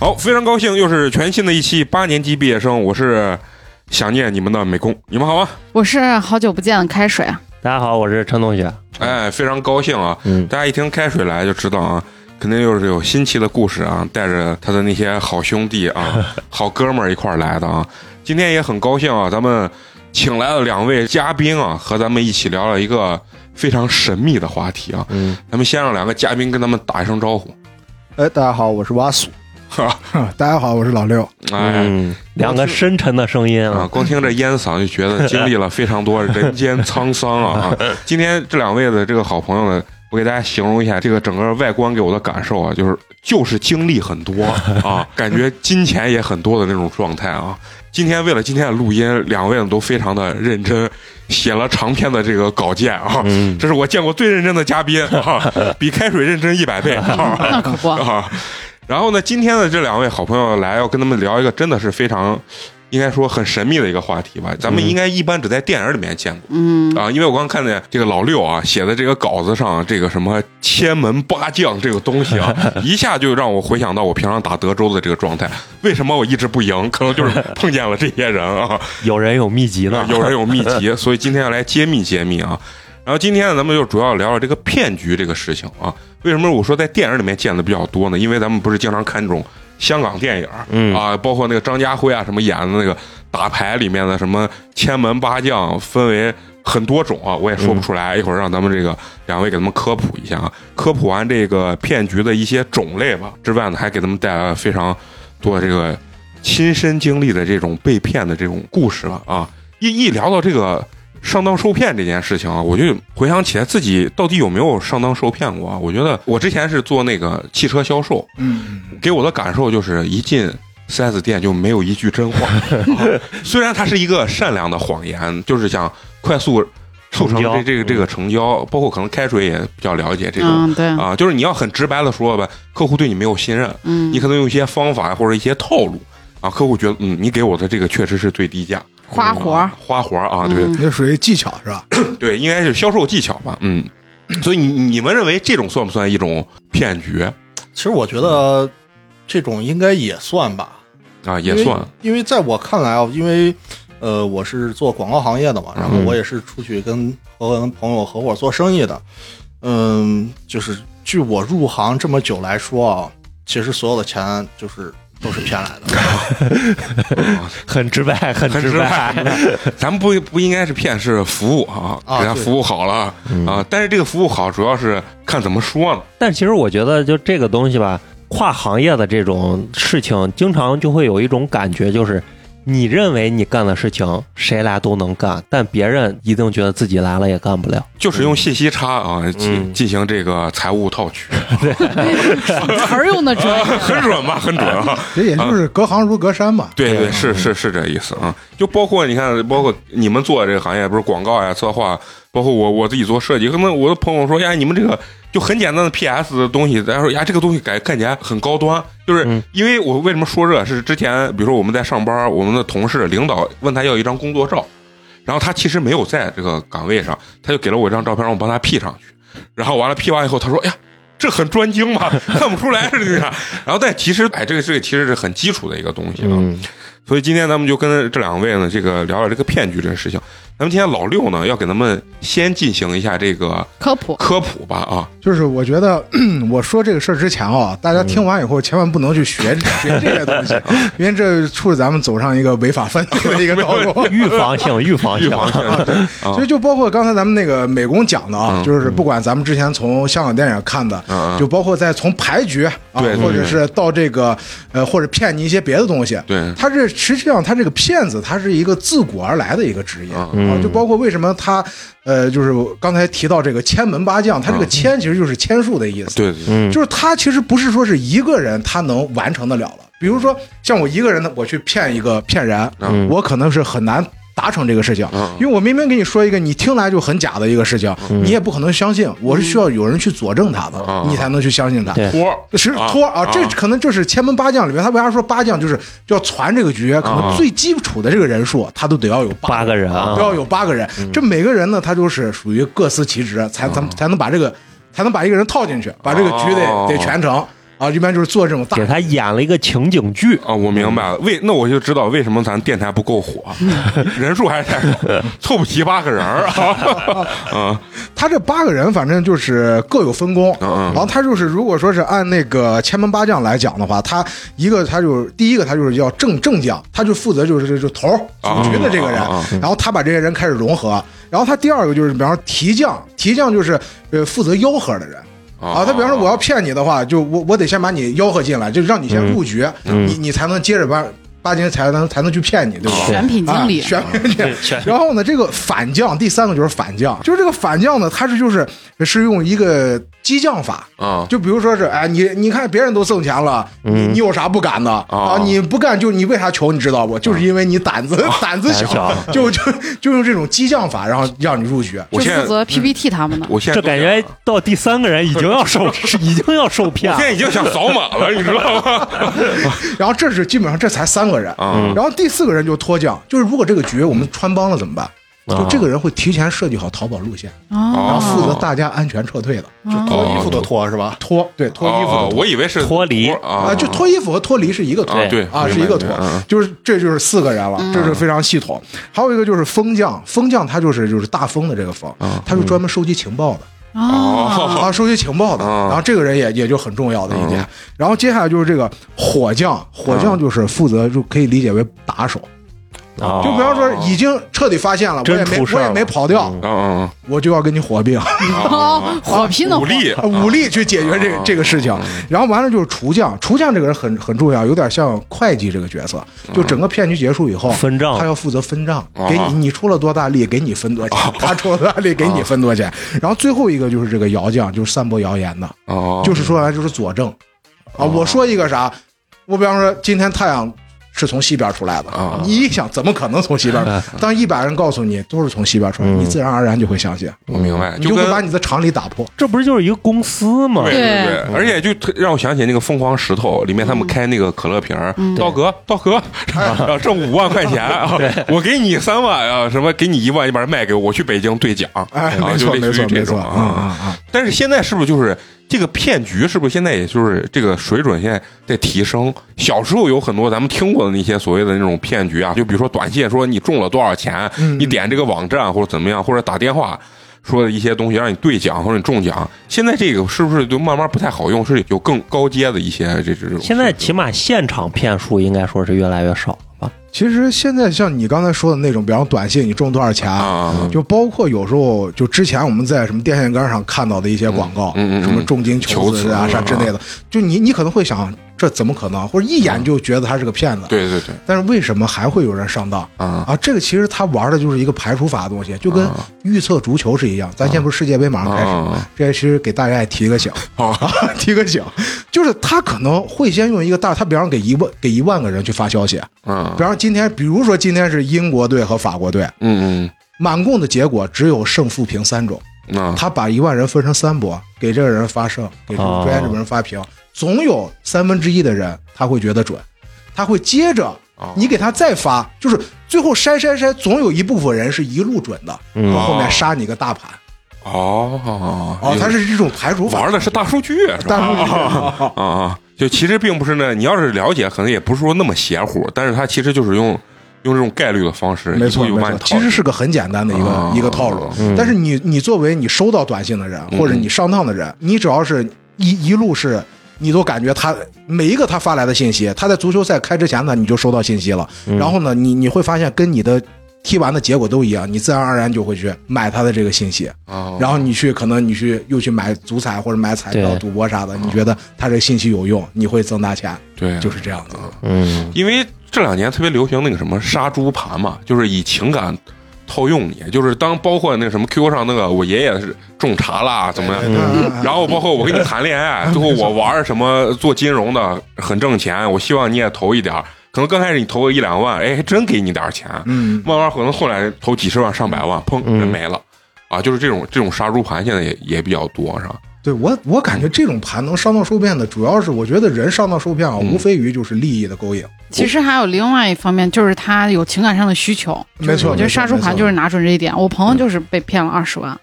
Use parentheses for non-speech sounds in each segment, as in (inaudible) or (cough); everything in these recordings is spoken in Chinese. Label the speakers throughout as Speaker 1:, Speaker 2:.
Speaker 1: 好，非常高兴，又是全新的一期八年级毕业生，我是想念你们的美工，你们好啊吗？
Speaker 2: 我是好久不见的开水啊，
Speaker 3: 大家好，我是陈同学。
Speaker 1: 哎，非常高兴啊！
Speaker 3: 嗯，
Speaker 1: 大家一听开水来就知道啊，肯定又是有新奇的故事啊，带着他的那些好兄弟啊、 (laughs) 好哥们儿一块儿来的啊。今天也很高兴啊，咱们请来了两位嘉宾啊，和咱们一起聊了一个非常神秘的话题啊。
Speaker 3: 嗯，
Speaker 1: 咱们先让两个嘉宾跟咱们打一声招呼。
Speaker 4: 哎，大家好，我是瓦苏。
Speaker 1: 哈，
Speaker 4: (laughs) 大家好，我是老六。
Speaker 1: 哎，
Speaker 3: 嗯，两个深沉的声音
Speaker 1: 啊，
Speaker 3: 啊，
Speaker 1: 光听这烟嗓就觉得经历了非常多人间沧桑啊！啊今天这两位的这个好朋友呢，我给大家形容一下这个整个外观给我的感受啊，就是就是经历很多啊，感觉金钱也很多的那种状态啊。今天为了今天的录音，两位呢都非常的认真，写了长篇的这个稿件啊。
Speaker 3: 嗯，
Speaker 1: 这是我见过最认真的嘉宾啊，比开水认真一百倍啊！
Speaker 2: 嗯那可不，
Speaker 1: 啊。然后呢，今天的这两位好朋友来，要跟他们聊一个真的是非常，应该说很神秘的一个话题吧。咱们应该一般只在电影里面见过、
Speaker 2: 嗯，
Speaker 1: 啊，因为我刚看见这个老六啊写的这个稿子上这个什么千门八将这个东西啊，一下就让我回想到我平常打德州的这个状态。为什么我一直不赢？可能就是碰见了这些人啊。
Speaker 3: 有人有秘籍呢
Speaker 1: 啊，， (laughs) 有人有秘籍，所以今天要来揭秘揭秘啊。然后今天呢，咱们就主要聊聊这个骗局这个事情啊。为什么我说在电影里面见的比较多呢？因为咱们不是经常看这种香港电影、
Speaker 3: 嗯
Speaker 1: 啊，包括那个张家辉啊什么演的那个打牌里面的什么千门八将，分为很多种啊，我也说不出来。一会儿让咱们这个两位给他们科普一下啊，科普完这个骗局的一些种类吧之外呢，还给他们带来了非常多这个亲身经历的这种被骗的这种故事了啊。一一聊到这个上当受骗这件事情啊，我就回想起来自己到底有没有上当受骗过啊？我觉得我之前是做那个汽车销售，
Speaker 4: 嗯，
Speaker 1: 给我的感受就是一进。4S 店就没有一句真话、啊虽然它是一个善良的谎言，就是想快速促成这
Speaker 3: 成交
Speaker 1: 这个这个成交，包括可能开水也比较了解这种、
Speaker 2: 嗯，对，
Speaker 1: 啊，就是你要很直白的说吧，客户对你没有信任，
Speaker 2: 嗯，
Speaker 1: 你可能用一些方法或者一些套路啊，客户觉得嗯，你给我的这个确实是最低价，
Speaker 2: 花活儿
Speaker 1: 啊花活儿啊，对、
Speaker 2: 嗯
Speaker 4: 这属于技巧 (coughs) 是吧？
Speaker 1: 对，应该是销售技巧吧，嗯。 (clears throat) 所以你你们认为这种算不算一种骗局
Speaker 5: 其实我觉得这种应该也算吧，
Speaker 1: 啊？也算，
Speaker 5: 因为，因为在我看来啊，因为呃，我是做广告行业的嘛，然后
Speaker 1: 嗯
Speaker 5: 我也是出去跟和跟朋友合伙做生意的，嗯，就是据我入行这么久来说啊，其实所有的钱就是都是骗来的，
Speaker 3: 很直白，很
Speaker 1: 很
Speaker 3: 直
Speaker 1: 直白。啊咱们不不应该是骗，是服务啊，
Speaker 5: 啊
Speaker 1: 给他
Speaker 5: 对
Speaker 1: 服务好了啊。但是这个服务好，主要是看怎么说呢。
Speaker 3: (laughs) 但其实我觉得，就这个东西吧，跨行业的这种事情，经常就会有一种感觉，就是你认为你干的事情，谁来都能干，但别人一定觉得自己来了也干不了。
Speaker 1: 就是用信息差啊进
Speaker 3: 嗯
Speaker 1: 进行这个财务套取，
Speaker 2: 嗯词儿用的准，
Speaker 1: 很准吧？很准啊！
Speaker 4: 这也就是隔行如隔山嘛。
Speaker 1: 对
Speaker 3: 嗯
Speaker 1: 对，是是是这意思啊。就包括你看，包括你们做这个行业，不是广告呀、策划，包括我我自己做设计，可能我的朋友说呀，你们这个就很简单的 PS 的东西，大家说呀，这个东西感看起来很高端，就是
Speaker 3: 嗯
Speaker 1: 因为我为什么说这是之前，比如说我们在上班，我们的同事领导问他要一张工作照，然后他其实没有在这个岗位上，他就给了我一张照片，让我帮他 P 上去。然后完了 P 完以后，他说：“哎呀，这很专精嘛， (laughs) 看不出来是这样。”然后但其实，哎，这个这个其实是很基础的一个东西啊。
Speaker 3: 嗯
Speaker 1: 所以今天咱们就跟这两位呢，这个聊聊这个骗局这个事情。咱们今天老六呢，要给咱们先进行一下这个
Speaker 2: 科普，
Speaker 1: 科普吧啊，
Speaker 4: 就是我觉得 (clears throat) 我说这个事儿之前啊，大家听完以后千万不能去学 (laughs) 学这些东西，啊因为这促使咱们走上一个违法犯 (laughs) 罪的一个道路。
Speaker 3: 预防性，预防
Speaker 1: 预
Speaker 3: 性，
Speaker 1: 防性
Speaker 4: (laughs)
Speaker 1: 啊
Speaker 4: 所以就包括刚才咱们那个美工讲的啊
Speaker 1: 嗯，
Speaker 4: 就是不管咱们之前从香港电影看的
Speaker 1: 嗯嗯，
Speaker 4: 就包括在从牌局啊，
Speaker 1: 对对
Speaker 4: 或者是到这个呃，或者骗你一些别的东西，
Speaker 1: 对
Speaker 4: 他这实际上他这个骗子，他是一个自古而来的一个职
Speaker 1: 嗯
Speaker 4: 业啊，就包括为什么他呃，就是刚才提到这个千门八将，他这个千其实就是千术的意思，
Speaker 1: 对对嗯对
Speaker 3: 嗯
Speaker 4: 就是他其实不是说是一个人他能完成得了了。比如说像我一个人呢，我去骗一个骗人，
Speaker 3: 嗯
Speaker 4: 我可能是很难。达成这个事情
Speaker 1: 嗯，
Speaker 4: 因为我明明跟你说一个你听来就很假的一个事情，你也不可能相信。我是需要有人去佐证它的，
Speaker 1: 嗯
Speaker 4: 你才能去相信它。
Speaker 3: 对
Speaker 1: 托儿
Speaker 4: 是
Speaker 1: 啊
Speaker 4: 托儿啊，这
Speaker 1: 啊
Speaker 4: 可能就是千门八将里面，他为啥说八将就是就要传这个局，可
Speaker 1: 啊
Speaker 4: 能最基础的这个人数，他都得要有
Speaker 3: 八个人啊
Speaker 4: 都要有八个人。
Speaker 1: 嗯
Speaker 4: 这每个人呢，他就是属于各司其职，才咱们才能把这个才能把一个人套进去，把这个局得
Speaker 1: 啊哦
Speaker 4: 得全成。啊，一般就是做这种大
Speaker 3: 给他演了一个情景剧，
Speaker 1: 啊，我明白了，为那我就知道为什么咱电台不够火，啊
Speaker 4: (laughs)
Speaker 1: 人数还是太少，凑不齐八个人儿啊。嗯
Speaker 4: 他这八个人反正就是各有分工，
Speaker 1: 嗯嗯
Speaker 4: 然后他就是如果说是按那个千门八将来讲的话，他一个他就是第一个他就是要正正将，他就负责就是这就头
Speaker 1: 啊
Speaker 4: 儿主局的这个人
Speaker 1: 啊啊啊，
Speaker 4: 然后他把这些人开始融合，然后他第二个就是比方说提将，提将就是呃负责吆喝的人。
Speaker 1: 嗯
Speaker 4: 啊，他比方说我要骗你的话，就我我得先把你吆喝进来，就让你先入局，你你才能接着把八斤才能才能去骗你，对吧？
Speaker 2: 选品经理
Speaker 4: 啊选品经理
Speaker 3: 选。
Speaker 4: 然后呢，这个反将第三个就是反将，就是这个反将呢，它是就是是用一个激将法。
Speaker 1: 啊，
Speaker 4: 就比如说是，哎，你你看别人都挣钱了，你你有啥不敢的
Speaker 1: 哦
Speaker 4: 啊？你不干就你为啥穷？你知道不？就是因为你胆子胆子
Speaker 3: 胆
Speaker 4: 小
Speaker 3: 小，
Speaker 4: (laughs) 就就就用这种激将法，然后让你入局。
Speaker 1: 我现
Speaker 2: 就
Speaker 1: 在
Speaker 2: 负责 PPT 他们的。
Speaker 1: 我现在
Speaker 3: 这
Speaker 1: 都想
Speaker 3: 感觉到第三个人已经要
Speaker 4: (laughs)
Speaker 3: 受已经要受骗
Speaker 1: 我现在
Speaker 3: 了。
Speaker 1: 已经想扫码了，你知道吗？
Speaker 4: (laughs) 然后这是基本上这才三个人，
Speaker 1: 啊
Speaker 4: 然后第四个人就脱缰，就是如果这个局我们穿帮了怎么办？ (laughs) 就这个人会提前设计好逃跑路线，
Speaker 2: 哦
Speaker 4: 然后
Speaker 1: 啊
Speaker 4: 负责大家安全撤退的，
Speaker 5: 脱衣服的脱是吧？
Speaker 4: 脱对脱衣服的
Speaker 1: 哦
Speaker 4: 脱
Speaker 1: 我以为是
Speaker 3: 脱离
Speaker 1: 啊
Speaker 4: 啊，就脱衣服和脱离是一个脱
Speaker 1: 啊，对
Speaker 4: 啊，是一个
Speaker 1: 明
Speaker 4: 脱
Speaker 1: 白明白嗯，
Speaker 4: 就是这就是四个人了，这是非常系统。还有一个就是风将，风将他就是就是大风的这个风，
Speaker 1: 啊
Speaker 4: 他是专门收集情报的。
Speaker 1: 哦
Speaker 4: 啊，收集情报的，
Speaker 1: 嗯
Speaker 4: 然后这个人也也就很重要的一点。然后接下来就是这个火将，火
Speaker 1: 啊
Speaker 4: 将就是负责就可以理解为打手，
Speaker 3: 啊
Speaker 4: 就比方说已经彻底发现了，我
Speaker 3: 真
Speaker 4: 也没
Speaker 3: 出事
Speaker 4: 我
Speaker 3: 儿
Speaker 4: 也
Speaker 3: 了
Speaker 4: 没跑掉，
Speaker 1: 嗯嗯
Speaker 4: 我就要跟你
Speaker 3: (laughs)
Speaker 4: 火并，
Speaker 1: 嗯
Speaker 2: 哦
Speaker 1: 啊，
Speaker 2: 火拼的
Speaker 1: 武力
Speaker 4: 啊武力去解决这个
Speaker 1: 啊
Speaker 4: 这个事情。
Speaker 3: 嗯
Speaker 4: 然后完了就是厨将，厨将这个人很很重要，有点像会计这个角色。就整个骗局结束以后，
Speaker 3: 嗯哦分账哦
Speaker 4: 他要负责分账
Speaker 1: 啊，
Speaker 4: 给你你出了多大力，给你分多钱；他出了多大力，给你分多
Speaker 3: 哦
Speaker 4: 钱。然后最后一个就是这个谣将，就是散播谣言的，
Speaker 1: 哦，
Speaker 4: 就是说白了就是佐证啊。我说一个啥，我比方说今天太阳。是从西边出来的
Speaker 1: 啊
Speaker 4: 你一想怎么可能从西边？
Speaker 1: 嗯
Speaker 4: 当一百人告诉你都是从西边出来，你自然而然就会相信，
Speaker 1: 我明白，
Speaker 4: 你
Speaker 1: 嗯
Speaker 4: 就
Speaker 1: 跟
Speaker 4: 会把你的常理打破。
Speaker 3: 这不是就是一个公司吗？
Speaker 1: 对
Speaker 2: 对
Speaker 1: 对，而且就特让我想起那个《疯狂石头》里面他们开那个可乐瓶儿，道哥，道哥，啊挣五万块钱啊，我给你三万啊，什么给你一万，你把它卖给我，我去北京兑奖，
Speaker 4: 哎，
Speaker 1: 啊
Speaker 4: 没
Speaker 1: 就
Speaker 4: 错，
Speaker 1: 类
Speaker 4: 没
Speaker 1: 似于
Speaker 4: 错，
Speaker 1: 这
Speaker 4: 没
Speaker 1: 种
Speaker 4: 错，
Speaker 1: 啊。
Speaker 4: 啊啊！
Speaker 1: 但是现在是不是就是这个骗局？是不是现在也就是这个水准现在在提升？小时候有很多咱们听过的那些所谓的那种骗局啊，就比如说短信说你中了多少钱，
Speaker 4: 嗯
Speaker 1: 你点这个网站或者怎么样，或者打电话说的一些东西让你兑奖或者你中奖。现在这个是不是就慢慢不太好用？是有更高阶的一些这这种？
Speaker 3: 现在起码现场骗术应该说是越来越少了吧？
Speaker 4: 其实现在像你刚才说的那种，比方短信你中多少钱，
Speaker 1: 啊，
Speaker 4: 就包括有时候就之前我们在什么电线杆上看到的一些广告，
Speaker 1: 嗯嗯嗯嗯
Speaker 4: 什么重金求子啊
Speaker 1: 求子
Speaker 4: 啥之类的，就你你可能会想这怎么可能，或者一
Speaker 1: 啊
Speaker 4: 眼就觉得他是个骗子。
Speaker 1: 对对对，
Speaker 4: 但是为什么还会有人上当
Speaker 1: 啊
Speaker 4: 啊？这个其实他玩的就是一个排除法的东西，就跟预测足球是一样。咱现在不是世界杯马上开始
Speaker 1: 啊
Speaker 4: 吗，这其实给大家也提个醒，
Speaker 1: (laughs) 啊，
Speaker 4: (laughs) 提个醒，就是他可能会先用一个大，他比方给一万给一万个人去发消息，
Speaker 1: 嗯
Speaker 4: 比方说今天，比如说今天是英国队和法国队，
Speaker 1: 嗯
Speaker 4: 满共的结果只有胜负平三种，
Speaker 1: 嗯啊
Speaker 4: 他把一万人分成三波，给这个人发胜，给这个
Speaker 3: 哦
Speaker 4: 表演者人发平，总有三分之一的人他会觉得准，他会接着
Speaker 1: 哦
Speaker 4: 你给他再发，就是最后筛筛筛，总有一部分人是一路准的，
Speaker 3: 嗯
Speaker 4: 后面杀你个大盘。
Speaker 1: 哦
Speaker 4: 哦，他是这种排除法，
Speaker 1: 玩的是大数据，是吧？
Speaker 4: (laughs) 但是
Speaker 1: 啊啊！就其实并不是呢，你要是了解，可能也不是说那么邪乎，但是它其实就是用用这种概率的方式， (laughs)
Speaker 4: 没错
Speaker 1: 一步
Speaker 4: 没
Speaker 1: 一步把你，
Speaker 4: 错
Speaker 1: 套
Speaker 4: 其实是个很简单的一个、
Speaker 1: 啊
Speaker 4: 一个套路。嗯但是你你作为你收到短信的人，或者你上当的人，你只要是一一路是。你都感觉他每一个他发来的信息，他在足球赛开之前呢，你就收到信息了。
Speaker 3: 嗯
Speaker 4: 然后呢，你你会发现跟你的踢完的结果都一样，你自然而然就会去买他的这个信息，
Speaker 1: 啊
Speaker 4: 然后你去可能你去又去买足彩或者买彩票、
Speaker 3: 对
Speaker 4: 赌博啥的，你觉得他这个信息有用，你会增大钱，
Speaker 1: 对，啊
Speaker 4: 就是这样子。
Speaker 3: 嗯，
Speaker 1: 因为这两年特别流行那个什么杀猪盘嘛，就是以情感套用你，就是当包括那个什么 QQ 上那个我爷爷是种茶啦，怎么样？
Speaker 4: 嗯
Speaker 1: 然后包括我跟你谈恋
Speaker 4: (laughs)
Speaker 1: 爱，最后我玩什么做金融的很挣钱，我希望你也投一点儿，可能刚开始你投个一两万，哎，还真给你点儿钱，
Speaker 4: 嗯，
Speaker 1: 慢慢可能后来投几十万上百万，砰人没了。啊，就是这种这种杀猪盘，现在也也比较多，是吧？
Speaker 4: 对我，我感觉这种盘能上当受骗的，主要是我觉得人上当受骗啊，无非于就是利益的勾引。
Speaker 2: 其实还有另外一方面，就是他有情感上的需求。
Speaker 4: 没错
Speaker 2: 我觉得杀猪盘就是拿准这一点。我朋友就是被骗了二十万，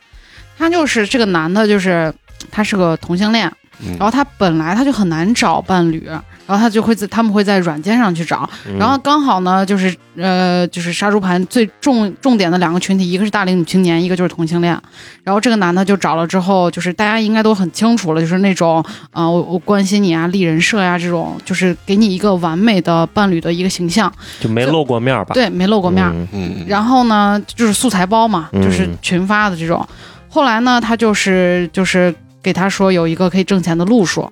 Speaker 2: 他就是这个男的，就是他是个同性恋，
Speaker 1: 嗯
Speaker 2: 然后他本来他就很难找伴侣，然后他就会在他们会在软件上去找，然后刚好呢就是呃就是杀猪盘最重重点的两个群体，一个是大龄女青年，一个就是同性恋。然后这个男的就找了之后，就是大家应该都很清楚了，就是那种啊、呃我我关心你啊，立人设呀、这种，就是给你一个完美的伴侣的一个形象，
Speaker 3: 就没露过面儿吧？
Speaker 2: 对，没露过面儿。
Speaker 3: 嗯
Speaker 1: 嗯，
Speaker 2: 然后呢，就是素材包嘛，
Speaker 3: 嗯
Speaker 2: 就是群发的这种。后来呢，他就是就是给他说有一个可以挣钱的路数，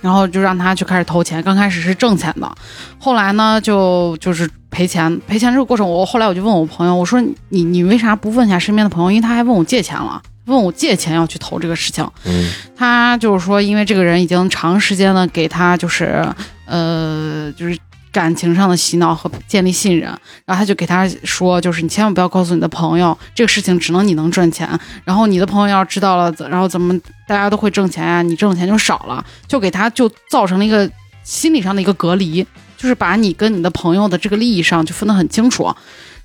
Speaker 2: 然后就让他去开始投钱。刚开始是挣钱的，后来呢就就是赔钱。赔钱这个过程，我后来我就问我朋友，我说你你为啥不问一下身边的朋友？因为他还问我借钱了。问我借钱要去投这个事情，
Speaker 3: 嗯
Speaker 2: 他就是说，因为这个人已经长时间的给他就是呃就是感情上的洗脑和建立信任，然后他就给他说，就是你千万不要告诉你的朋友这个事情，只能你能赚钱，然后你的朋友要知道了，然后怎么大家都会挣钱呀、你挣的钱就少了，就给他就造成了一个心理上的一个隔离，就是把你跟你的朋友的这个利益上就分得很清楚。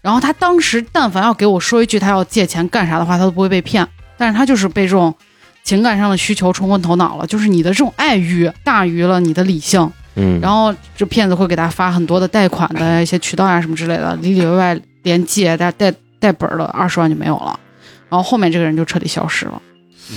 Speaker 2: 然后他当时但凡要给我说一句他要借钱干啥的话，他都不会被骗，但是他就是被这种情感上的需求冲昏头脑了，就是你的这种爱欲大于了你的理性。
Speaker 3: 嗯，
Speaker 2: 然后这骗子会给他发很多的贷款的一些渠道啊呀、什么之类的，里里外外连借带带带本儿的二十万就没有了。然后后面这个人就彻底消失了。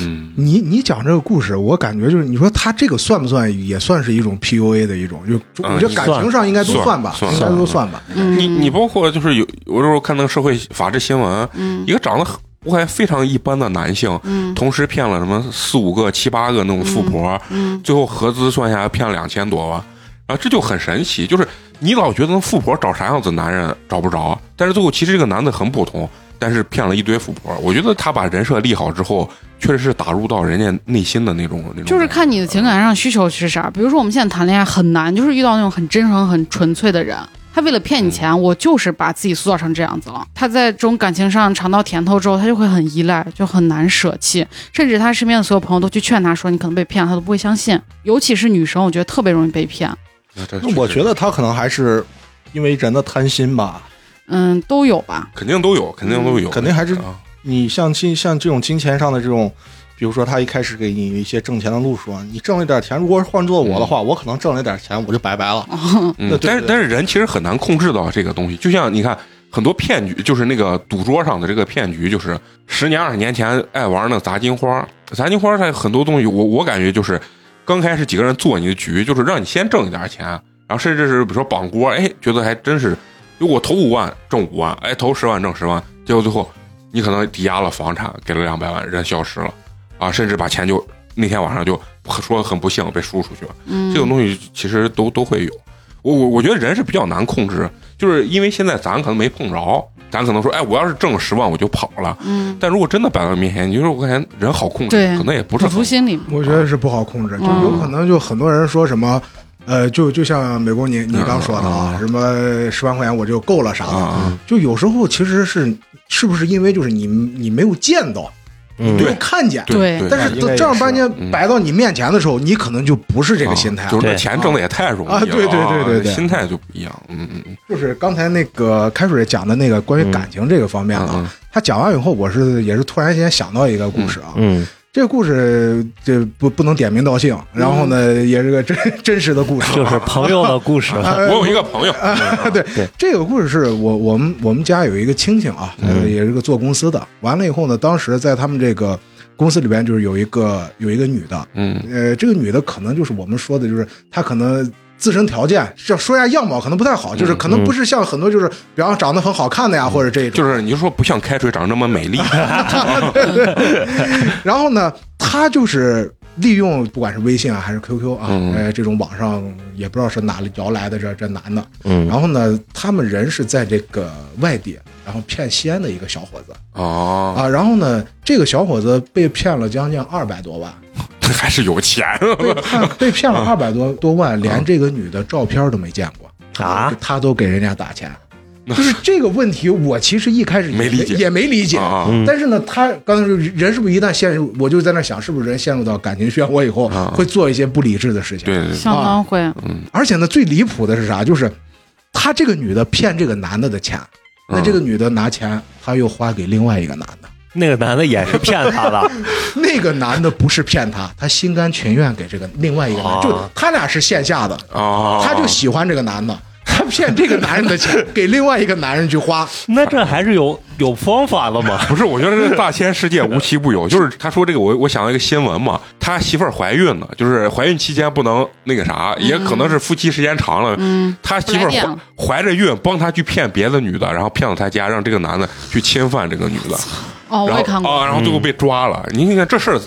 Speaker 1: 嗯
Speaker 4: 你你讲这个故事，我感觉就是你说他这个算不算也算是一种 PUA 的一种，就就
Speaker 1: 嗯
Speaker 4: 我觉得感情上应该都
Speaker 1: 算
Speaker 4: 算吧，
Speaker 1: 算
Speaker 4: 应该都算吧。
Speaker 2: 嗯，
Speaker 1: 你你包括就是有有时候看那个社会法制新闻，啊
Speaker 2: 嗯
Speaker 1: 一个长得很我感觉非常一般的男性，
Speaker 2: 嗯
Speaker 1: 同时骗了什么四五个、七八个那种富婆，
Speaker 2: 嗯
Speaker 1: 最后合资算下来骗了两千多吧。啊，这就很神奇，就是你老觉得那富婆找啥样子男人找不着，但是最后其实这个男的很普通，但是骗了一堆富婆。我觉得他把人设立好之后，确实是打入到人家内心的那种那种。
Speaker 2: 就是看你的情感上需求是啥。比如说我们现在谈恋爱很难，就是遇到那种很真诚、很纯粹的人。他为了骗你钱，
Speaker 1: 嗯
Speaker 2: 我就是把自己塑造成这样子了。他在这种感情上尝到甜头之后，他就会很依赖，就很难舍弃。甚至他身边的所有朋友都去劝他说：“你可能被骗了。”他都不会相信。尤其是女生，我觉得特别容易被骗。
Speaker 1: 那这，
Speaker 5: 那我觉得他可能还是因为人的贪心吧。
Speaker 2: 嗯，都有吧。 (laughs)
Speaker 1: 肯定都有，肯定都有，
Speaker 5: 嗯肯定还是
Speaker 1: 啊
Speaker 5: 你像金像这种金钱上的这种，比如说他一开始给你一些挣钱的路数，啊你挣了点钱，如果是换做我的话，我可能挣了点钱我就拜拜了。
Speaker 1: 嗯
Speaker 5: 那，对
Speaker 1: 但是
Speaker 5: 对
Speaker 1: 但是人其实很难控制到这个东西，就像你看很多骗局，就是那个赌桌上的这个骗局，就是十年二十年前爱玩那个砸金花，砸金花在很多东西，我我感觉就是刚开始几个人做你的局，就是让你先挣一点钱，然后甚至是比如说绑锅，哎，觉得还真是，如果投五万挣五万，哎，投十万挣十万，结果最后你可能抵押了房产，给了两百万，人消失了啊，甚至把钱就那天晚上就说很不幸被输出去了。
Speaker 2: 嗯，
Speaker 1: 这种东西其实都都会有。我我我觉得人是比较难控制，就是因为现在咱可能没碰着，咱可能说，哎，我要是挣十万我就跑了。
Speaker 2: 嗯，
Speaker 1: 但如果真的摆到面前，你就是我感觉人好控制
Speaker 2: 对，
Speaker 1: 可能也不是
Speaker 2: 赌
Speaker 1: 很
Speaker 2: 徒心理。
Speaker 4: 我觉得是不好控制，就
Speaker 2: 嗯
Speaker 4: 有可能就很多人说什么，呃，就就像美国你你刚说的啊
Speaker 1: 嗯，
Speaker 4: 什么十万块钱我就够了啥
Speaker 1: 啊
Speaker 4: 的，
Speaker 1: 啊，
Speaker 4: 就有时候其实是是不是因为就是你你没有见到，
Speaker 3: 嗯
Speaker 4: 没有
Speaker 1: 对
Speaker 4: 看见，
Speaker 1: 对
Speaker 2: 对
Speaker 1: 对，
Speaker 4: 但
Speaker 5: 那
Speaker 4: 是
Speaker 5: 应该
Speaker 4: 等
Speaker 5: 也
Speaker 4: 正儿
Speaker 5: 是
Speaker 4: 八
Speaker 1: 嗯
Speaker 4: 经摆到你面前的时候，你可能就不是这个心态
Speaker 1: 啊
Speaker 4: 了，
Speaker 1: 就是那
Speaker 3: 对
Speaker 1: 钱挣的也太容易了
Speaker 4: 啊对对对对
Speaker 1: 啊
Speaker 4: 对
Speaker 1: 心态就不一样。嗯嗯嗯
Speaker 4: 就是刚才那个开水讲的那个关于感情这个方面
Speaker 1: 嗯
Speaker 4: 啊，
Speaker 1: 嗯，
Speaker 4: 他讲完以后，我是也是突然间想到一个故事啊，
Speaker 3: 嗯
Speaker 4: 这个故事这不不能点名道姓，然后呢，
Speaker 1: 嗯
Speaker 4: 也是个真 (laughs) 真实的故
Speaker 1: (laughs)
Speaker 4: 事啊，
Speaker 3: 就是朋友的故事，
Speaker 4: (laughs) 啊
Speaker 1: 我有一个朋友，
Speaker 4: 啊，对
Speaker 3: 对，
Speaker 4: 这个故事是我我们我们家有一个亲戚啊，
Speaker 3: 嗯
Speaker 4: 呃也是个做公司的。完了以后呢，当时在他们这个公司里边，就是有一个有一个女的，
Speaker 1: 嗯
Speaker 4: 呃，这个女的可能就是我们说的，就是她可能自身条件，这说一下样貌可能不太好，就是可能不是像很多就是比方说长得很好看的呀，或者这种。
Speaker 1: 嗯就是你就说不像开水长这么美
Speaker 4: (laughs)
Speaker 1: 丽，
Speaker 4: 然后呢，她就是。利用不管是微信啊还是 QQ 啊，
Speaker 1: 嗯
Speaker 4: 呃，这种网上也不知道是哪里摇来的这这男的，
Speaker 3: 嗯
Speaker 4: 然后呢，他们人是在这个外地，然后骗西安的一个小伙子
Speaker 1: 哦，
Speaker 4: 啊，然后呢，这个小伙子被骗了将近二百
Speaker 1: (laughs)
Speaker 4: 多万，
Speaker 1: 还是有钱，啊
Speaker 4: 被骗被骗
Speaker 1: 哦
Speaker 4: 了二百多多万，连这个女的照片都没见过
Speaker 3: 啊，
Speaker 4: 他都给人家打钱，就是这个问题，我其实一开始也
Speaker 1: 没理解
Speaker 4: 也没理解。
Speaker 1: 啊
Speaker 3: 嗯
Speaker 4: 但是呢，他刚才说人是不是一旦陷入，我就在那想，是不是人陷入到感情漩涡以后，
Speaker 1: 啊
Speaker 4: 会做一些不理智的事情？
Speaker 1: 对对，对
Speaker 2: 相当会，
Speaker 4: 而且呢，最离谱的是啥？就是她这个女的骗这个男的的钱，那
Speaker 1: 嗯
Speaker 4: 这个女的拿钱，她又花给另外一个男的，
Speaker 3: 那个男的也是骗他的，
Speaker 4: 那个男的不是骗他，他心甘情愿给这个另外一个男，
Speaker 3: 啊
Speaker 4: 就他俩是线下的，
Speaker 1: 啊，
Speaker 4: (laughs) 他就喜欢这个男的， (laughs) 他骗这个男人
Speaker 1: (laughs)
Speaker 4: 的钱给另外一个男人去花，
Speaker 3: 那这还是有有方法的嘛？
Speaker 1: 不是，我觉得这大千世界无奇不有。就是他说这个，我我想到一个新闻嘛，他媳妇儿怀孕了，就是怀孕期间不能那个啥，也可能是夫妻时间长了，
Speaker 2: 嗯
Speaker 1: 他媳妇儿
Speaker 2: 不来电
Speaker 1: 怀
Speaker 2: 了
Speaker 1: 怀着孕，帮他去骗别的女的，然后骗到他家，让这个男的去侵犯这个女的，
Speaker 2: 哦，
Speaker 1: 然
Speaker 2: 我也
Speaker 1: 后
Speaker 2: 看过，
Speaker 1: 啊，然后最后
Speaker 4: 嗯
Speaker 1: 被抓了。你看看这事儿，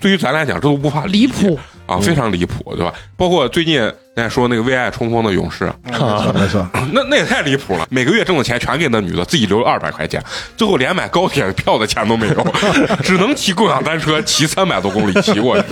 Speaker 1: 对于咱来讲，这都无法理
Speaker 2: 离
Speaker 1: 解
Speaker 2: 谱，
Speaker 1: 啊，非常离谱，对吧？包括最近咱说那个为爱冲锋的勇士，啊
Speaker 4: 没错没错，
Speaker 1: 那那也太离谱了！每个月挣的钱全给那女的，自己留了二百块钱，最后连买高铁票的钱都没有， (laughs) 只能骑共享单车骑三百多公里骑过去。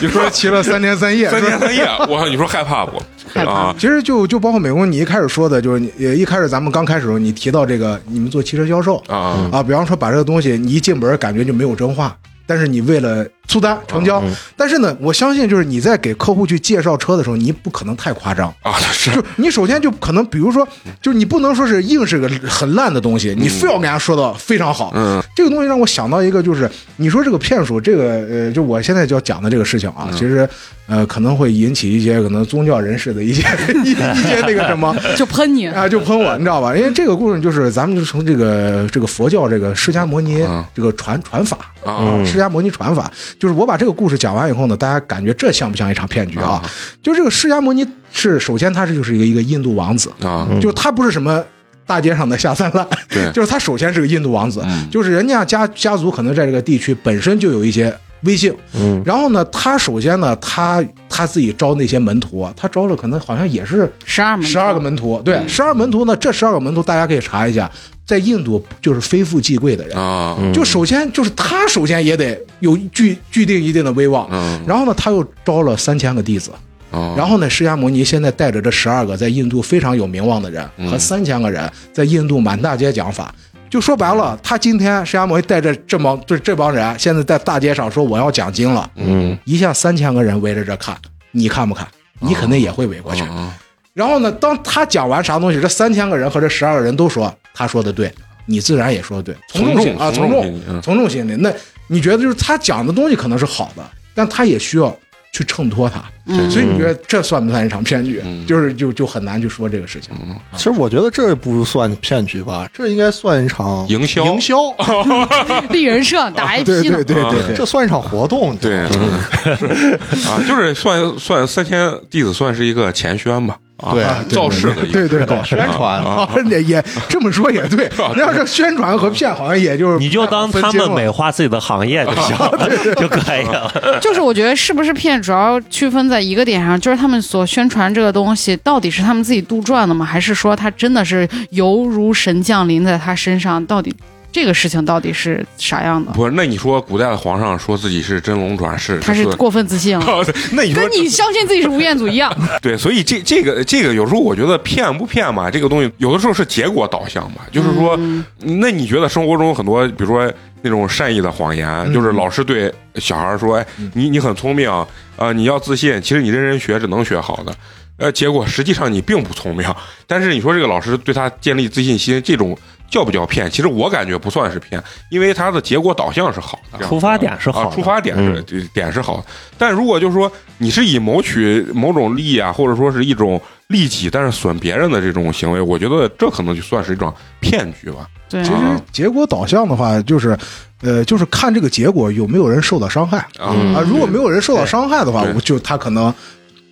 Speaker 1: 你说
Speaker 4: 说 (laughs) 骑了三天三夜，
Speaker 1: 三
Speaker 4: 说
Speaker 1: 天三夜，我靠，你说害怕
Speaker 4: (laughs)
Speaker 1: 不？
Speaker 2: 害怕
Speaker 1: 啊
Speaker 4: 其实就就包括美工，你一开始说的，就是你呃一开始咱们刚开始的时候，你提到这个你们做汽车销售
Speaker 1: 啊！
Speaker 4: 啊，比方说把这个东西你一进门感觉就没有真话，但是你为了促单成交，
Speaker 1: 嗯
Speaker 4: 但是呢，我相信就是你在给客户去介绍车的时候，你不可能太夸张。
Speaker 1: 啊，是
Speaker 4: 就你首先就可能，比如说，就是你不能说是硬是个很烂的东西，你非要给他说的非常好。
Speaker 1: 嗯，
Speaker 4: 这个东西让我想到一个，就是你说这个骗术，这个呃，就我现在就要讲的这个事情
Speaker 1: 嗯
Speaker 4: 啊，其实呃可能会引起一些可能宗教人士的一些 (laughs) 一一些那个什么。
Speaker 2: 就喷你，
Speaker 4: 啊，就喷我，你知道吧？因为这个故事就是咱们就从这个这个佛教这个释迦摩尼
Speaker 1: 嗯
Speaker 4: 这个传传法
Speaker 1: 啊
Speaker 4: 释迦摩尼传法，就是我把这个故事讲完以后呢，大家感觉这像不像一场骗局啊？就这个释迦摩尼是首先他是就是一个一个印度王子，
Speaker 1: 啊！
Speaker 4: 就是他不是什么大街上的下三滥，
Speaker 1: 对
Speaker 4: 就是他首先是个印度王子，
Speaker 1: 嗯
Speaker 4: 就是人家家家族可能在这个地区本身就有一些威信，
Speaker 3: 嗯，
Speaker 4: 然后呢，他首先呢，他他自己招那些门徒啊，他招了可能好像也是
Speaker 2: 十二门，
Speaker 4: 十二个，门徒，对，十二门徒呢，这十二个门徒大家可以查一下，在印度就是非富即贵的人。
Speaker 1: 啊，
Speaker 4: 就首先就是他，首先也得有具具定一定的威望，
Speaker 1: 嗯
Speaker 4: 然后呢，他又招了三千个弟子，
Speaker 1: 啊，
Speaker 4: 嗯然后呢，释迦牟尼现在带着这十二个在印度非常有名望的人和三千个人，在印度满大街讲法。就说白了，他今天释迦牟尼带着这帮就是这帮人，现在在大街上说我要讲经了，
Speaker 3: 嗯，
Speaker 4: 一下三千个人围着这看，你看不看？你肯定也会围过去。
Speaker 1: 啊
Speaker 4: 然后呢，当他讲完啥东西，这三千个人和这十二个人都说他说的对，你自然也说的对，从
Speaker 1: 从
Speaker 4: 众心
Speaker 1: 众
Speaker 4: 啊，
Speaker 1: 从众
Speaker 4: 从众
Speaker 1: 心理嗯
Speaker 4: 从众心理。那你觉得就是他讲的东西可能是好的，但他也需要去衬托他，
Speaker 2: 嗯
Speaker 4: 所以你觉得这算不算一场骗局？
Speaker 1: 嗯
Speaker 4: 就是就就很难去说这个事情。
Speaker 5: 其实我觉得这不算骗局吧，这应该算一场
Speaker 1: 营销 (laughs)
Speaker 5: 营销，
Speaker 2: (laughs) 立人设打 IP
Speaker 4: 对对
Speaker 2: 呢，
Speaker 4: 对
Speaker 1: 啊
Speaker 4: 对对，
Speaker 5: 这算一场活动。
Speaker 1: 对
Speaker 5: 吧
Speaker 4: 嗯
Speaker 1: 是啊，就是算算三千弟子算是一个前宣吧，啊
Speaker 5: 对
Speaker 1: 造势的一个
Speaker 4: 对对对
Speaker 5: 搞。宣传
Speaker 1: 啊
Speaker 4: 啊，也也这么说也对，你要是宣传和骗，好像也就是
Speaker 3: 你就当他
Speaker 4: 分清
Speaker 3: 们
Speaker 4: 了
Speaker 3: 美化自己的行业就行
Speaker 4: (laughs)
Speaker 3: 就可以了。
Speaker 2: 就是我觉得是不是骗，主要区分在一个点上，就是他们所宣传这个东西到底是他们自己杜撰的吗？还是说他真的是犹如神降临在他身上？到底这个事情到底是啥样的？
Speaker 1: 不是，那你说古代的皇上说自己是真龙转世，
Speaker 2: 他是
Speaker 1: 这
Speaker 2: 过分自信了，
Speaker 1: 那 (laughs) 你说
Speaker 2: 跟你相信自己是吴彦祖一样。
Speaker 1: 对，所以这这个这个有时候我觉得骗不骗嘛，这个东西有的时候是结果导向嘛，就是说，那你觉得生活中很多，比如说那种善意的谎言，就是老师对小孩说，哎，你你很聪明，啊、呃你要自信，其实你认真学只能学好的，呃，结果实际上你并不聪明，但是你说这个老师对他建立自信心，这种叫不叫骗？其实我感觉不算是骗，因为他的结果导向是好的，
Speaker 3: 出发点是好的
Speaker 1: 啊出发点是、
Speaker 3: 嗯
Speaker 1: 对点是好的。但如果就是说你是以谋取某种利益啊，或者说是一种利己，但是损别人的这种行为，我觉得这可能就算是一种骗局吧。
Speaker 2: 对
Speaker 4: 其，实结果导向的话，就是，呃，就是看这个结果有没有人受到伤害
Speaker 1: 啊
Speaker 2: 嗯
Speaker 4: 啊。如果没有人受到伤害的话，
Speaker 1: 对
Speaker 4: 我就他可能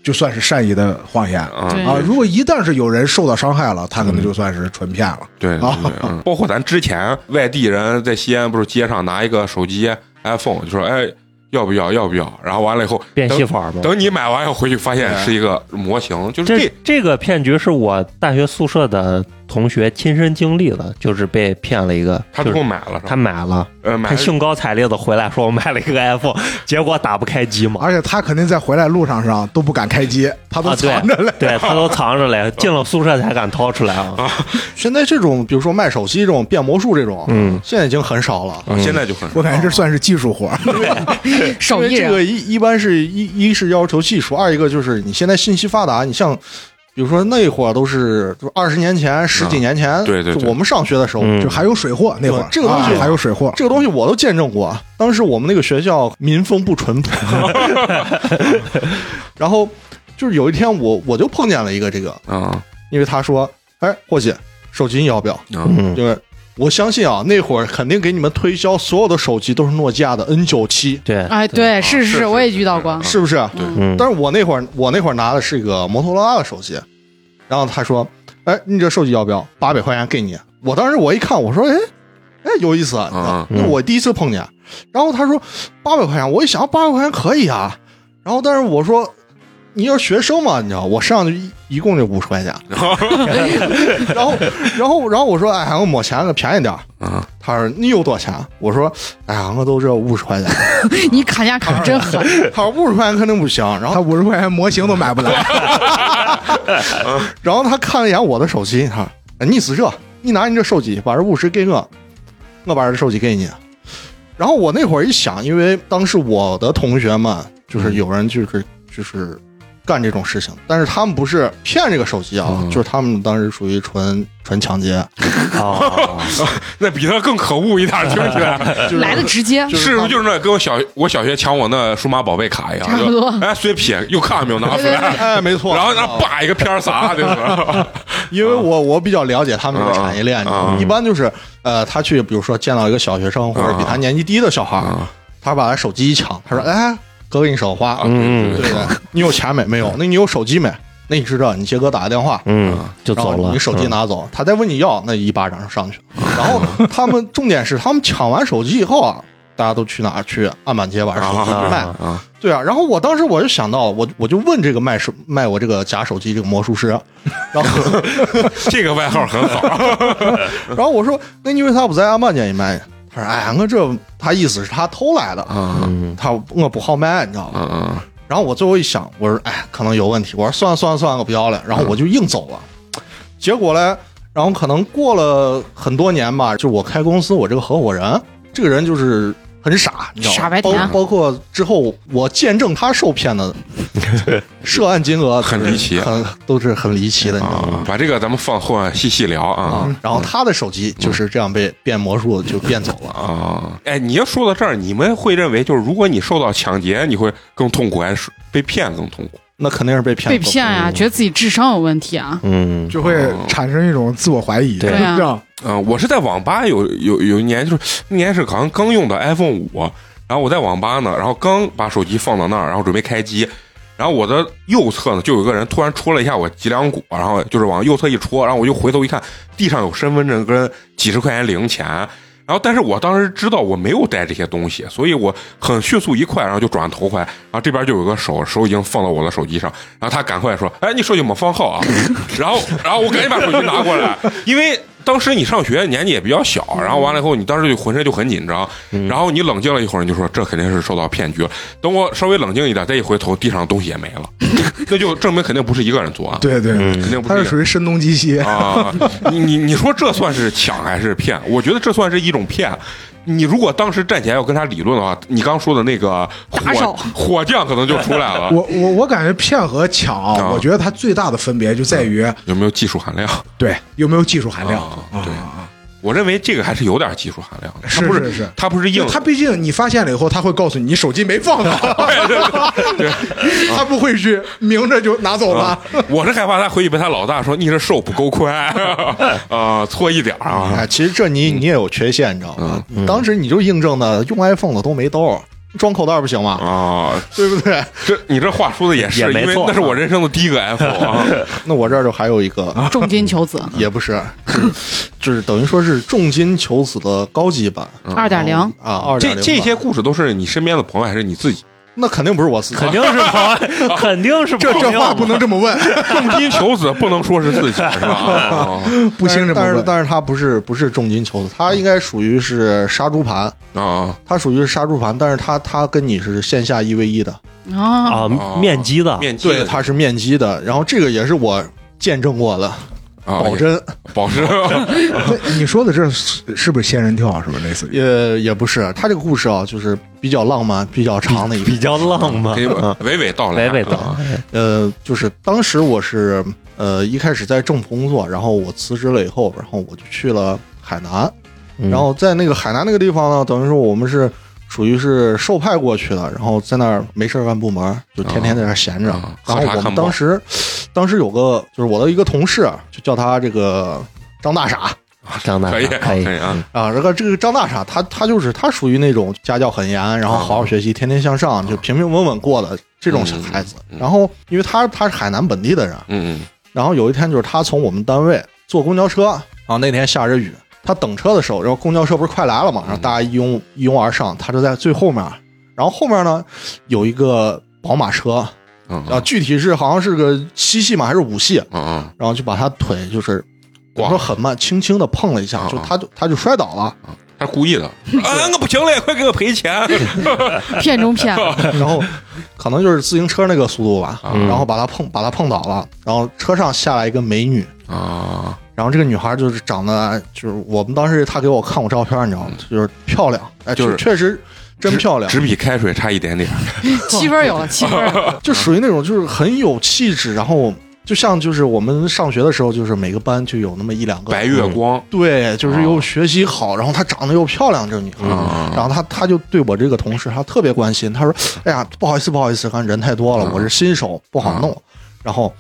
Speaker 4: 就算是善意的谎言
Speaker 1: 啊，
Speaker 2: 对
Speaker 4: 啊。如果一旦是有人受到伤害了，他可能就算是纯骗了。
Speaker 1: 对对
Speaker 4: 啊
Speaker 1: 对、嗯包括咱之前外地人在西安不是街上拿一个手机 iPhone 就说哎要不要要不要，然后完了以后
Speaker 3: 变戏
Speaker 1: 等
Speaker 3: 法吗？
Speaker 1: 等你买完以后回去发现是一个模型，就是
Speaker 3: 这
Speaker 1: 这
Speaker 3: 这个骗局是我大学宿舍的同学亲身经历的，就是被骗了一个，
Speaker 1: 他
Speaker 3: 就
Speaker 1: 最后
Speaker 3: 是
Speaker 1: 买了是
Speaker 3: 他
Speaker 1: 吧？
Speaker 3: 买了，
Speaker 1: 呃买
Speaker 3: 他
Speaker 1: 了
Speaker 3: 兴高采烈的回来说我买了一个 iPhone，结 (laughs) 果打不开机嘛，
Speaker 4: 而且他肯定在回来路上上都不敢开机，他都
Speaker 3: 啊对
Speaker 4: 藏着嘞。
Speaker 3: 对他都藏着嘞，进了宿舍才敢掏出来啊，
Speaker 5: 现在这种，比如说卖手机这种变魔术这种，
Speaker 3: 嗯，
Speaker 5: 现在已经很少了。
Speaker 1: 啊现在就很
Speaker 4: 我感觉这算是技术活儿，
Speaker 2: 手艺
Speaker 5: 因为这
Speaker 2: 人
Speaker 5: 个一一般是一一是要求技术，二一个就是你现在信息发达，你像比如说那会儿都是就二十年前、十几年前，
Speaker 1: 嗯对对对
Speaker 5: 就我们上学的时候，
Speaker 3: 嗯
Speaker 4: 就还有水货那会儿，
Speaker 5: 这个东西
Speaker 4: 啊还有水货，
Speaker 5: 这个东西我都见证过。啊当时我们那个学校民风不淳朴， (laughs) 然后就是有一天我我就碰见了一个这个，
Speaker 1: 啊
Speaker 5: 因为他说：“哎，霍姐，手机你要不要
Speaker 1: 啊？”
Speaker 3: 嗯
Speaker 5: 就是我相信啊，那会儿肯定给你们推销所有的手机都是诺基亚的 N 九七，
Speaker 3: 对，
Speaker 2: 哎，对，是
Speaker 1: 是是
Speaker 2: 我也遇到过 (laughs)
Speaker 1: 嗯。
Speaker 5: 是不是？
Speaker 1: 对
Speaker 3: 嗯，
Speaker 5: 但是我那会儿我那会儿拿的是一个摩托罗拉的手机，然后他说：“哎，你这手机要不要？八百块钱给你。”我当时我一看，我说：“哎，哎，有意思啊！”
Speaker 1: 啊
Speaker 5: 那我第一次碰见。然后他说八百块钱，我一想八百块钱可以啊。然后但是我说你要是学生嘛，你知道我身上就一一共就五十块钱。然后然后然后我说哎，俺们抹钱了，便宜点儿。
Speaker 1: 啊！
Speaker 5: 他说你有多少钱？我说哎，俺们都只有五十块钱。
Speaker 2: 你砍价砍得真狠，
Speaker 5: 他说五十块钱肯定不行。然
Speaker 4: 他
Speaker 5: 后
Speaker 4: 五十块钱模型都买不来，
Speaker 5: 然后他看了一眼我的手机，他说哎你死这，你拿你这手机把这五十给我，我把这手机给你。然后我那会儿一想，因为当时我的同学们就是有人就是就是干这种事情，但是他们不是骗这个手机啊，
Speaker 1: 嗯
Speaker 5: 就是他们当时属于纯纯抢劫，
Speaker 3: 哦，
Speaker 1: 那比他更可恶一点，听起
Speaker 3: (laughs)
Speaker 1: 来
Speaker 5: 就是
Speaker 2: 来的直接，
Speaker 5: 就是
Speaker 1: 是不
Speaker 5: 他
Speaker 1: 是就是那跟我小我小学抢我那数码宝贝卡一样？
Speaker 2: 差不多
Speaker 1: 就哎，随撇又看没有拿出
Speaker 2: 对对
Speaker 1: 来，
Speaker 5: 哎，没错。
Speaker 1: 然后然后叭一个片儿撒，
Speaker 2: (laughs)
Speaker 1: 就是
Speaker 5: 因为我我比较了解他们这个产业链，你知道
Speaker 1: 啊
Speaker 5: 吗？一般就是呃，他去比如说见到一个小学生或者比他年纪低的小孩儿，
Speaker 1: 啊
Speaker 5: 他把他手机一抢，他说：“哎，哥给你手花。”
Speaker 3: 嗯
Speaker 5: 对不对？你有钱没？没有。那你有手机没？那你知道，你杰哥打个电话，
Speaker 3: 嗯，就
Speaker 5: 然
Speaker 3: 走
Speaker 5: 后
Speaker 3: 了。
Speaker 5: 你手机
Speaker 3: 嗯？
Speaker 5: 拿走，他再问你要，那一巴掌就上去了。然
Speaker 3: (laughs)
Speaker 5: 后他们重点是，他们抢完手机以后啊，大家都去哪儿去案板街把手机
Speaker 1: 啊
Speaker 5: 卖。
Speaker 1: 啊
Speaker 5: 对啊，然后我当时我就想到，我我就问这个卖手卖我这个假手机这个魔术师，啊
Speaker 3: (laughs)
Speaker 5: 然后
Speaker 1: 这个外号很好，
Speaker 5: 然后我说，那因为他不在案板街里卖，他说，哎，我这他意思是他偷来的，
Speaker 1: 啊
Speaker 3: 嗯
Speaker 5: 他我不好卖，你知道
Speaker 1: 啊
Speaker 5: 吗？
Speaker 1: 啊！
Speaker 5: 然后我最后一想，我说哎，可能有问题。我说算了算了算了，我不要了。
Speaker 1: 嗯
Speaker 5: 然后我就硬走了。结果嘞，然后可能过了很多年吧，就我开公司，我这个合伙人，这个人就是很傻，你知道吗？
Speaker 2: 傻白甜
Speaker 5: 包包括之后我见证他受
Speaker 1: (laughs)
Speaker 5: 骗的涉案金额
Speaker 1: 很离奇
Speaker 5: 很都是很离奇的，
Speaker 3: 嗯
Speaker 5: 你知道吗？
Speaker 1: (laughs) 啊，把这个咱们放后面细细聊啊
Speaker 5: 啊，然后他的手机就是这样被变魔术就变走了。
Speaker 1: 啊！哎，你要说到这儿，你们会认为就是如果你受到抢劫，你会更痛苦，还是被骗更痛苦？
Speaker 5: 那肯定是被骗
Speaker 2: 被
Speaker 5: 走。
Speaker 2: 骗啊呀、觉得自己智商有问题啊。
Speaker 3: 嗯，
Speaker 4: 就会产生一种自我怀疑，
Speaker 3: 对
Speaker 2: 啊
Speaker 4: 这样
Speaker 1: 嗯、我是在网吧有有有一年，就是那年是好像刚用的 iPhone 五，然后我在网吧呢，然后刚把手机放到那儿，然后准备开机，然后我的右侧呢就有个人突然戳了一下我脊梁骨，然后就是往右侧一戳，然后我就回头一看，地上有身份证跟几十块钱零钱，然后但是我当时知道我没有带这些东西，所以我很迅速一快，然后就转头回来，然后这边就有个手手已经放到我的手机上，然后他赶快说：“哎，你手机没放好啊！” (laughs) 然后然后我赶紧把手机拿过来，因为当时你上学年纪也比较小，然后完了以后你当时就浑身就很紧张，
Speaker 4: 嗯
Speaker 1: 然后你冷静了一会儿，你就说这肯定是受到骗局了。等我稍微冷静一点，再一回头，地上的东西也没了， (laughs) 那就证明肯定不是一个人作案，
Speaker 4: 对对，
Speaker 1: 肯定不
Speaker 4: 他
Speaker 1: 是一
Speaker 4: 是
Speaker 1: 个人
Speaker 4: 属于声东击西，
Speaker 1: 嗯啊， (laughs) 你你你说这算是抢还是骗？我觉得这算是一种骗。你如果当时站起来要跟他理论的话，你刚说的那个
Speaker 2: 打
Speaker 1: 火
Speaker 2: 手
Speaker 1: 火将可能就出来了。
Speaker 4: 我我我感觉骗和抢
Speaker 1: 啊
Speaker 4: 啊，我觉得它最大的分别就在于
Speaker 1: 有没有技术含量？
Speaker 4: 对有没有技术含量
Speaker 1: 啊
Speaker 4: 啊
Speaker 1: 对
Speaker 4: 啊，
Speaker 1: 我认为这个还是有点技术含量的。它
Speaker 4: 是
Speaker 1: 不
Speaker 4: 是是
Speaker 1: 它不是
Speaker 4: 因
Speaker 1: 硬
Speaker 4: 为，它毕竟你发现了以后，他会告诉你你手机没放
Speaker 1: 啊
Speaker 4: 好， (laughs) 他不会去明着就拿走了。
Speaker 1: 啊我是害怕他回去被他老大说你这瘦不够快啊，错一点儿啊
Speaker 5: 哎，其实这你你也有缺陷，你知道吗？当时你就印证的，用 iPhone 的都没兜，装口袋不行吗？
Speaker 1: 啊！
Speaker 5: (laughs) 对不对？
Speaker 1: 这你这话说的也是，
Speaker 3: 也没
Speaker 1: 因为
Speaker 3: 错啊
Speaker 1: 那是我人生的第一个 iPhone
Speaker 4: (laughs)
Speaker 1: 啊。
Speaker 5: 那我这儿就还有一个，
Speaker 2: (laughs) 重金求子，
Speaker 5: (laughs) 也不是，就是就是等于说是重金求子的高级版
Speaker 2: (laughs) 二点零，
Speaker 5: 啊，二点
Speaker 1: 这
Speaker 5: 零。
Speaker 1: 这些故事都是你身边的朋友还是你自己？
Speaker 5: 那肯定不是我自己
Speaker 3: 肯，定是朋友，肯定是
Speaker 4: 这
Speaker 3: 朋友
Speaker 4: 这话不能这么问，
Speaker 1: 重金求子不能说是自己是吧？ (laughs)
Speaker 5: 哦
Speaker 1: 啊
Speaker 4: 不兴这么
Speaker 5: 但是
Speaker 4: 问。
Speaker 5: 但是他不是不是重金求子，他应该属于是杀猪盘，
Speaker 1: 啊啊！
Speaker 5: 他属于是杀猪盘，但是他他跟你是线下一 v 一的，
Speaker 2: 啊，
Speaker 3: 啊
Speaker 1: 哦，
Speaker 3: 面基的，
Speaker 1: 面积
Speaker 5: 对，他是面基的，然后这个也是我见证过的，
Speaker 1: 啊
Speaker 5: 保真
Speaker 1: 保
Speaker 5: (laughs)
Speaker 1: 真
Speaker 4: 那你说的这是是不是仙人跳？啊是不是类似于？
Speaker 5: 也也不是，他这个故事啊，就是比较浪漫，比较长的一个
Speaker 3: 比，较浪漫
Speaker 1: 给，
Speaker 3: 嗯
Speaker 1: 娓娓道来，
Speaker 3: 娓娓道
Speaker 1: 啊
Speaker 3: 来。
Speaker 5: 呃，就是当时我是呃，一开始在政府工作，然后我辞职了以后，然后我就去了海南，
Speaker 3: 嗯
Speaker 5: 然后在那个海南那个地方呢，等于说我们是属于是受派过去的，然后在那儿没事儿干部门，就天天在那儿闲着。
Speaker 1: 啊
Speaker 5: 然后
Speaker 1: 喝茶
Speaker 5: 我
Speaker 1: 看
Speaker 5: 们
Speaker 1: 报
Speaker 5: 当时，当时有个就是我的一个同事，啊就叫他这个张大傻
Speaker 3: 张大
Speaker 1: 可以
Speaker 3: 大可以
Speaker 1: 可以啊
Speaker 3: 嗯
Speaker 5: 啊，这个这个张大傻，他他就是他属于那种家教很严，然后
Speaker 1: 啊
Speaker 5: 好好学习，天天向上，就平平稳稳过的这种小孩子。
Speaker 1: 嗯嗯嗯
Speaker 5: 然后因为他他是海南本地的人，
Speaker 1: 嗯嗯
Speaker 5: 然后有一天就是他从我们单位坐公交车，然后那天下着雨，他等车的时候，然后公交车不是快来了嘛，
Speaker 1: 嗯
Speaker 5: 然后大家一拥一拥而上，他就在最后面，然后后面呢有一个宝马车，
Speaker 1: 嗯
Speaker 5: 啊，
Speaker 1: 嗯
Speaker 5: 具体是好像是个七系嘛还是五系，
Speaker 1: 嗯
Speaker 5: 然后就把他腿就是。
Speaker 1: 挂
Speaker 5: 我
Speaker 1: 了
Speaker 5: 说很慢，轻轻的碰了一下，
Speaker 1: 啊
Speaker 5: 就
Speaker 1: 啊
Speaker 5: 他就他就摔倒了，
Speaker 1: 嗯，他是故
Speaker 5: (laughs)
Speaker 1: 意的，啊，我不行了，快给我赔钱，
Speaker 2: (laughs) 骗中骗，
Speaker 5: 然后可能就是自行车那个速度吧，
Speaker 1: 嗯
Speaker 5: 然后把他碰把他碰倒了，然后车上下来一个美女，
Speaker 1: 啊，
Speaker 5: 然后这个女孩就是长得，就是我们当时她给我看过照片，你知道吗？就是漂亮，哎，
Speaker 1: 就是
Speaker 5: 确确实真漂亮，啊
Speaker 1: 只比开水差一点点，
Speaker 2: (laughs) 七分有了，七分有了。
Speaker 5: 就
Speaker 1: 啊
Speaker 5: 属于那种就是很有气质，然后就像就是我们上学的时候，就是每个班就有那么一两个
Speaker 1: 白月光
Speaker 5: 对，就是又
Speaker 1: 哦
Speaker 5: 学习好，然后她长得又漂亮，这个女孩。
Speaker 1: 啊
Speaker 5: 然后她她就对我这个同事，她特别关心。她说：“哎呀，不好意思，不好意思，刚才人太多了
Speaker 1: 啊，
Speaker 5: 我是新手，不好弄。然后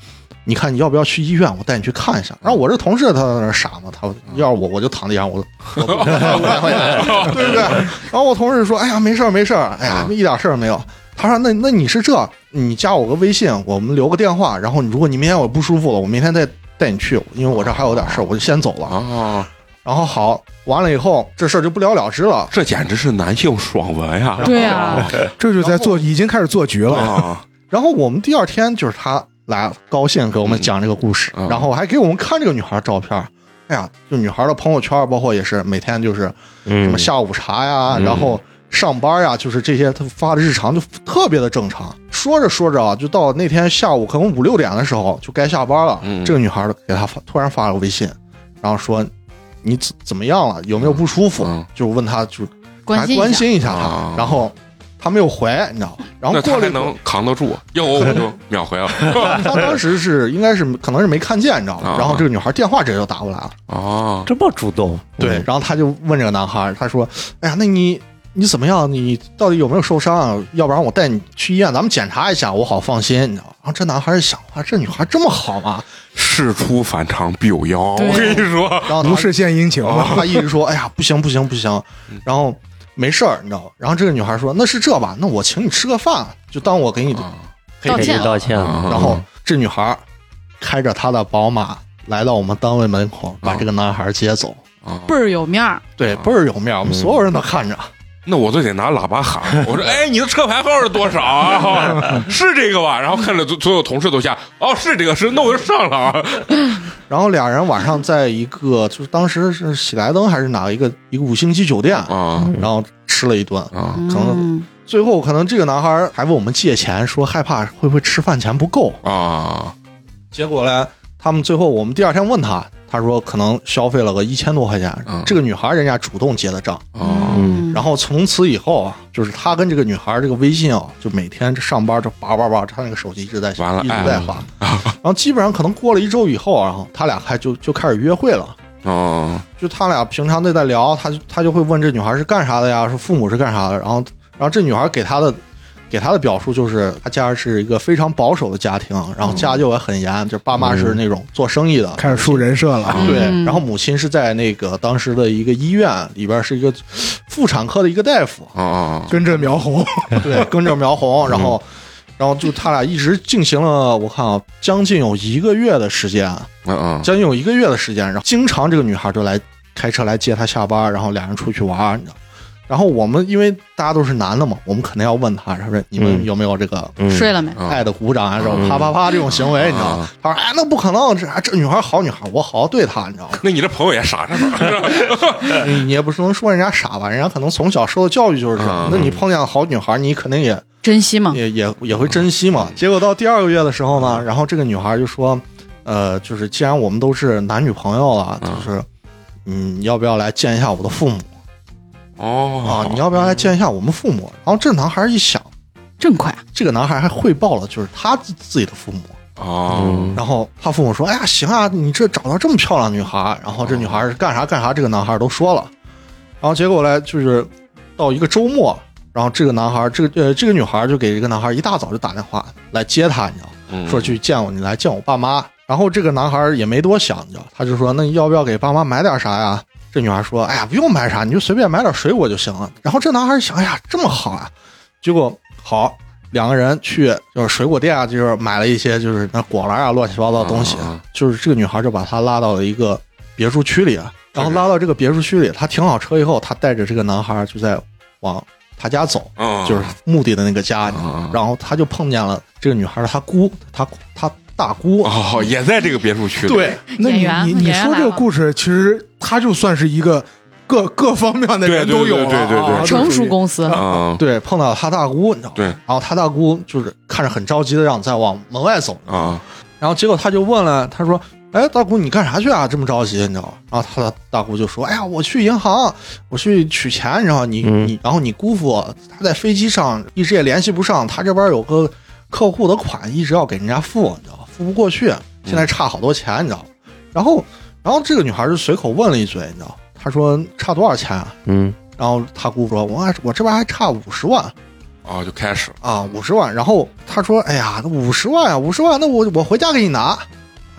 Speaker 5: 你看你要不要去医院？我带你去看一下。”然后我这同事他在那儿傻嘛，他要是我我就躺地上，我 (laughs) 我我我五百块钱，
Speaker 1: (laughs)
Speaker 5: 对不对？然后我同事说：“哎呀，没事儿，没事儿，哎呀
Speaker 1: 啊，
Speaker 5: 一点事儿没有。”他说：“那那你是这，你加我个微信，我们留个电话。然后你如果你明天我不舒服了，我明天再带你去，因为我这还有点事儿，我就先走了。”
Speaker 1: 啊，
Speaker 5: 然后好，完了以后这事儿就不了了之了。
Speaker 1: 这简直是男性爽文呀！
Speaker 2: 对啊
Speaker 5: 哦
Speaker 4: 这就在做，已经开始做局了。
Speaker 1: 啊，
Speaker 5: 然后我们第二天就是他来了，高兴给我们讲这个故事，
Speaker 1: 嗯嗯
Speaker 5: 然后还给我们看这个女孩照片。哎呀，就女孩的朋友圈，包括也是每天就是什么
Speaker 3: 嗯，
Speaker 5: 下午茶呀，
Speaker 3: 嗯
Speaker 5: 然后上班呀，就是这些她发的日常就特别的正常。说着说着啊，就到那天下午可能五六点的时候就该下班了，
Speaker 1: 嗯
Speaker 5: 这个女孩给他发突然发了个微信，然后说你怎怎么样了，有没有不舒服？
Speaker 1: 嗯
Speaker 5: 就问她就
Speaker 2: 关心
Speaker 5: 关
Speaker 2: 一下，
Speaker 5: 心一下他，
Speaker 1: 啊
Speaker 5: 然后他没有回，你知道 (laughs) 吗？然后
Speaker 1: 那
Speaker 5: 过
Speaker 1: 他
Speaker 5: 了
Speaker 1: 还
Speaker 5: 一会儿
Speaker 1: 能扛得住，要我我就
Speaker 5: (laughs)
Speaker 1: 秒回了。
Speaker 5: 他当时是应该是可能是没看见，你知道 (laughs) 吗
Speaker 1: 啊？
Speaker 5: 然后这个女孩电话直接就打过来了，
Speaker 1: 哦，
Speaker 3: 这么主动，嗯
Speaker 5: 对，然后他就问这个男孩，他说：“哎呀，那你你怎么样？你到底有没有受伤啊？要不然我带你去医院，咱们检查一下，我好放心，你知道吗？”然后这男孩想，哇，这女孩这么好吗？
Speaker 1: 事出反常必有妖，我
Speaker 2: 对
Speaker 1: 跟你说，
Speaker 5: 然后他
Speaker 4: 不是献殷勤
Speaker 5: 然
Speaker 1: 啊
Speaker 4: 了，
Speaker 5: 后他一直说：“哎呀，不行不行不行。”然后没事儿，你知道吗？然后这个女孩说：“那是这吧？那我请你吃个饭，就当我给你
Speaker 3: 嗯
Speaker 2: 道
Speaker 3: 可
Speaker 2: 歉
Speaker 3: 以
Speaker 2: 了
Speaker 3: 道歉
Speaker 1: 啊
Speaker 3: 了，
Speaker 5: (laughs) 然后这女孩开着她的宝马来到我们单位门口，把这个男孩接走。
Speaker 1: 啊
Speaker 2: 倍儿有面儿，
Speaker 5: 嗯对，倍儿有面儿，我们所有人都看着。
Speaker 1: 那我就得拿喇叭 (laughs) 喊，我说：“哎，你的车牌号是多少啊？ (laughs) 是这个吧？”然后看着所所有同事都下，哦，是这个是，那我就上了啊。
Speaker 5: 然后俩人晚上在一个就是当时是喜来登还是哪一个一个五星级酒店，
Speaker 1: 啊
Speaker 5: 然后吃了一顿。
Speaker 1: 啊
Speaker 5: 可能
Speaker 2: 嗯，
Speaker 5: 最后可能这个男孩还问我们借钱，说害怕会不会吃饭钱不够。
Speaker 1: 啊！
Speaker 5: 结果呢，他们最后我们第二天问他，他说可能消费了个一千多块钱
Speaker 1: 嗯。
Speaker 5: 这个女孩人家主动结的账。
Speaker 1: 啊
Speaker 3: 嗯
Speaker 5: 哦然后从此以后啊，就是他跟这个女孩儿这个微信啊，就每天上班就叭叭叭，他那个手机一直在
Speaker 1: 完了哎
Speaker 5: 一直在
Speaker 1: (laughs)
Speaker 5: 发。然后基本上可能过了一周以后啊，然后他俩还就就开始约会了。
Speaker 1: 啊！
Speaker 5: 就他俩平常都在聊，他就他就会问这女孩是干啥的呀，说父母是干啥的。然后然后这女孩给他的给他的表述就是，他家是一个非常保守的家庭，然后家教也很严，就爸妈
Speaker 1: 嗯
Speaker 5: 是那种做生意的，
Speaker 4: 嗯
Speaker 5: 啊
Speaker 4: 开始树人设了。
Speaker 5: 对，
Speaker 2: 嗯
Speaker 5: 然后母亲是在那个当时的一个医院里边是一个妇产科的一个大夫，
Speaker 1: 啊啊！
Speaker 4: 跟着苗红，
Speaker 1: (laughs)
Speaker 5: 对，跟着苗红，然
Speaker 1: 嗯
Speaker 5: 后，然后就他俩一直进行了，我看啊，将近有一个月的时间，
Speaker 1: 嗯嗯
Speaker 5: 将近有一个月的时间，然后经常这个女孩就来开车来接他下班，然后俩人出去玩儿，你知道。然后我们因为大家都是男的嘛，我们肯定要问他，说你们
Speaker 3: 嗯
Speaker 5: 有没有这个
Speaker 3: 嗯
Speaker 2: 睡了没？
Speaker 1: 嗯
Speaker 5: 爱的鼓掌啊，这种
Speaker 3: 嗯
Speaker 5: 啪啪啪这种行为，你知道吗？他说：“哎，那不可能，这这女孩好女孩，我好好对她，你知
Speaker 1: (laughs)
Speaker 5: 道吗？
Speaker 1: 那你这朋友也傻 (laughs) 着呢，
Speaker 5: 你你也不是能说人家傻吧，人家可能从小受的教育就是这样
Speaker 1: 嗯。
Speaker 5: 那你碰见好女孩，你肯定也
Speaker 2: 珍惜嘛，
Speaker 5: 也也也会珍惜嘛。结果到第二个月的时候呢，然后这个女孩就说，呃，就是既然我们都是男女朋友了，
Speaker 1: 嗯
Speaker 5: 就是，嗯，你要不要来见一下我的父母
Speaker 1: 哦
Speaker 5: 啊？你要不要来见一下我们父母？然后这男孩一想，
Speaker 2: 真快，
Speaker 5: 啊这个男孩还汇报了，就是他自自己的父母，
Speaker 1: 哦，
Speaker 5: 然后他父母说：“哎呀，行啊，你这找到这么漂亮女孩。”然后这女孩是干啥干啥，这个男孩都说了。然后结果呢，就是到一个周末，然后这个男孩，这个呃这个女孩就给这个男孩一大早就打电话来接他，你知道吗，
Speaker 1: 嗯
Speaker 5: 说去见我，你来见我爸妈。然后这个男孩也没多想，你知道，他就说：“那要不要给爸妈买点啥呀？”这女孩说：“哎呀，不用买啥，你就随便买点水果就行了。”然后这男孩想：“哎呀，这么好啊！”结果好，两个人去就是水果店啊，就是买了一些就是那果篮啊，乱七八糟的东西。
Speaker 1: 啊
Speaker 5: 就是这个女孩就把他拉到了一个别墅区里，啊然后拉到这个别墅区里，他停好车以后，他带着这个男孩就在往他家走，
Speaker 1: 啊
Speaker 5: 就是墓地的那个家，你知道
Speaker 1: 啊
Speaker 5: 吗然后他就碰见了这个女孩的他姑，他他大姑，啊
Speaker 1: 哦，也在这个别墅区里。
Speaker 5: 对，
Speaker 4: 那
Speaker 2: 演
Speaker 4: 你
Speaker 2: 员
Speaker 4: 你
Speaker 2: 演
Speaker 4: 你
Speaker 2: 员
Speaker 4: 说
Speaker 2: 来
Speaker 4: 这个
Speaker 2: 了
Speaker 4: 故事，其实它就算是一个各各方面的
Speaker 1: 对
Speaker 4: 人
Speaker 1: 对
Speaker 4: 都有
Speaker 1: 对
Speaker 4: 了
Speaker 1: 对对
Speaker 4: 啊
Speaker 1: 对
Speaker 4: 就是
Speaker 2: 成熟公司，
Speaker 1: 啊
Speaker 5: 对，碰到了他大姑，你知道吗？
Speaker 1: 对
Speaker 5: 然后他大姑就是看着很着急的让你再往门外走，
Speaker 1: 啊
Speaker 5: 然后结果他就问了，他说：“哎，大姑，你干啥去啊？这么着急，你知道吗？”然后他的大姑就说：“哎呀，我去银行，我去取钱，你知道吗？你
Speaker 3: 嗯
Speaker 5: 你，然后你姑父他在飞机上一直也联系不上，他这边有个客户的款一直要给人家付，你知道吗？付不过去，现在差好多钱，你知道吗？”然后，然后这个女孩就随口问了一嘴，你知道吗，她说：“差多少钱啊
Speaker 3: 嗯，？”
Speaker 5: 然后他姑说：“我还我这边还差五十万。”
Speaker 1: 啊，就开始了
Speaker 5: 啊，五十万。然后他说：“哎呀，那五十万啊，五十万，那我我回家给你拿。”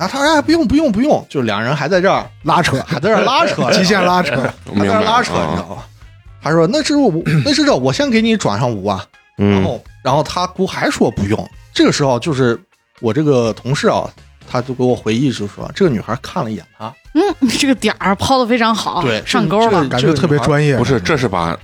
Speaker 5: 啊，他说：“哎，不用不用不用。”就两人还在这儿
Speaker 4: 拉扯，
Speaker 5: 还在这儿
Speaker 4: (laughs)
Speaker 5: 拉扯，
Speaker 4: 极限拉扯，
Speaker 1: 我
Speaker 5: 还在
Speaker 1: 明
Speaker 5: 这
Speaker 1: 白
Speaker 5: 儿
Speaker 1: 了
Speaker 5: 拉扯，你知道
Speaker 1: 啊
Speaker 5: 吧？他说：“那这我那是这，我先给你转上五万。”然
Speaker 3: 嗯
Speaker 5: 后然后他姑还说不用。这个时候就是我这个同事啊，他就给我回忆就说，这个女孩看了一眼他，
Speaker 2: 嗯， (laughs) 这个点儿抛的非常好，
Speaker 5: 对
Speaker 2: 上钩了，
Speaker 4: 感觉特别专业。
Speaker 1: 不是，这是把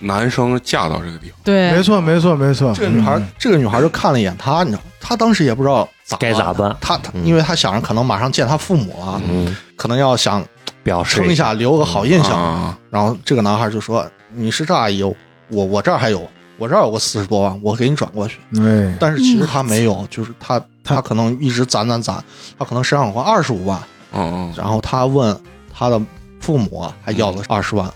Speaker 1: 男生架到这个地方，
Speaker 4: 没
Speaker 2: 对，
Speaker 4: 错，没错，没错。
Speaker 5: 这个女孩，
Speaker 3: 嗯
Speaker 5: 这个女孩就看了一眼他，你知道吗，她当时也不知道咋
Speaker 3: 该咋办
Speaker 5: 她她
Speaker 3: 嗯
Speaker 5: 因为她想着可能马上见她父母了，
Speaker 3: 嗯，
Speaker 5: 可能要想
Speaker 3: 表示
Speaker 5: 撑一下，留个好印象。
Speaker 1: 啊
Speaker 5: 然后这个男孩就说：“你是这阿姨，我我这儿还有，我这儿有个四十多万，我给你转过去。
Speaker 4: 哎”，
Speaker 5: 但是其实他没有，就是他
Speaker 4: 他
Speaker 5: 他可能一直攒攒攒，他可能身上有二十五万，
Speaker 1: 嗯嗯
Speaker 5: 然后他问他的父母啊还要了二十万，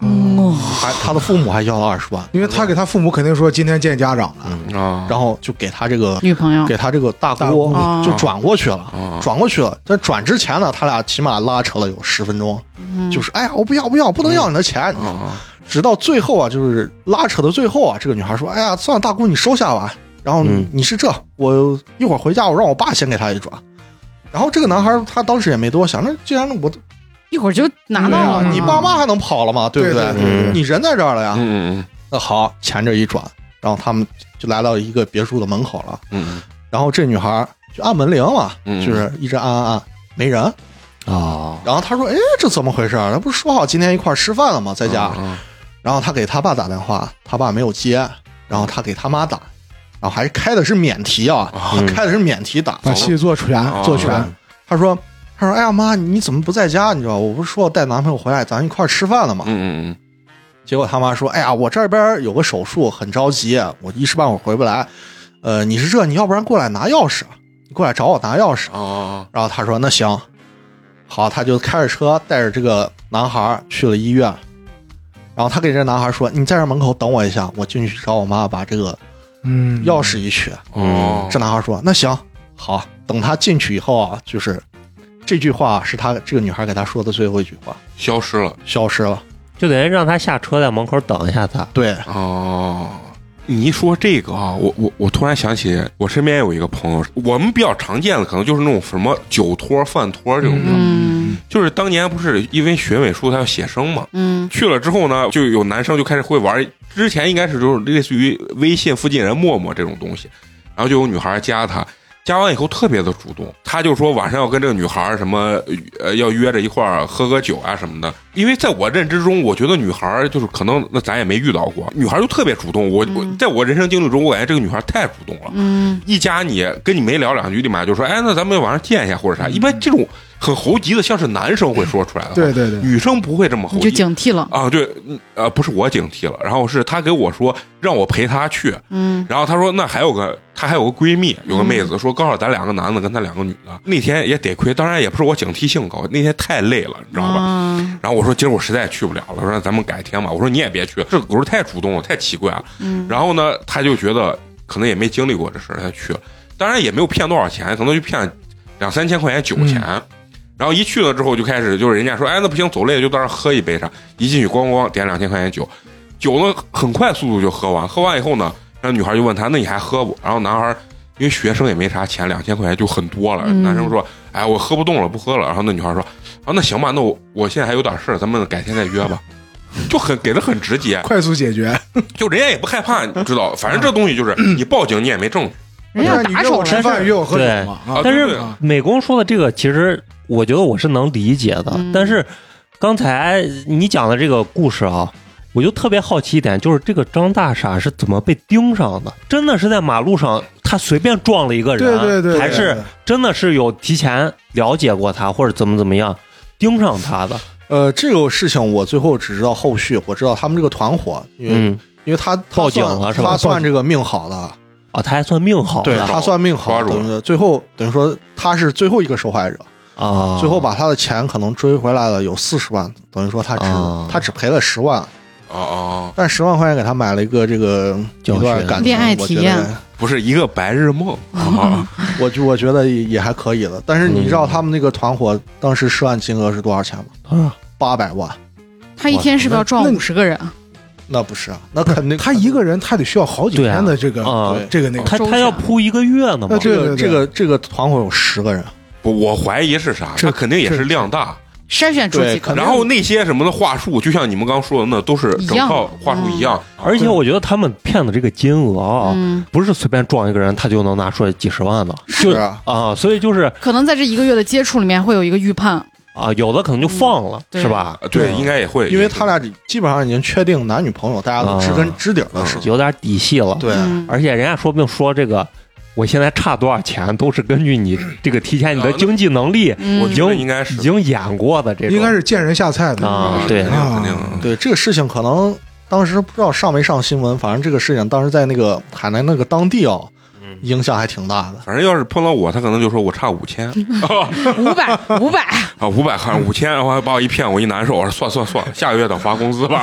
Speaker 2: 嗯，哦
Speaker 5: 还他的父母还要了二十万，
Speaker 4: 因为他给他父母肯定说今天见家长了，
Speaker 1: 嗯啊，
Speaker 5: 然后就给他这个
Speaker 2: 女朋友
Speaker 5: 给他这个大
Speaker 4: 大姑
Speaker 5: 姑
Speaker 2: 哦
Speaker 5: 就转过去了。
Speaker 1: 啊
Speaker 5: 转过去了，但转之前呢，他俩起码拉扯了有十分钟，
Speaker 2: 嗯
Speaker 5: 就是哎呀，我不要不要，不能要你的钱，
Speaker 1: 啊啊
Speaker 5: 直到最后啊，就是拉扯的最后啊，这个女孩说：“哎呀，算了，大姑你收下吧。”然后
Speaker 3: 嗯
Speaker 5: 你是这，我一会儿回家，我让我爸先给他一转。然后这个男孩他当时也没多想，那既然我啊
Speaker 2: 一会儿就拿到了，嗯
Speaker 5: 你爸妈还能跑了吗？对不
Speaker 4: 对对
Speaker 3: 对对
Speaker 5: 你人在这儿了呀。
Speaker 1: 嗯嗯
Speaker 5: 那好，钱这一转，然后他们就来到一个别墅的门口了。
Speaker 1: 嗯
Speaker 5: 然后这女孩就按门铃了，
Speaker 1: 嗯
Speaker 5: 就是一直按按按，没人。
Speaker 3: 啊，
Speaker 5: 然后他说：“哎，这怎么回事？那不是说好今天一块儿吃饭了吗？在家。
Speaker 1: 啊
Speaker 5: 然后他给他爸打电话，他爸没有接，然后他给他妈打，然后还开的是免提啊，
Speaker 1: 嗯
Speaker 5: 开的是免提打。
Speaker 4: 把戏做全，
Speaker 1: 哦
Speaker 4: 做全。
Speaker 5: 他说：“他说，哎呀妈，你怎么不在家？你知道我不是说带男朋友回来，咱一块儿吃饭了吗？”
Speaker 1: 嗯嗯
Speaker 5: 结果他妈说：“哎呀，我这边有个手术，很着急，我一时半会儿回不来。呃，你是这，你要不然过来拿钥匙，你过来找我拿钥匙。”
Speaker 1: 啊
Speaker 5: 然后他说：“那行，好。”他就开着车带着这个男孩儿去了医院。然后他给这男孩儿说：“你在这门口等我一下，我进去找我妈，把这个
Speaker 4: 嗯，
Speaker 5: 钥匙一取。
Speaker 3: 嗯
Speaker 1: 哦，
Speaker 5: 这男孩儿说：“那行，好。”等他进去以后啊，就是这句话是他这个女孩给他说的最后一句话，
Speaker 1: 消失了
Speaker 5: 消失了。
Speaker 3: 就等于让他下车在门口等一下
Speaker 2: 嗯
Speaker 3: 他。
Speaker 5: 对，
Speaker 1: 哦。你一说这个啊，我我我突然想起，我身边有一个朋友，我们比较常见的可能就是那种什么酒托、饭托这种，
Speaker 2: 嗯
Speaker 1: 就是当年不是因为学美术他要写生嘛，
Speaker 2: 嗯
Speaker 1: 去了之后呢，就有男生就开始会玩，之前应该是就是类似于微信附近人陌陌这种东西，然后就有女孩加他，加完以后特别的主动，他就说晚上要跟这个女孩什么呃要约着一块儿喝个酒啊什么的，因为在我认知中，我觉得女孩就是可能那咱也没遇到过，女孩就特别主动，我我在我人生经历中，我感觉这个女孩太主动了，
Speaker 2: 嗯，
Speaker 1: 一加你，跟你没聊两句，立马就说，哎，那咱们晚上见一下或者啥。一般这种很猴急的，像是男生会说出来的，
Speaker 4: 对，对对，
Speaker 1: 女生不会这么猴
Speaker 2: 你就
Speaker 1: 急。
Speaker 2: 警惕了，
Speaker 1: 啊，对，嗯呃，不是我警惕了，然后是他给我说让我陪他去，
Speaker 2: 嗯
Speaker 1: 然后他说那还有个她还有个闺蜜，有个妹子说刚好咱两个男的跟她两个女的，那天也得亏，当然也不是我警惕性高，那天太累了，你知道吧？
Speaker 2: 啊，
Speaker 1: 然后我说今儿我实在去不了了，我说那咱们改天吧。我说你也别去，这个狗太主动了，太奇怪了。然后呢，他就觉得可能也没经历过这事儿，他去了。当然也没有骗多少钱，可能就骗两三千块钱酒钱。然后一去了之后就开始就是人家说，哎，那不行，走累了就到那儿喝一杯啥。一进去咣咣点两千块钱酒，酒呢很快速度就喝完，喝完以后呢，那女孩就问他，那你还喝不？然后男孩因为学生也没啥钱，两千块钱就很多了。
Speaker 2: 嗯
Speaker 1: 男生说，哎，我喝不动了，不喝了。然后那女孩说，啊，那行吧，那我我现在还有点事儿，咱们改天再约吧。就很给的很直接，
Speaker 4: 快速解决。
Speaker 1: (laughs) 就人家也不害怕，你知道，反正这东西就是你报警你也没证据。
Speaker 2: 人家
Speaker 4: 那你
Speaker 2: 打
Speaker 4: 约
Speaker 2: 手
Speaker 4: 我吃
Speaker 2: 了，
Speaker 4: 饭，约我喝酒
Speaker 3: 对
Speaker 4: 嘛
Speaker 1: 啊
Speaker 4: 啊，
Speaker 1: 对
Speaker 3: 但是
Speaker 1: 啊
Speaker 3: 美工说的这个，其实我觉得我是能理解的。
Speaker 2: 嗯
Speaker 3: 但是刚才你讲的这个故事啊，我就特别好奇一点，就是这个张大傻是怎么被盯上的？真的是在马路上他随便撞了一个人，
Speaker 4: 对对对，
Speaker 3: 还是真的是有提前了解过他，或者怎么怎么样盯上他的？
Speaker 5: 呃，这个事情我最后只知道后续，我知道他们这个团伙，因为、
Speaker 3: 嗯，
Speaker 5: 因为他他
Speaker 3: 报警
Speaker 5: 算
Speaker 3: 了是吧
Speaker 5: 他算这个命好的，
Speaker 3: 啊，他还算命好
Speaker 5: 对
Speaker 3: 的
Speaker 5: 他算命
Speaker 1: 抓
Speaker 5: 好，
Speaker 1: 住了
Speaker 5: 等于最后等于说他是最后一个受害者，
Speaker 3: 啊，
Speaker 5: 最后把他的钱可能追回来了有四十万，等于说他只、
Speaker 3: 啊
Speaker 5: 他只赔了十万，
Speaker 1: 哦哦，
Speaker 5: 但十万块钱给他买了一个这个
Speaker 3: 教
Speaker 5: 一段
Speaker 3: 训
Speaker 5: 感情
Speaker 2: 恋爱体验
Speaker 5: 我觉得
Speaker 1: 不是一个白日梦啊，
Speaker 5: 我就我觉得也也还可以的，但是你知道他们那个团伙当时涉案金额是多少钱吗？
Speaker 3: 啊，
Speaker 5: 八百万？
Speaker 2: 他一天是不是要撞
Speaker 4: 那你
Speaker 2: 五十个人？
Speaker 5: 那不是啊，那肯定
Speaker 4: 他一个人他得需要好几
Speaker 3: 对啊
Speaker 4: 天的这个、
Speaker 3: 啊
Speaker 5: 对
Speaker 4: 这个那个。
Speaker 3: 他
Speaker 2: 周
Speaker 3: 他要
Speaker 2: 全
Speaker 3: 铺一个月呢嘛
Speaker 4: 那，
Speaker 5: 啊这个
Speaker 4: 对对
Speaker 5: 这个这个团伙有十个人，
Speaker 1: 不，我怀疑是啥？
Speaker 4: 这
Speaker 1: 他肯定也是量大，
Speaker 2: 筛选出
Speaker 5: 对
Speaker 2: 几个
Speaker 5: 肯定
Speaker 1: 然后那些什么的话术，就像你们刚说的那，都是整套话术一样。
Speaker 3: 而且我觉得他们骗的这个金额啊，
Speaker 2: 嗯，
Speaker 3: 不是随便撞一个人他就能拿出来几十万的，
Speaker 5: 是
Speaker 3: 就
Speaker 5: 啊，
Speaker 3: 啊，所以就是
Speaker 2: 可能在这一个月的接触里面会有一个预判，
Speaker 3: 啊，有的可能就放了，
Speaker 2: 嗯对
Speaker 3: 是吧？
Speaker 1: 呃对，
Speaker 5: 对
Speaker 1: 应该也会，
Speaker 5: 因为他俩基本上已经确定男女朋友，大家都知根
Speaker 3: 啊
Speaker 5: 知底儿的事情。
Speaker 3: 有点底细了。，
Speaker 5: 对，
Speaker 2: 嗯
Speaker 3: 而且人家说不定说这个，我现在差多少钱都是根据你这个提前你的
Speaker 1: 啊那
Speaker 3: 经济能力
Speaker 1: 我
Speaker 2: 嗯
Speaker 1: 觉得应该是
Speaker 3: 已经演过的这种，
Speaker 4: 应该是见人下菜的
Speaker 3: 啊
Speaker 1: 嗯，
Speaker 3: 对
Speaker 1: 肯定肯定。
Speaker 5: 对这个事情可能当时不知道上没上新闻，反正这个事情当时在那个海南那个当地哦，影响还挺大的。
Speaker 1: 反正要是碰到我，他可能就说我差五千
Speaker 2: 五百五百，
Speaker 1: (laughs) 啊，五百
Speaker 3: (laughs)
Speaker 1: 块五千，然后还把我一骗，我一难受，我说算算算，下个月等发工
Speaker 3: (laughs)
Speaker 1: 资吧。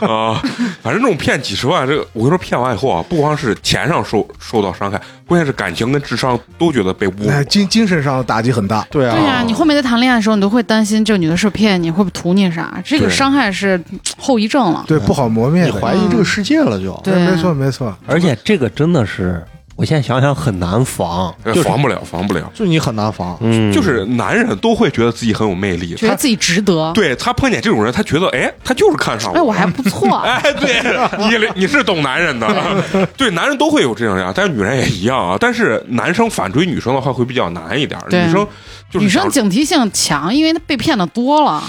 Speaker 1: 啊，反正这种骗几十万，这个我跟你说，骗完以后啊，不光是钱上受受到伤害，关键是感情跟智商都觉得被污
Speaker 4: 哎
Speaker 1: 染。
Speaker 4: 精精神上的打击很大。
Speaker 5: 对啊
Speaker 2: 对啊呀、你后面在谈恋爱的时候，你都会担心这个女的是不是骗你，会不会图你啥？这个
Speaker 1: 对
Speaker 2: 伤害是后遗症了。
Speaker 1: 哎
Speaker 4: 对，不好磨灭
Speaker 5: 你
Speaker 4: 的。
Speaker 5: 怀疑这个世界了就。
Speaker 2: 对
Speaker 4: 哎没错没错。
Speaker 3: 而且这个真的是，我现在想想很难防，
Speaker 1: 呃
Speaker 3: 就是
Speaker 1: 防不了，防不了。
Speaker 5: 就你很难防，
Speaker 3: 嗯，
Speaker 1: 就是男人都会觉得自己很有魅力，
Speaker 2: 觉得
Speaker 1: 他
Speaker 2: 自己值得。
Speaker 1: 对他碰见这种人，他觉得哎，他就是看上
Speaker 2: 哎，我
Speaker 1: 我。，
Speaker 2: 还不错
Speaker 1: 哎，对你，你是懂男人的，
Speaker 2: (laughs)
Speaker 1: 对，男人都会有这种呀，但是女人也一样啊。但是男生反追女生的话会比较难一点，
Speaker 2: 对
Speaker 1: 女生就是
Speaker 2: 女生
Speaker 1: 想
Speaker 2: 警惕性强，因为她被骗的多了。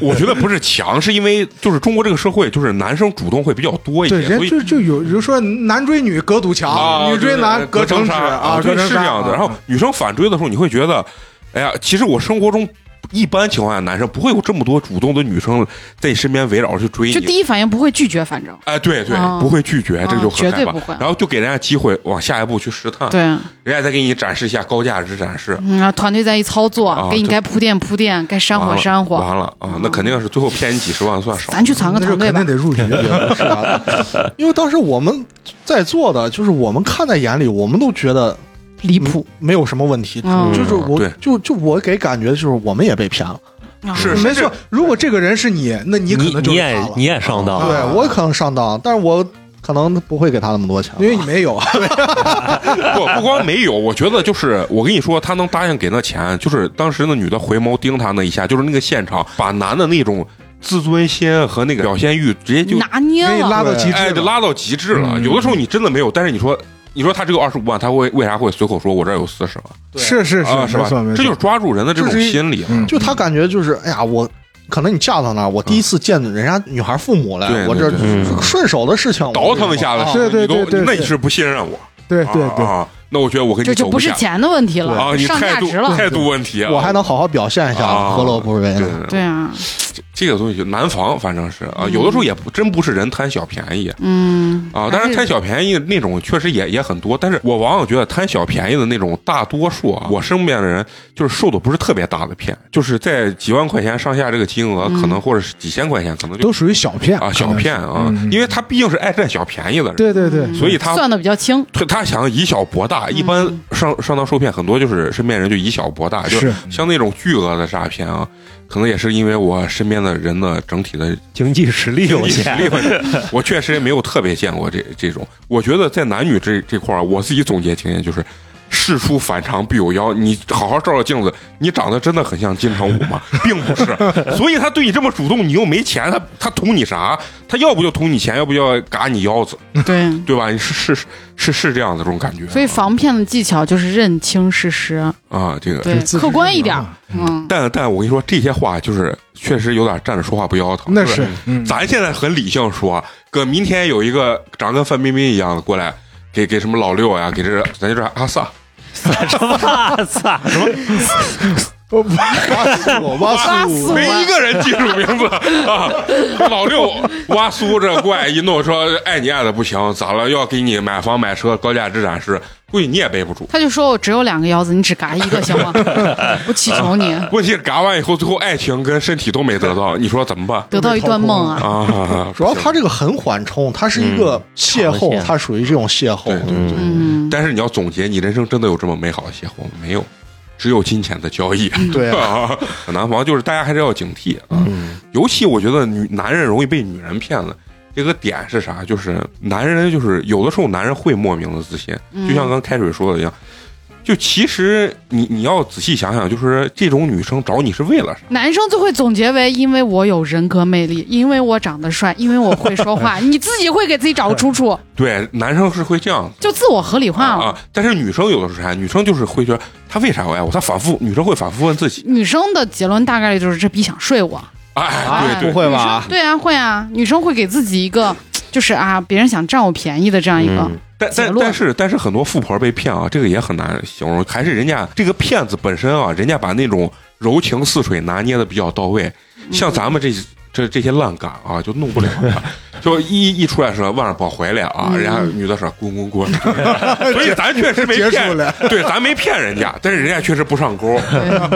Speaker 1: 我觉得不是强，是因为就是中国这个社会，就是男生主动哎会比较多一
Speaker 4: 对，
Speaker 1: 些，
Speaker 4: 人
Speaker 1: 所以
Speaker 4: 就就有，比如说男追女隔堵墙，
Speaker 1: 啊，
Speaker 4: 女追男
Speaker 1: 对
Speaker 4: 隔城
Speaker 1: 城
Speaker 4: 池啊，
Speaker 1: 对
Speaker 4: 隔城
Speaker 1: 是
Speaker 4: 纱
Speaker 1: 这样的。
Speaker 4: 啊
Speaker 1: 然后女生反追的时候，你会觉得，哎呀，其实我生活中一般情况下，男生不会有这么多主动的女生在你身边围绕着去追
Speaker 2: 就
Speaker 1: 你。
Speaker 2: 第一反应不会拒绝，反正
Speaker 1: 哎，对对
Speaker 2: 啊，
Speaker 1: 不会拒绝，这
Speaker 2: 啊
Speaker 1: 就
Speaker 2: 绝
Speaker 1: 很害
Speaker 2: 对
Speaker 1: 怕
Speaker 2: 不。会。
Speaker 1: 然后就给人家机会往下一步去试探，
Speaker 2: 对，
Speaker 1: 人家再给你展示一下高价值展示。
Speaker 2: 嗯，啊团队在一操
Speaker 1: 啊
Speaker 2: 作，给你
Speaker 1: 对
Speaker 2: 该铺垫铺垫，该煽
Speaker 1: 完
Speaker 2: 火
Speaker 1: 了
Speaker 2: 煽火。
Speaker 1: 完了啊，那肯定是最后骗你几十万算少。
Speaker 2: 咱去攒个
Speaker 4: 那就
Speaker 2: 团队
Speaker 4: 肯
Speaker 2: 吧
Speaker 4: 定。得入局。
Speaker 1: (laughs)
Speaker 5: 是吧？因为当时我们在座的，就是我们看在眼里，我们都觉得
Speaker 2: 离谱，
Speaker 5: 没有什么问题，
Speaker 2: 嗯
Speaker 5: 就是我
Speaker 1: 对
Speaker 5: 就就我给感觉就是我们也被骗了，
Speaker 2: 啊
Speaker 1: 嗯是
Speaker 4: 没错，如果这个人是你，那你
Speaker 3: 你
Speaker 4: 可能就
Speaker 3: 你
Speaker 4: 是
Speaker 3: 也
Speaker 4: 他了
Speaker 3: 你，也上当，
Speaker 5: 对我可能上当，但是我可能不会给他那么多钱，
Speaker 4: 因为你没有。
Speaker 2: 啊
Speaker 1: (laughs) 不不光没有，我觉得就是我跟你说，他能答应给那钱，就是当时那女的回眸盯他那一下，就是那个现场把男的那种自尊心和那个表现欲直接就
Speaker 2: 拿捏
Speaker 4: 给你拉
Speaker 2: 了，
Speaker 4: 到极致
Speaker 1: 哎就
Speaker 4: 了嗯
Speaker 1: 拉到极致了。有的时候你真的没有，但是你说你说他只有二十五万，他会为啥会随口说我这儿有四十万？
Speaker 4: 是是是，
Speaker 1: 啊，是吧
Speaker 4: 没错没？
Speaker 1: 这
Speaker 4: 错
Speaker 1: 就是抓住人的这种
Speaker 5: 这是一
Speaker 1: 心理。
Speaker 4: 嗯
Speaker 5: 就他感觉就是哎呀，我可能你嫁到那儿，我第一次见人家女孩父母了，
Speaker 1: 对对
Speaker 5: 我这
Speaker 1: 对
Speaker 3: 嗯
Speaker 5: 顺手的事情
Speaker 1: 倒腾一下子，
Speaker 5: 啊
Speaker 4: 哦是对
Speaker 1: 你都
Speaker 4: 对对
Speaker 1: 那你
Speaker 4: 对
Speaker 1: 是不信任我，
Speaker 4: 对对
Speaker 1: 啊
Speaker 4: 对，
Speaker 1: 啊那我觉得我跟
Speaker 2: 这
Speaker 1: 你
Speaker 2: 就
Speaker 1: 走
Speaker 2: 不是
Speaker 1: 下
Speaker 2: 钱的问题了，
Speaker 1: 啊，你
Speaker 2: 上
Speaker 1: 态
Speaker 2: 价
Speaker 1: 度
Speaker 2: 值了。
Speaker 1: 态度问题啊，
Speaker 5: 我还能好好表现一下，
Speaker 1: 啊
Speaker 5: 何乐不为
Speaker 1: 对 (laughs)
Speaker 5: 呢？
Speaker 1: 对对
Speaker 2: 对啊，
Speaker 1: 这个东西难防，反正是啊，有的时候也不真不是人贪小便宜
Speaker 2: 嗯
Speaker 1: 啊，当然
Speaker 2: 还
Speaker 1: 贪
Speaker 2: 是
Speaker 1: 小便宜那种确实也也很多，但是我往往觉得贪小便宜的那种大多数啊，我身边的人就是受的不是特别大的骗，就是在几万块钱上下这个金额，可能或者是几千块钱，可能就
Speaker 4: 都属于小骗
Speaker 1: 啊小骗啊，因为他嗯毕竟是爱占小便宜的人，
Speaker 4: 嗯对对对，
Speaker 1: 所以他
Speaker 2: 算的比
Speaker 1: (laughs)
Speaker 2: 较轻，
Speaker 1: 他他想以小博大，一般上上当受骗很多就是身边人就以小博大，就是像那种巨额的诈骗啊，可能也是因为我身边的人的整体的
Speaker 3: 经济实
Speaker 1: (laughs)
Speaker 3: 力有
Speaker 1: 实
Speaker 3: (laughs) 限，
Speaker 1: 力问题， (laughs) 我确实也没有特别见过这这种。我觉得在男女这这块儿，我自己总结经验就是。事出反常必有妖，你好好照照镜子，你长得真的很像金城武吗？并不是，所以他对你这么主动，你又没钱，他他图你啥？他要不就图你钱，要不就要嘎你腰子，
Speaker 2: 对。
Speaker 1: 对吧？你是是是是是这样的这种感觉啊。
Speaker 2: 所以防骗的技巧就是认清事实，
Speaker 1: 啊，这个，
Speaker 2: 对，
Speaker 4: 自知
Speaker 2: 客观一点
Speaker 4: 之，
Speaker 2: 嗯，
Speaker 1: 但但我跟你说，这些话就是确实有点站着说话不腰疼。
Speaker 4: 那
Speaker 1: 就是
Speaker 4: 嗯
Speaker 1: 咱现在很理性说，哥，明天有一个长跟范冰冰一样的过来，给给什么老六呀，给这咱就这阿萨，
Speaker 3: 我操！
Speaker 5: 挖死我，挖
Speaker 2: 拉
Speaker 5: 死我！
Speaker 2: 死
Speaker 1: 没一
Speaker 2: 我，
Speaker 1: 个人记住名字啊。老六挖苏这怪一弄说爱你爱的不行，咋了？要给你买房买车，高价值展示，估计你也背不住。
Speaker 2: 他就说我只有两个腰子，你只嘎一个行吗？ (laughs) 我祈
Speaker 1: (laughs)
Speaker 2: 求你，
Speaker 1: 问题是嘎完以后，最后爱情跟身体都没得到，你说怎么办
Speaker 2: 得到一段梦啊！
Speaker 1: 啊？
Speaker 5: 主要他这个很缓冲，他是一个邂
Speaker 3: 长
Speaker 5: 逅，
Speaker 3: 线
Speaker 5: 他属于这种邂逅。
Speaker 1: 嗯对对对。
Speaker 2: 嗯，
Speaker 1: 但是你要总结，你人生真的有这么美好的邂逅吗？没有，只有金钱的交易。 (laughs)
Speaker 5: 对啊，
Speaker 1: 啊，难防就是大家还是要警惕啊。
Speaker 5: 嗯
Speaker 1: 尤其我觉得女男人容易被女人骗了，这个点是啥？就是男人就是有的时候男人会莫名的自信，就像刚开水说的一样。就其实你你要仔细想想，就是这种女生找你是为了啥？
Speaker 2: 男生就会总结为，因为我有人格魅力，因为我长得帅，因为我会说话， (laughs) 你自己会给自己找个出处，
Speaker 1: 对，男生是会这样
Speaker 2: 就自我合理
Speaker 1: 啊
Speaker 2: 化了。
Speaker 1: 啊，但是女生有的时候啥？女生就是会觉得她为啥要爱我？她反复，女生会反复问自己，
Speaker 2: 女生的结论大概率就是这逼想睡我，
Speaker 1: 哎，对
Speaker 5: 不
Speaker 1: 对，
Speaker 5: 会
Speaker 2: 女
Speaker 5: 吧
Speaker 2: 生？对啊，会啊，女生会给自己一个，就是啊，别人想占我便宜的这样一个
Speaker 3: 嗯，
Speaker 1: 但
Speaker 2: 结
Speaker 1: 但
Speaker 2: 论
Speaker 1: 但是但是很多富婆被骗啊，这个也很难形容，还是人家这个骗子本身啊，人家把那种柔情似水拿捏的比较到位，
Speaker 2: 嗯
Speaker 1: 像咱们这这这些烂杆啊，就弄不了了
Speaker 2: (laughs)
Speaker 1: 就一一出来说万宝回来啊，
Speaker 2: 嗯
Speaker 1: 人家女的说滚滚滚，
Speaker 4: (laughs)
Speaker 1: 所以咱确实没
Speaker 4: 结束
Speaker 1: 骗
Speaker 4: 了，
Speaker 1: 对，咱没骗人家，但是人家确实不上
Speaker 4: (laughs)
Speaker 1: 钩。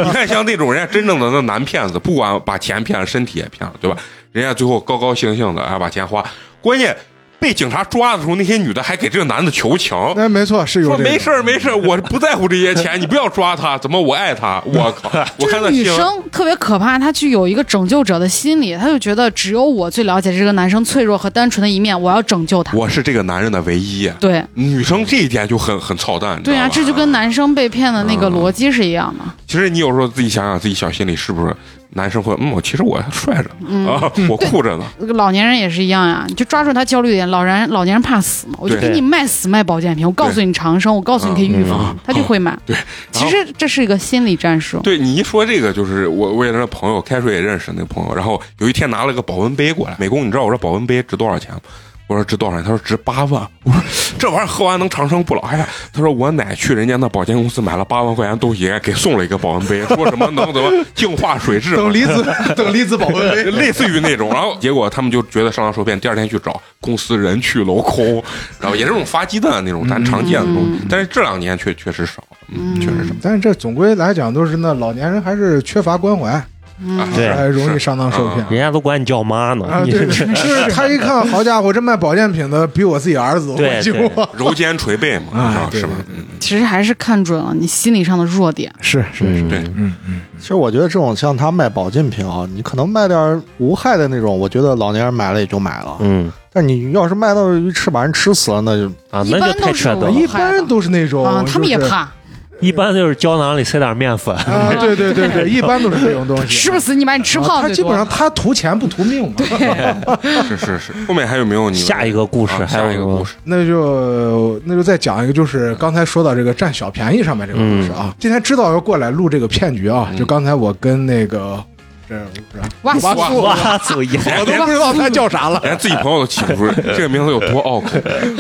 Speaker 1: 你看像那种人家真正的那男骗子，不管把钱骗了，身体也骗了，对吧？人家最后高高兴兴的啊把钱花，关键。被警察抓的时候，那些女的还给这个男的求情，
Speaker 4: 那哎没错，是有
Speaker 1: 说
Speaker 4: 这个
Speaker 1: 没事儿没事儿，我不在乎这些钱，你不要抓他，怎么我爱他？我靠！我
Speaker 2: 就
Speaker 1: 看
Speaker 2: 是
Speaker 1: 到
Speaker 2: 女
Speaker 1: 新闻
Speaker 2: 生特别可怕，她具有一个拯救者的心理，她就觉得只有我最了解这个男生脆弱和单纯的一面，我要拯救他。
Speaker 1: 我是这个男人的唯一。啊
Speaker 2: 对
Speaker 1: 女生这一点就很很操蛋，你知
Speaker 2: 对
Speaker 1: 道
Speaker 2: 啊，
Speaker 1: 吧
Speaker 2: 这就跟男生被骗的那
Speaker 1: 哦
Speaker 2: 个逻辑是一样的。
Speaker 1: 其实你有时候自己想想，自己小心里是不是男生会嗯，我其实我帅着、啊，我酷着呢，
Speaker 2: 老年人也是一样呀，你就抓住他焦虑点。老人老年人怕死嘛，我就
Speaker 1: 对
Speaker 2: 给你卖死卖保健品，我告诉你长生，我告诉你可以预防，他就会买。
Speaker 1: 嗯对。然
Speaker 2: 其
Speaker 1: 后
Speaker 2: 实这是一个心理战术。
Speaker 1: 对你一说这个，就是我我也是朋友，开水也认识那个朋友，然后有一天拿了个保温杯过来，美工，你知道我这保温杯值多少钱吗？我说值多少钱？他说值八万。我说这玩意儿喝完能长生不老。哎呀，他说我奶去人家那保健公司买了八万块钱东西，给送了一个保温杯，说什么能怎么净化水
Speaker 4: (laughs)
Speaker 1: 质嘛，
Speaker 4: 等离子等离子保
Speaker 1: (laughs)
Speaker 4: 温杯，
Speaker 1: 类似于那种。然后结果他们就觉得上当受骗，第二天去找公司人去楼空，然后也是这种发鸡蛋的那种咱常见的东西，但是这两年确确实少，嗯，确实少。
Speaker 4: 但是这总归来讲都是那老年人还是缺乏关怀，
Speaker 2: 嗯
Speaker 1: 啊
Speaker 3: 对
Speaker 4: 还容易
Speaker 1: 是
Speaker 4: 上当受骗
Speaker 1: 嗯。
Speaker 3: 人家都管你叫妈呢，
Speaker 4: 啊，
Speaker 3: 你
Speaker 4: 对，
Speaker 3: (laughs)
Speaker 4: 就是他一看，好家伙，这卖保健品的比我自己儿子，
Speaker 3: 对
Speaker 4: 我就
Speaker 3: 对
Speaker 1: 揉肩捶背嘛，
Speaker 4: 哎
Speaker 1: 你知道
Speaker 4: 对
Speaker 1: 是吧？
Speaker 4: 对
Speaker 1: 嗯，
Speaker 2: 其实还是看准了你心理上的弱点。
Speaker 4: 是是是，
Speaker 1: 对。
Speaker 4: 嗯嗯，
Speaker 5: 其实我觉得这种像他卖保健品啊，你可能卖点儿无害的那种，我觉得老年人买了也就买了。
Speaker 3: 嗯
Speaker 5: 但你要是卖到一吃把人吃死了，那就
Speaker 3: 啊，
Speaker 2: 一
Speaker 3: 那
Speaker 2: 般
Speaker 3: 就太
Speaker 2: 都是
Speaker 3: 缺德
Speaker 2: 我
Speaker 3: 了
Speaker 2: 一。
Speaker 4: (laughs) 一般都是那种
Speaker 2: 啊，，他们也
Speaker 4: 哦就是
Speaker 2: 怕，
Speaker 3: 一般就是胶囊里塞点面粉，
Speaker 4: 啊，对对对对，一般都是这种东西，
Speaker 2: 吃不死你把你吃胖
Speaker 4: 啊他
Speaker 2: 最
Speaker 4: 基
Speaker 2: 多。
Speaker 4: 本上他图钱不
Speaker 2: (laughs)
Speaker 4: 图命嘛。
Speaker 1: 是是是，后面还有没有你们
Speaker 3: 下一个故事
Speaker 1: 啊
Speaker 3: 还有
Speaker 1: 下一个
Speaker 3: 什么
Speaker 1: 故事，
Speaker 4: 那就那就再讲一个，就是刚才说到这个占小便宜上面这个故事啊。今天知道要过来录这个骗局啊，就刚才我跟那个这我不知道，
Speaker 2: 哇
Speaker 4: 哇
Speaker 2: 哇
Speaker 4: 素，
Speaker 3: 哇，祖爷，
Speaker 4: 我都不知道他叫啥了。
Speaker 1: 连自己朋友都记不住这个名字有多拗口，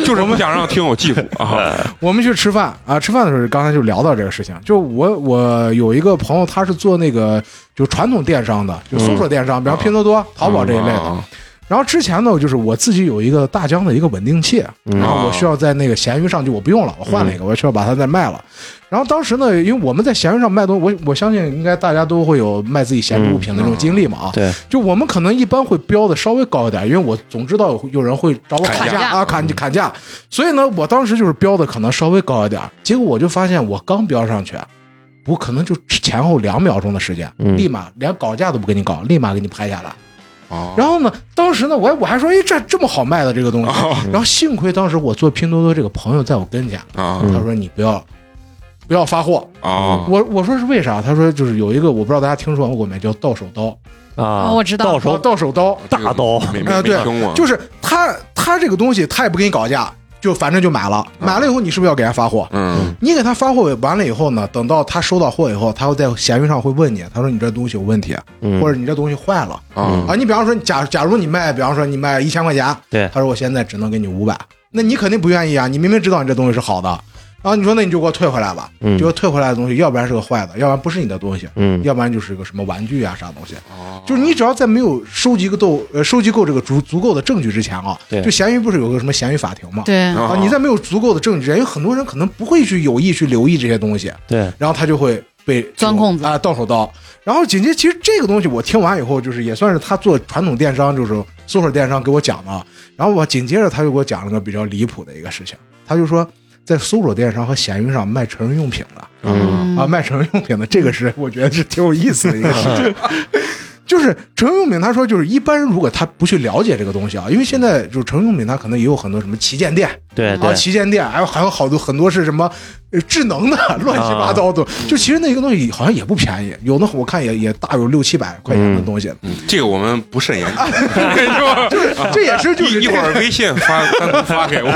Speaker 1: 就是不想让听友记住啊。
Speaker 4: 我们去吃饭啊，吃饭的时候刚才就聊到这个事情。就我我有一个朋友，他是做那个就传统电商的，就搜索电商，比方拼多多、淘宝这一类的。
Speaker 1: 啊
Speaker 4: 然后之前呢，就是我自己有一个大疆的一个稳定器，然后我需要在那个闲鱼上就我不用了，我换了一个，我需要把它再卖了。然后当时呢，因为我们在闲鱼上卖东西，我我相信应该大家都会有卖自己闲鱼物品的这种经历嘛啊。
Speaker 3: 对，
Speaker 4: 就我们可能一般会标的稍微高一点，因为我总知道有有人会找我
Speaker 1: 砍
Speaker 4: 砍
Speaker 2: 价
Speaker 4: 啊，砍砍价，所以呢，我当时就是标的可能稍微高一点，结果我就发现我刚标上去，我可能就前后两秒钟的时间，
Speaker 3: 嗯
Speaker 4: 立马连搞价都不给你搞，立马给你拍下来。
Speaker 1: 啊
Speaker 4: 然后呢，当时呢，我还我还说，哎，这这么好卖的这个东西，然后幸亏当时我做拼多多这个朋友在我跟前，
Speaker 1: 啊
Speaker 3: 嗯
Speaker 4: 他说你不要。不要发货，
Speaker 1: 啊！
Speaker 4: 我我说是为啥？他说就是有一个我不知道大家听说过没，叫到手刀，
Speaker 3: 啊，
Speaker 2: 哦我知道
Speaker 3: 到
Speaker 4: 啊
Speaker 3: 手
Speaker 4: 到手刀，
Speaker 3: 大刀
Speaker 1: 没
Speaker 4: 啊
Speaker 1: 没没
Speaker 4: 对
Speaker 1: 听过，
Speaker 4: 就是他他这个东西他也不给你搞价，就反正就买了，买了以后你是不是要给他发货？
Speaker 1: 嗯
Speaker 4: 你给他发货完了以后呢，等到他收到货以后，他会在闲鱼上会问你，他说你这东西有问题，啊
Speaker 3: 嗯
Speaker 4: 或者你这东西坏了
Speaker 1: 啊
Speaker 4: 啊。你比方说，假假如你卖，比方说你卖一千块钱，
Speaker 3: 对
Speaker 4: 他说我现在只能给你五百，那你肯定不愿意啊，你明明知道你这东西是好的，然后你说那你就给我退回来吧，
Speaker 3: 嗯
Speaker 4: 结果退回来的东西，要不然是个坏的，要不然不是你的东西，
Speaker 3: 嗯
Speaker 4: 要不然就是个什么玩具啊啥东西。就是你只要在没有收集个够呃收集够这个足足够的证据之前啊，
Speaker 3: 对
Speaker 4: 就闲鱼不是有个什么闲鱼法庭嘛？
Speaker 2: 对，
Speaker 1: 啊
Speaker 4: 啊，你在没有足够的证据之前，有很多人可能不会去有意去留意这些东西，
Speaker 3: 对，
Speaker 4: 然后他就会被
Speaker 2: 钻空子
Speaker 4: 啊、到手刀。然后紧接其实这个东西我听完以后，就是也算是他做传统电商，就是搜索电商给我讲的。然后我紧接着他就给我讲了个比较离谱的一个事情，他就说在搜索电商和闲鱼上卖成人用品的。
Speaker 3: 嗯
Speaker 4: 啊，卖成人用品的，这个是我觉得是挺有意思的一个事情。
Speaker 3: 嗯
Speaker 4: 就是成人用品，他说就是一般，如果他不去了解这个东西啊，因为现在就是成人用品，它可能也有很多什么旗舰店
Speaker 3: 对
Speaker 4: 啊，
Speaker 3: 对，
Speaker 4: 旗舰店，还有还有好多很多是什么呃智能的， (laughs) 乱七八糟
Speaker 1: 啊
Speaker 4: 的。就其实那个东西好像也不便宜，有的我看也也大有六七百块钱的东西。
Speaker 1: 嗯，这个我们不慎言，就是
Speaker 4: (laughs) 这也是就是
Speaker 1: 嗯 (laughs) 一一会儿微信发单独发
Speaker 2: (laughs)
Speaker 1: 给我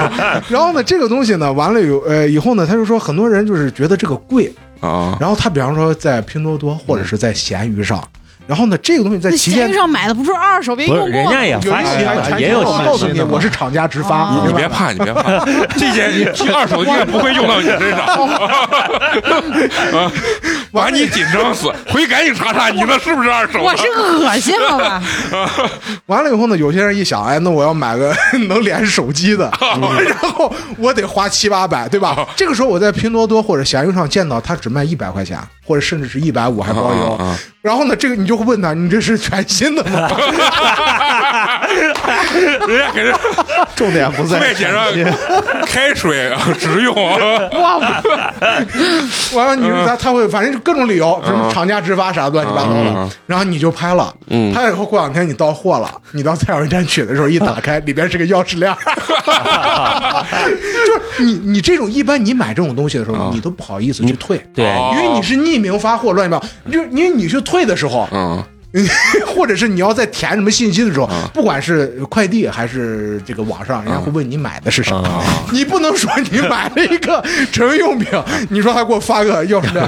Speaker 4: 然后呢，这个东西呢，完了有呃以后呢，他就说很多人就是觉得这个贵，
Speaker 1: 啊
Speaker 4: 然后他比方说在拼多多或者是在闲鱼上，然后呢这个东西在
Speaker 2: 那
Speaker 4: 旗舰
Speaker 2: 闲鱼上买的不是二手，别
Speaker 3: 不
Speaker 2: 用
Speaker 3: 是
Speaker 2: 过
Speaker 3: 人家也
Speaker 4: 有
Speaker 3: 发
Speaker 4: 一
Speaker 3: 现
Speaker 4: 些
Speaker 3: 了，
Speaker 4: 产
Speaker 3: 也
Speaker 4: 品
Speaker 3: 有
Speaker 4: 我
Speaker 3: 信
Speaker 4: 告诉
Speaker 3: 息
Speaker 4: 你，
Speaker 3: 的嘛
Speaker 4: 我是厂家直发，
Speaker 2: 哦
Speaker 1: 你
Speaker 4: 明白
Speaker 1: 别
Speaker 4: 吧。
Speaker 1: 怕，你别怕，这些你二手店不会用到你身
Speaker 2: (laughs)
Speaker 1: 上，啊，把你紧张死，回赶紧查查你那是不是二手
Speaker 2: 我是恶心了
Speaker 3: (laughs)
Speaker 2: 吧？
Speaker 4: 完了以后呢，有些人一想，哎，那我要买个 (laughs) 能连手机的，然后我得花七八百，对吧？这个时候我在拼多多或者闲鱼上见到他只卖一百块钱，或者甚至是一百五还包邮。
Speaker 1: 啊啊啊
Speaker 4: 然后呢，这个你就会问他，你这是全新的吗？
Speaker 1: 的， (laughs) 人家给人
Speaker 5: 重点
Speaker 1: (laughs)
Speaker 5: 不在
Speaker 1: 卖写上开水啊，直用
Speaker 2: (laughs)
Speaker 1: 啊，
Speaker 4: (laughs) 完了，你说他他会反正就各种理由，什么厂家直发啥乱七八糟
Speaker 1: 嗯
Speaker 4: 的，然后你就拍了，
Speaker 1: 嗯
Speaker 4: 拍了以后过两天你到货了，你到菜鸟驿站取的时候一打
Speaker 1: (laughs)
Speaker 4: 开，里边是个钥匙链儿， (laughs) 就是你你这种一般你买这种东西的时候，
Speaker 1: 啊
Speaker 4: 你都不好意思去退，
Speaker 3: 对
Speaker 1: 哦
Speaker 4: 因为你是匿名发货乱七八糟，就因为你去退的时候，
Speaker 1: 嗯，
Speaker 4: 或者是你要在填什么信息的时候，不管是快递还是这个网上，人家
Speaker 1: 嗯
Speaker 4: 会问你买的是啥，你不能说你买了一个成人用品，你说他给我发个
Speaker 1: (laughs)
Speaker 4: 钥匙链，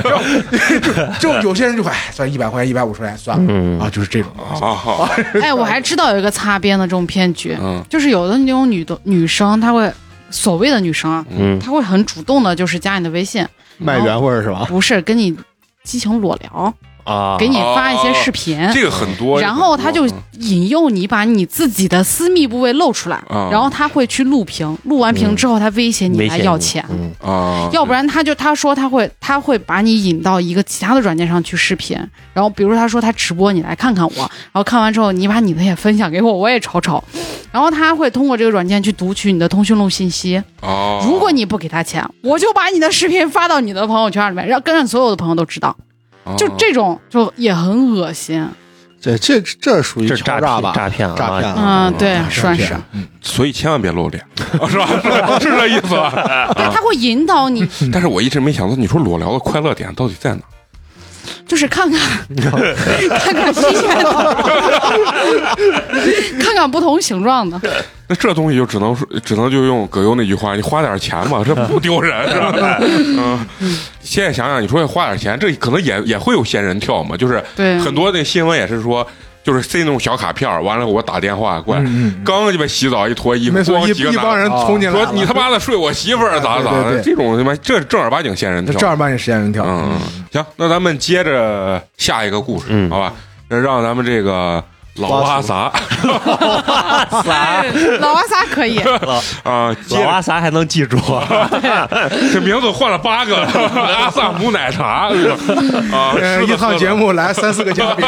Speaker 4: 就就有些人就会哎，算一百块钱、一百五十块钱算
Speaker 1: 嗯
Speaker 4: 了啊，就是这种。
Speaker 1: 好好，
Speaker 2: 哎，我还知道有一个擦边的这种骗局，
Speaker 1: 嗯
Speaker 2: 就是有的那种女的女生，她会所谓的女生啊，
Speaker 3: 嗯
Speaker 2: 她会很主动的，就是加你的微信，
Speaker 5: 卖原味儿是吧？
Speaker 2: 不是跟你激情裸聊，
Speaker 3: 啊，
Speaker 2: 给你发一些
Speaker 1: 哦
Speaker 2: 视频，
Speaker 1: 这个很多，
Speaker 2: 然后他
Speaker 4: 嗯
Speaker 2: 就引诱你把你自己的私密部位露出来，
Speaker 4: 嗯
Speaker 1: 啊
Speaker 2: 然后他会去录屏，录完屏之后他威胁你
Speaker 3: 没
Speaker 2: 来
Speaker 3: 信
Speaker 2: 要
Speaker 3: 息
Speaker 2: 钱，
Speaker 3: 嗯
Speaker 1: 啊，
Speaker 2: 要不然他就他说他会他会把你引到一个其他的软件上去视频，然后比如说他说他直播，你来看看我，然后看完之后你把你的也分享给我，我也瞅瞅，然后他会通过这个软件去读取你的通讯录信息，
Speaker 1: 哦，
Speaker 2: 如果你不给他钱，我就把你的视频发到你的朋友圈里面，让跟让所有的朋友都知道，就
Speaker 1: 哦
Speaker 2: 这种就也很恶心，
Speaker 5: 这这这属于
Speaker 3: 这是
Speaker 5: 敲
Speaker 3: 诈
Speaker 5: 诈
Speaker 3: 骗诈骗
Speaker 5: 吧？
Speaker 3: 啊
Speaker 5: 诈骗啊！
Speaker 2: 嗯，对，算是。
Speaker 1: 所以千万别露脸，啊是吧？是吧是这意思吧？
Speaker 2: (laughs) 对，他会引导你。
Speaker 1: 但是我一直没想到，你说裸聊的快乐点到底在哪？
Speaker 2: 就是看看看看新鲜的，看看不同形状的。
Speaker 1: 那这东西就只能说，只能就用葛优那句话：“你花点钱吧，这不丢人，是吧？”
Speaker 4: (laughs)
Speaker 1: 嗯，现在想想，你说花点钱，这可能也也会有仙人跳嘛，就是
Speaker 2: 对
Speaker 1: 很多那新闻也是说。就是塞那种小卡片儿完了我打电话过来，刚鸡巴洗澡一脱衣服，
Speaker 4: 嗯没错，
Speaker 1: 光
Speaker 4: 一
Speaker 1: 几个
Speaker 4: 一
Speaker 1: 男
Speaker 4: 帮人冲进来
Speaker 1: 说
Speaker 4: 了，
Speaker 1: 你他妈的睡我媳妇儿咋咋
Speaker 4: 对
Speaker 1: 的，
Speaker 4: 对对
Speaker 1: 这种他妈这正儿八经仙人
Speaker 4: 这
Speaker 1: 跳，
Speaker 4: 正儿八经实验人跳，
Speaker 1: 嗯，行，那咱们接着下一个故事，
Speaker 3: 嗯
Speaker 1: 好吧？那让咱们这个老阿
Speaker 4: (laughs)
Speaker 1: 萨
Speaker 5: 啊
Speaker 2: (laughs) 老阿萨可
Speaker 5: (laughs)
Speaker 2: 以，
Speaker 1: 啊，接
Speaker 3: 老
Speaker 1: 着
Speaker 3: 阿啥还能记住？啊
Speaker 4: (laughs)
Speaker 1: (laughs) 这名字换了八个了， (laughs) 阿萨姆奶茶是
Speaker 4: (laughs)
Speaker 1: 吧啊，
Speaker 4: 呃，
Speaker 1: 狮子
Speaker 4: 一趟节目来三四个嘉
Speaker 1: (laughs)
Speaker 4: 宾，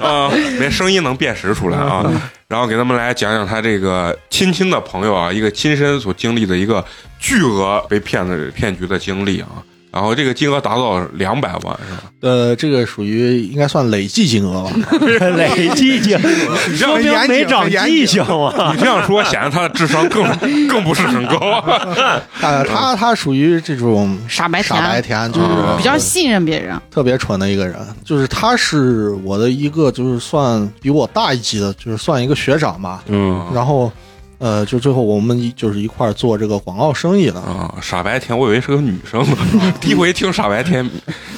Speaker 1: 啊，连声音能辨识出来啊。
Speaker 4: 嗯
Speaker 1: 然后给他们来讲讲他这个亲亲的朋友啊，一个亲身所经历的一个巨额被骗的骗局的经历啊。然后这个金额达到两百万是吧？
Speaker 5: 呃，这个属于应该算累计金额吧？
Speaker 1: (laughs)
Speaker 3: 累记性，说明没长记性啊！
Speaker 1: 你这样说显得他的智商更
Speaker 4: (laughs)
Speaker 1: 更不是很高。啊
Speaker 5: 呃，他他属于这种
Speaker 2: 傻白
Speaker 5: 傻白
Speaker 2: 甜，啊
Speaker 5: 甜，就是
Speaker 1: 嗯
Speaker 2: 比较信任别人。
Speaker 5: 特别蠢的一个人。就是他是我的一个，就是算比我大一级的，就是算一个学长吧。
Speaker 1: 嗯
Speaker 5: 然后，呃，就最后我们一就是一块儿做这个广告生意的
Speaker 1: 啊，傻白甜，我以为是个女生呢，第一回听傻白甜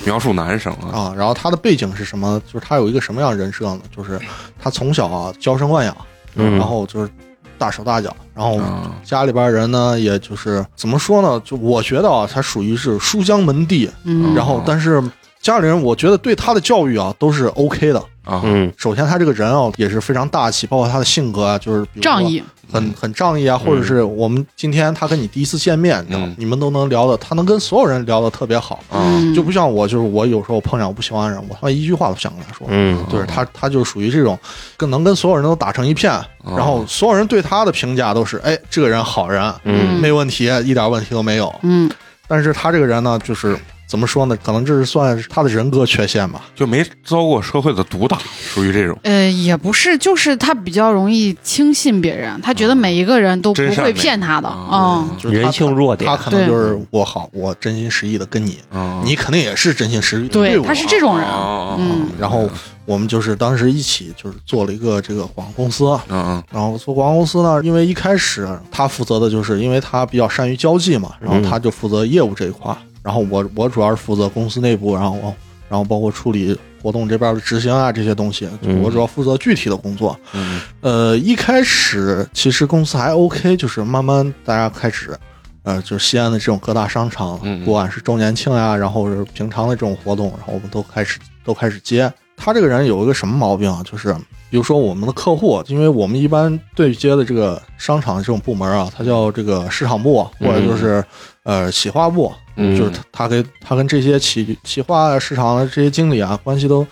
Speaker 1: 描述男生啊。
Speaker 5: 啊。然后他的背景是什么？就是他有一个什么样的人设呢？就是他从小啊娇生惯养，
Speaker 3: 嗯
Speaker 5: 然后就是大手大脚，然后
Speaker 4: 哦
Speaker 1: 啊
Speaker 5: 家里边人呢，也就是怎么说呢？就我觉得啊，他属于是书香门第，
Speaker 2: 嗯，
Speaker 5: 然后但是家里人我觉得对他的教育啊都是 OK 的。
Speaker 1: 啊，
Speaker 3: 嗯
Speaker 5: 首先，他这个人啊也是非常大气，包括他的性格啊，就是比如说
Speaker 2: 仗义，嗯
Speaker 5: 很很仗义啊，或者是我们今天他跟你第一次见面，你知道
Speaker 1: 嗯
Speaker 5: 你们都能聊的，他能跟所有人聊的特别好，
Speaker 2: 嗯
Speaker 1: 啊
Speaker 5: 就不像我，就是我有时候碰上我不喜欢的人，我他妈一句话都不想跟他说。
Speaker 3: 嗯
Speaker 5: 对他，他就属于这种，跟能跟所有人都打成一片，然后所有人对他的评价都是，哎，这个人好人，
Speaker 3: 嗯
Speaker 5: 没问题，一点问题都没有。
Speaker 2: 嗯，
Speaker 5: 但是他这个人呢，就是怎么说呢？可能这是算是他的人格缺陷吧。
Speaker 1: 就没遭过社会的毒打，属于这种。
Speaker 2: 呃，也不是，就是他比较容易轻信别人，他觉得每一个人都不
Speaker 1: 真善
Speaker 2: 会
Speaker 1: 美
Speaker 2: 骗他的，
Speaker 1: 啊
Speaker 2: 嗯，
Speaker 5: 就是他
Speaker 3: 人性弱点嗯
Speaker 5: 他可能就是我好，我真心实意的跟你，
Speaker 1: 啊，
Speaker 5: 你肯定也是真心实意地
Speaker 2: 对，
Speaker 5: 我。哦
Speaker 2: 他是这。种人，
Speaker 1: 啊，
Speaker 2: 嗯
Speaker 5: 然后我们就是当时一起就是做了一个这个广告公司，
Speaker 1: 嗯嗯
Speaker 5: 然后做广告公司呢，因为一开始他负责的就是因为他比较善于交际嘛，然
Speaker 3: 嗯
Speaker 5: 后他就负责业务这一块，然后我我主要是负责公司内部，然后我然后包括处理活动这边的执行啊这些东西，就
Speaker 3: 嗯
Speaker 5: 我主要负责具体的工作。
Speaker 1: 嗯
Speaker 5: 呃，一开始其实公司还 OK，就是慢慢大家开始。呃，就是西安的这种各大商场
Speaker 1: 嗯，嗯
Speaker 5: 不管是周年庆呀、然后是平常的这种活动，然后我们都开始都开始接。他这个人有一个什么毛病啊？就是比如说我们的客户，因为我们一般对接的这个商场的这种部门啊，它叫这个市场部，或者就是、呃企划部，
Speaker 1: 嗯
Speaker 5: 就是他他跟他跟这些企企划啊、市场的这些经理啊关系都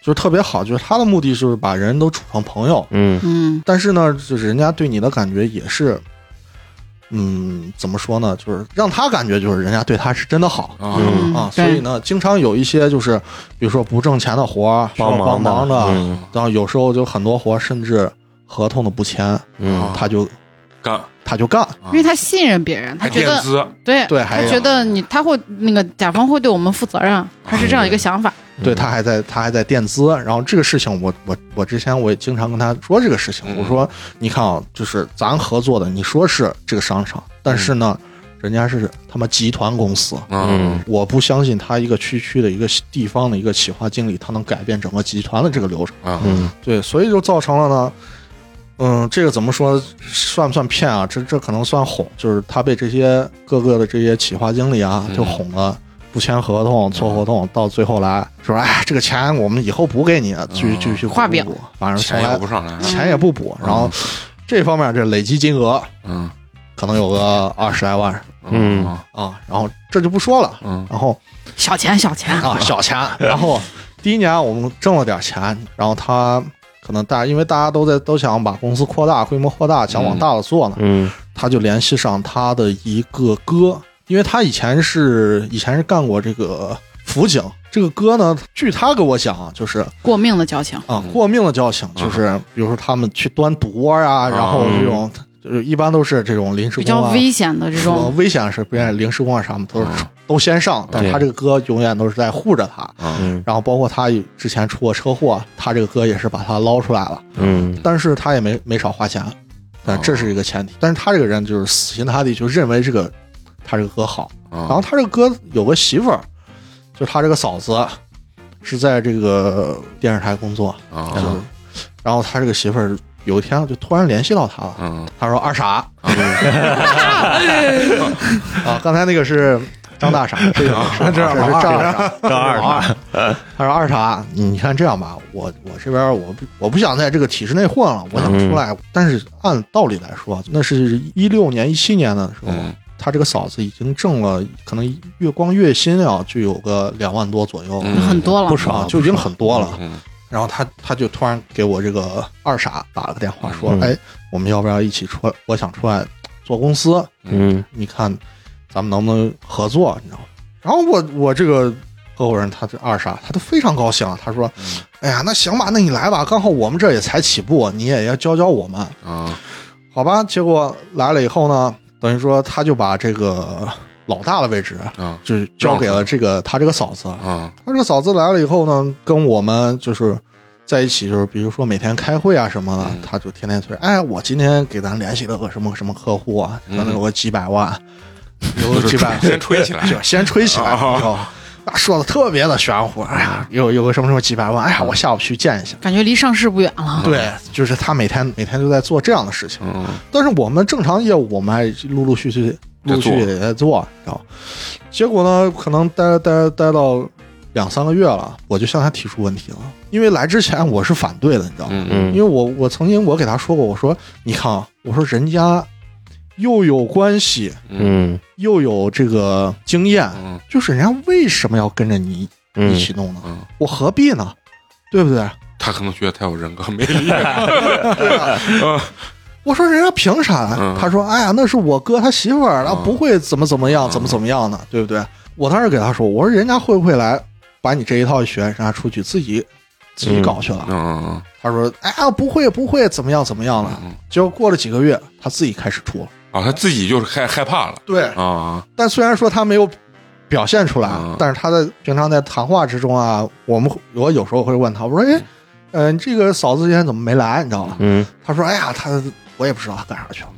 Speaker 5: 就是特别好，就是他的目的就是把人都处成朋友，
Speaker 3: 嗯
Speaker 2: 嗯
Speaker 5: 但是呢，就是人家对你的感觉也是。嗯，怎么说呢？就是让他感觉就是人家对他是真的好，
Speaker 1: 啊
Speaker 2: 嗯
Speaker 5: 啊，所
Speaker 2: 对
Speaker 5: 以呢，经常有一些就是，比如说不挣钱的活儿，需要
Speaker 3: 帮忙
Speaker 5: 帮
Speaker 3: 的
Speaker 5: 忙的，啊
Speaker 3: 嗯
Speaker 5: 然后有时候就很多活儿，甚至合同的不签，
Speaker 4: 啊
Speaker 3: 嗯
Speaker 5: 他就
Speaker 1: 干
Speaker 5: 他就干。
Speaker 2: 因为他信任别人，他
Speaker 1: 还
Speaker 2: 觉
Speaker 1: 垫
Speaker 2: 得
Speaker 1: 资，
Speaker 2: 对，
Speaker 5: 对还
Speaker 2: 他
Speaker 5: 有
Speaker 2: 觉得你他会那个甲方会对我们负责任，他是这样一个想法，
Speaker 5: 对他还在他还在垫资，然后这个事情我我我之前我也经常跟他说这个事情，
Speaker 1: 嗯
Speaker 5: 我说你看啊，就是咱合作的，你说是这个商场，但是呢，人家是他妈集团公司，
Speaker 1: 嗯
Speaker 5: 我不相信他一个区区的一个地方的一个企划经理，他能改变整个集团的这个流程。
Speaker 1: 啊
Speaker 3: 嗯
Speaker 5: 对，所以就造成了呢，嗯，这个怎么说，算不算骗啊？这这可能算哄，就是他被这些各个的这些企划经理啊，
Speaker 1: 嗯
Speaker 5: 就哄了。不签合同，错合同，到最后来说，哎，这个钱我们以后补给你，啊继续继续补
Speaker 2: 画饼
Speaker 5: 补补反正从
Speaker 1: 钱要
Speaker 5: 来
Speaker 1: 不上来，
Speaker 5: 钱也不补，然后这方面这累计金额
Speaker 1: 嗯
Speaker 5: 可能有个二十来万
Speaker 1: 嗯
Speaker 5: 啊，然后这就不说了，
Speaker 1: 嗯
Speaker 5: 然后
Speaker 2: 小钱小钱，
Speaker 5: 啊，小钱。 (laughs) 然后第一年我们挣了点钱，然后他可能大，因为大家都在都想把公司扩大，规模扩大，想往大了做呢，
Speaker 3: 嗯
Speaker 5: 他就联系上他的一个哥，因为他以前是以前是干过这个辅警，这个哥呢，据他给我讲啊，就是
Speaker 2: 过命的交情，
Speaker 5: 嗯啊，过命的交情，就是比如说他们去端毒窝啊，然后这种。就是一般都是这种临时
Speaker 2: 比
Speaker 5: 工
Speaker 2: 较
Speaker 5: 啊，
Speaker 2: 危险的这
Speaker 5: 呃
Speaker 2: 种，
Speaker 5: 危险是不愿临时工啊啥的都是都先上，但是
Speaker 3: 对
Speaker 5: 他这个歌永远都是在护着他。
Speaker 1: 啊，
Speaker 3: 嗯
Speaker 5: 然后包括他之前出过车祸，他这个歌也是把他捞出来了，
Speaker 3: 嗯
Speaker 5: 但是他也没没少花钱，但
Speaker 1: 哦
Speaker 5: 这是一个前提。但是他这个人就是死心塌地，就认为这个他这个歌好。
Speaker 1: 然
Speaker 5: 然后他这个歌有个媳妇儿，就他这个嫂子是在这个电视台工作，就
Speaker 1: 啊
Speaker 5: 是，然后他这个媳妇儿有一天就突然联系到他了，
Speaker 1: 嗯
Speaker 5: 他说二傻 (laughs) 啊，刚才那个是张大傻，
Speaker 4: 这
Speaker 5: 这个是
Speaker 4: 是
Speaker 5: 啊这是
Speaker 4: 老二
Speaker 5: 张二傻。
Speaker 3: 张二
Speaker 5: 老二，他说二傻，你看这样吧，我我这边我不我不想在这个体制内混了，我想出来。但是按道理来说，那是一六年、一七年的时候，
Speaker 1: 嗯
Speaker 5: 他这个嫂子已经挣了，可能月光月薪啊就有个两万多左右，
Speaker 1: 嗯
Speaker 2: 很多了
Speaker 3: 不。少
Speaker 5: 啊，就已经很多了。
Speaker 1: 嗯
Speaker 5: 然后他他就突然给我这个二傻打了个电话，说：“
Speaker 3: 嗯
Speaker 5: 哎，我们要不要一起出来？我想出来做公司，
Speaker 3: 嗯
Speaker 5: 你看咱们能不能合作？你知道吗？”然后我我这个合伙人他这二傻他都非常高兴，他说：“哎呀，那行吧，那你来吧，刚好我们这儿也才起步，你也要教教我们，
Speaker 1: 啊
Speaker 5: 好吧？”结果来了以后呢，等于说他就把这个老大的位置
Speaker 1: 啊
Speaker 5: 就交给了这个他这个嫂子，
Speaker 1: 啊
Speaker 5: 他这个嫂子来了以后呢，跟我们就是在一起，就是比如说每天开会啊什么的，
Speaker 1: 嗯
Speaker 5: 他就天天催，哎，我今天给咱联系了个什么什么客户啊，
Speaker 1: 嗯
Speaker 5: 可能有个几百万，有
Speaker 1: 就
Speaker 5: 个
Speaker 1: 是
Speaker 5: 几百，
Speaker 1: 先吹起来
Speaker 5: 就先吹起来，
Speaker 1: 啊
Speaker 5: 你知道吗啊说的特别的玄乎，哎呀，有有个什么什么几百万，哎呀，我下午去见一下。
Speaker 2: 感觉离上市不远了，
Speaker 5: 对，就是他每天每天都在做这样的事情，
Speaker 1: 嗯
Speaker 5: 但是我们正常业务我们还陆陆续续、陆陆续续也在做，然后结果呢，可能待待待到两三个月了，我就向他提出问题了，因为来之前我是反对的，你知道吗？
Speaker 1: 嗯
Speaker 3: 嗯
Speaker 5: 因为我我曾经我给他说过，我说你看啊，我说人家又有关系
Speaker 3: 嗯
Speaker 5: 又有这个经验，
Speaker 1: 嗯
Speaker 5: 就是人家为什么要跟着你
Speaker 3: 嗯
Speaker 5: 一起弄呢？
Speaker 1: 嗯，
Speaker 5: 我何必呢？对不对？
Speaker 1: 他可能觉得他有人格魅力，
Speaker 5: 我说人家凭啥呀？
Speaker 1: 嗯
Speaker 5: 他说：“哎呀，那是我哥他媳妇儿，他
Speaker 1: 嗯
Speaker 5: 不会怎么怎么样，
Speaker 1: 嗯
Speaker 5: 怎么怎么样的，对不对？”我当时给他说：“我说人家会不会来把你这一套学，人家出去自己自己搞去了？”
Speaker 1: 嗯
Speaker 5: 他说：“哎呀，不会不会，怎么样怎么样了。
Speaker 1: 嗯，
Speaker 5: 结果过了几个月，他自己开始出了。
Speaker 1: 啊，他自己就是害害怕了
Speaker 5: 对，
Speaker 1: 啊，
Speaker 5: 但虽然说他没有表现出来，
Speaker 1: 嗯
Speaker 5: 但是他在平常在谈话之中啊，我们我有时候会问他，我说：“哎，嗯、你这个嫂子今天怎么没来？你知道吗？”
Speaker 3: 嗯
Speaker 5: 他说：“哎呀，他我也不知道他干啥去了。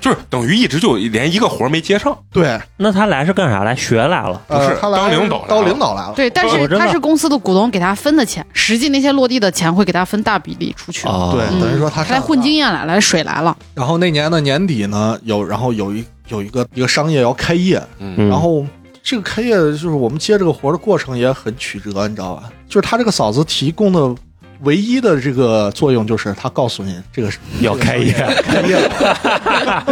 Speaker 1: 就是等于一直就连一个活儿没接上”
Speaker 5: 对。
Speaker 3: 那他来是干啥？来学来了。
Speaker 1: 不是
Speaker 5: 呃、他来
Speaker 1: 当领导来了
Speaker 5: 当领导来了。
Speaker 2: 对，但
Speaker 3: 我
Speaker 2: 是
Speaker 3: 哦真的
Speaker 2: 他是公司的股东给他分的钱，实际那些落地的钱会给他分大比例出去。
Speaker 3: 哦，
Speaker 5: 对
Speaker 2: 嗯
Speaker 5: 啊等于说他
Speaker 2: 来混经验来，来水来了，
Speaker 5: 然后那年的年底呢，有然后有一有一个一个商业要开业，
Speaker 1: 嗯
Speaker 5: 然后这个开业就是我们接这个活的过程也很曲折，你知道吧？就是他这个嫂子提供的唯一的这个作用就是他告诉你这个是
Speaker 3: 要开业，
Speaker 5: 开业了，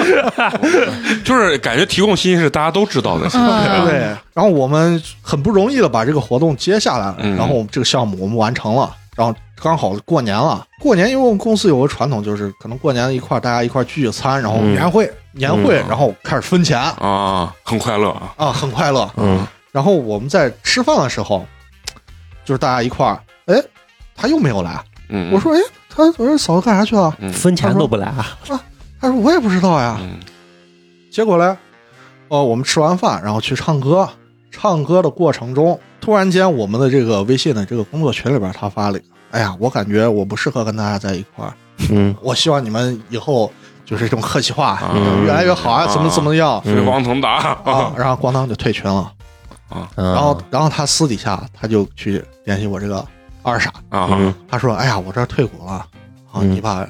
Speaker 1: 就是感觉提供信息是大家都知道的，
Speaker 2: 嗯，
Speaker 5: (laughs)
Speaker 3: 啊
Speaker 5: 对。啊然后我们很不容易的把这个活动接下来了，
Speaker 1: 嗯
Speaker 5: 然后我们这个项目我们完成了，然后刚好过年了。过年因为我们公司有个传统，就是可能过年一块儿大家一块儿聚聚餐，然后
Speaker 3: 嗯
Speaker 5: 年会年会，
Speaker 1: 嗯
Speaker 5: 然后开始分钱。
Speaker 1: 啊，很快乐啊，
Speaker 5: 啊，很快乐。
Speaker 3: 嗯
Speaker 5: 然后我们在吃饭的时候，就是大家一块儿，哎，他又没有来。
Speaker 1: 嗯，
Speaker 5: 我说，哎，他我说嫂子干啥去了？
Speaker 1: 嗯
Speaker 3: 分钱都不来啊，
Speaker 5: 他说我也不知道呀。
Speaker 1: 嗯
Speaker 5: 结果嘞，哦，我们吃完饭，然后去唱歌。唱歌的过程中，突然间我们的这个微信的这个工作群里边，他发了一个，哎呀，我感觉我不适合跟大家在一块儿，
Speaker 3: 嗯
Speaker 5: 我希望你们以后就是这种客气话、
Speaker 1: 嗯
Speaker 5: 越来越好啊，怎么怎么样、
Speaker 1: 飞黄腾达
Speaker 5: 啊？然后咣当就退群了。
Speaker 3: 然
Speaker 5: 然后，
Speaker 3: 哦嗯
Speaker 5: 然后他私底下他就去联系我这个二傻，
Speaker 1: 啊
Speaker 3: 嗯
Speaker 5: 他说：“哎呀，我这儿退股了，好，
Speaker 3: 嗯
Speaker 5: 你把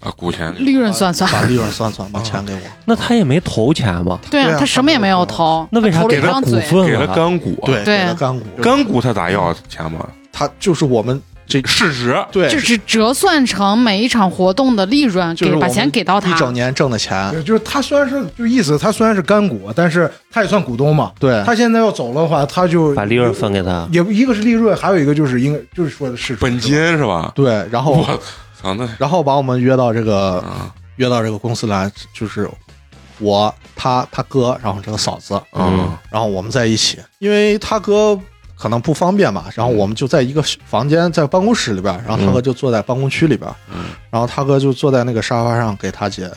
Speaker 1: 啊，股权
Speaker 2: 利润算算，
Speaker 5: 把利润算算，把钱给我。
Speaker 3: 那他也没投钱嘛，
Speaker 2: 对
Speaker 5: 对啊
Speaker 2: 啊，他什么也没有投，
Speaker 3: 那为啥
Speaker 2: 投了
Speaker 3: 给
Speaker 2: 一
Speaker 3: 他
Speaker 2: 张
Speaker 3: 股
Speaker 2: 嘴，
Speaker 1: 给
Speaker 3: 份啊
Speaker 1: 了
Speaker 3: 了？
Speaker 1: 干股”，，啊
Speaker 5: 对，
Speaker 2: 对
Speaker 5: 给了干股，
Speaker 1: 干股他咋要钱嘛？
Speaker 5: 他就是我们这
Speaker 1: 市值
Speaker 5: 对，
Speaker 2: 就只折算成每一场活动的利润，
Speaker 5: 就是
Speaker 2: 给
Speaker 5: 我
Speaker 2: 把
Speaker 5: 们
Speaker 2: 钱给到
Speaker 5: 一整
Speaker 2: 他。
Speaker 5: 年挣的钱。
Speaker 1: 啊
Speaker 4: 对，就是他虽然是就意思，他虽然是干股，但是他也算股东嘛。
Speaker 5: 对，
Speaker 4: 他现在要走了的话，他就
Speaker 3: 把利润分给他，
Speaker 4: 也一个是利润，还有一个就是应该就是说的是
Speaker 1: 本金是吧？
Speaker 5: 对，然后
Speaker 1: 我操，那
Speaker 5: 然后把我们约到这个
Speaker 1: 啊
Speaker 5: 约到这个公司来，就是我他他哥，然后这个嫂子，
Speaker 1: 啊
Speaker 5: 然后我们在一起，因为他哥可能不方便嘛，然后我们就在一个房间，在办公室里边，然后他哥就坐在办公区里边，然后他哥就坐在那个沙发上给他姐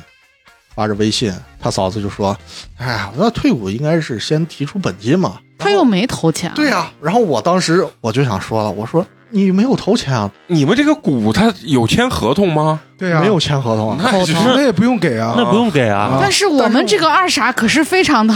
Speaker 5: 发着微信，他嫂子就说：“哎呀，那退伍应该是先提出本金嘛。”
Speaker 2: 他又没投钱，
Speaker 5: 对啊呀、然后我当时我就想说了，我说你没有投钱啊，
Speaker 1: 你们这个股它有签合同吗？
Speaker 4: 对呀，
Speaker 5: 没有签合同啊，
Speaker 1: 那就是
Speaker 4: 那也不用给啊，
Speaker 3: 那不用给啊，
Speaker 2: 但是我们这个二傻可是非常
Speaker 5: (laughs)
Speaker 2: 的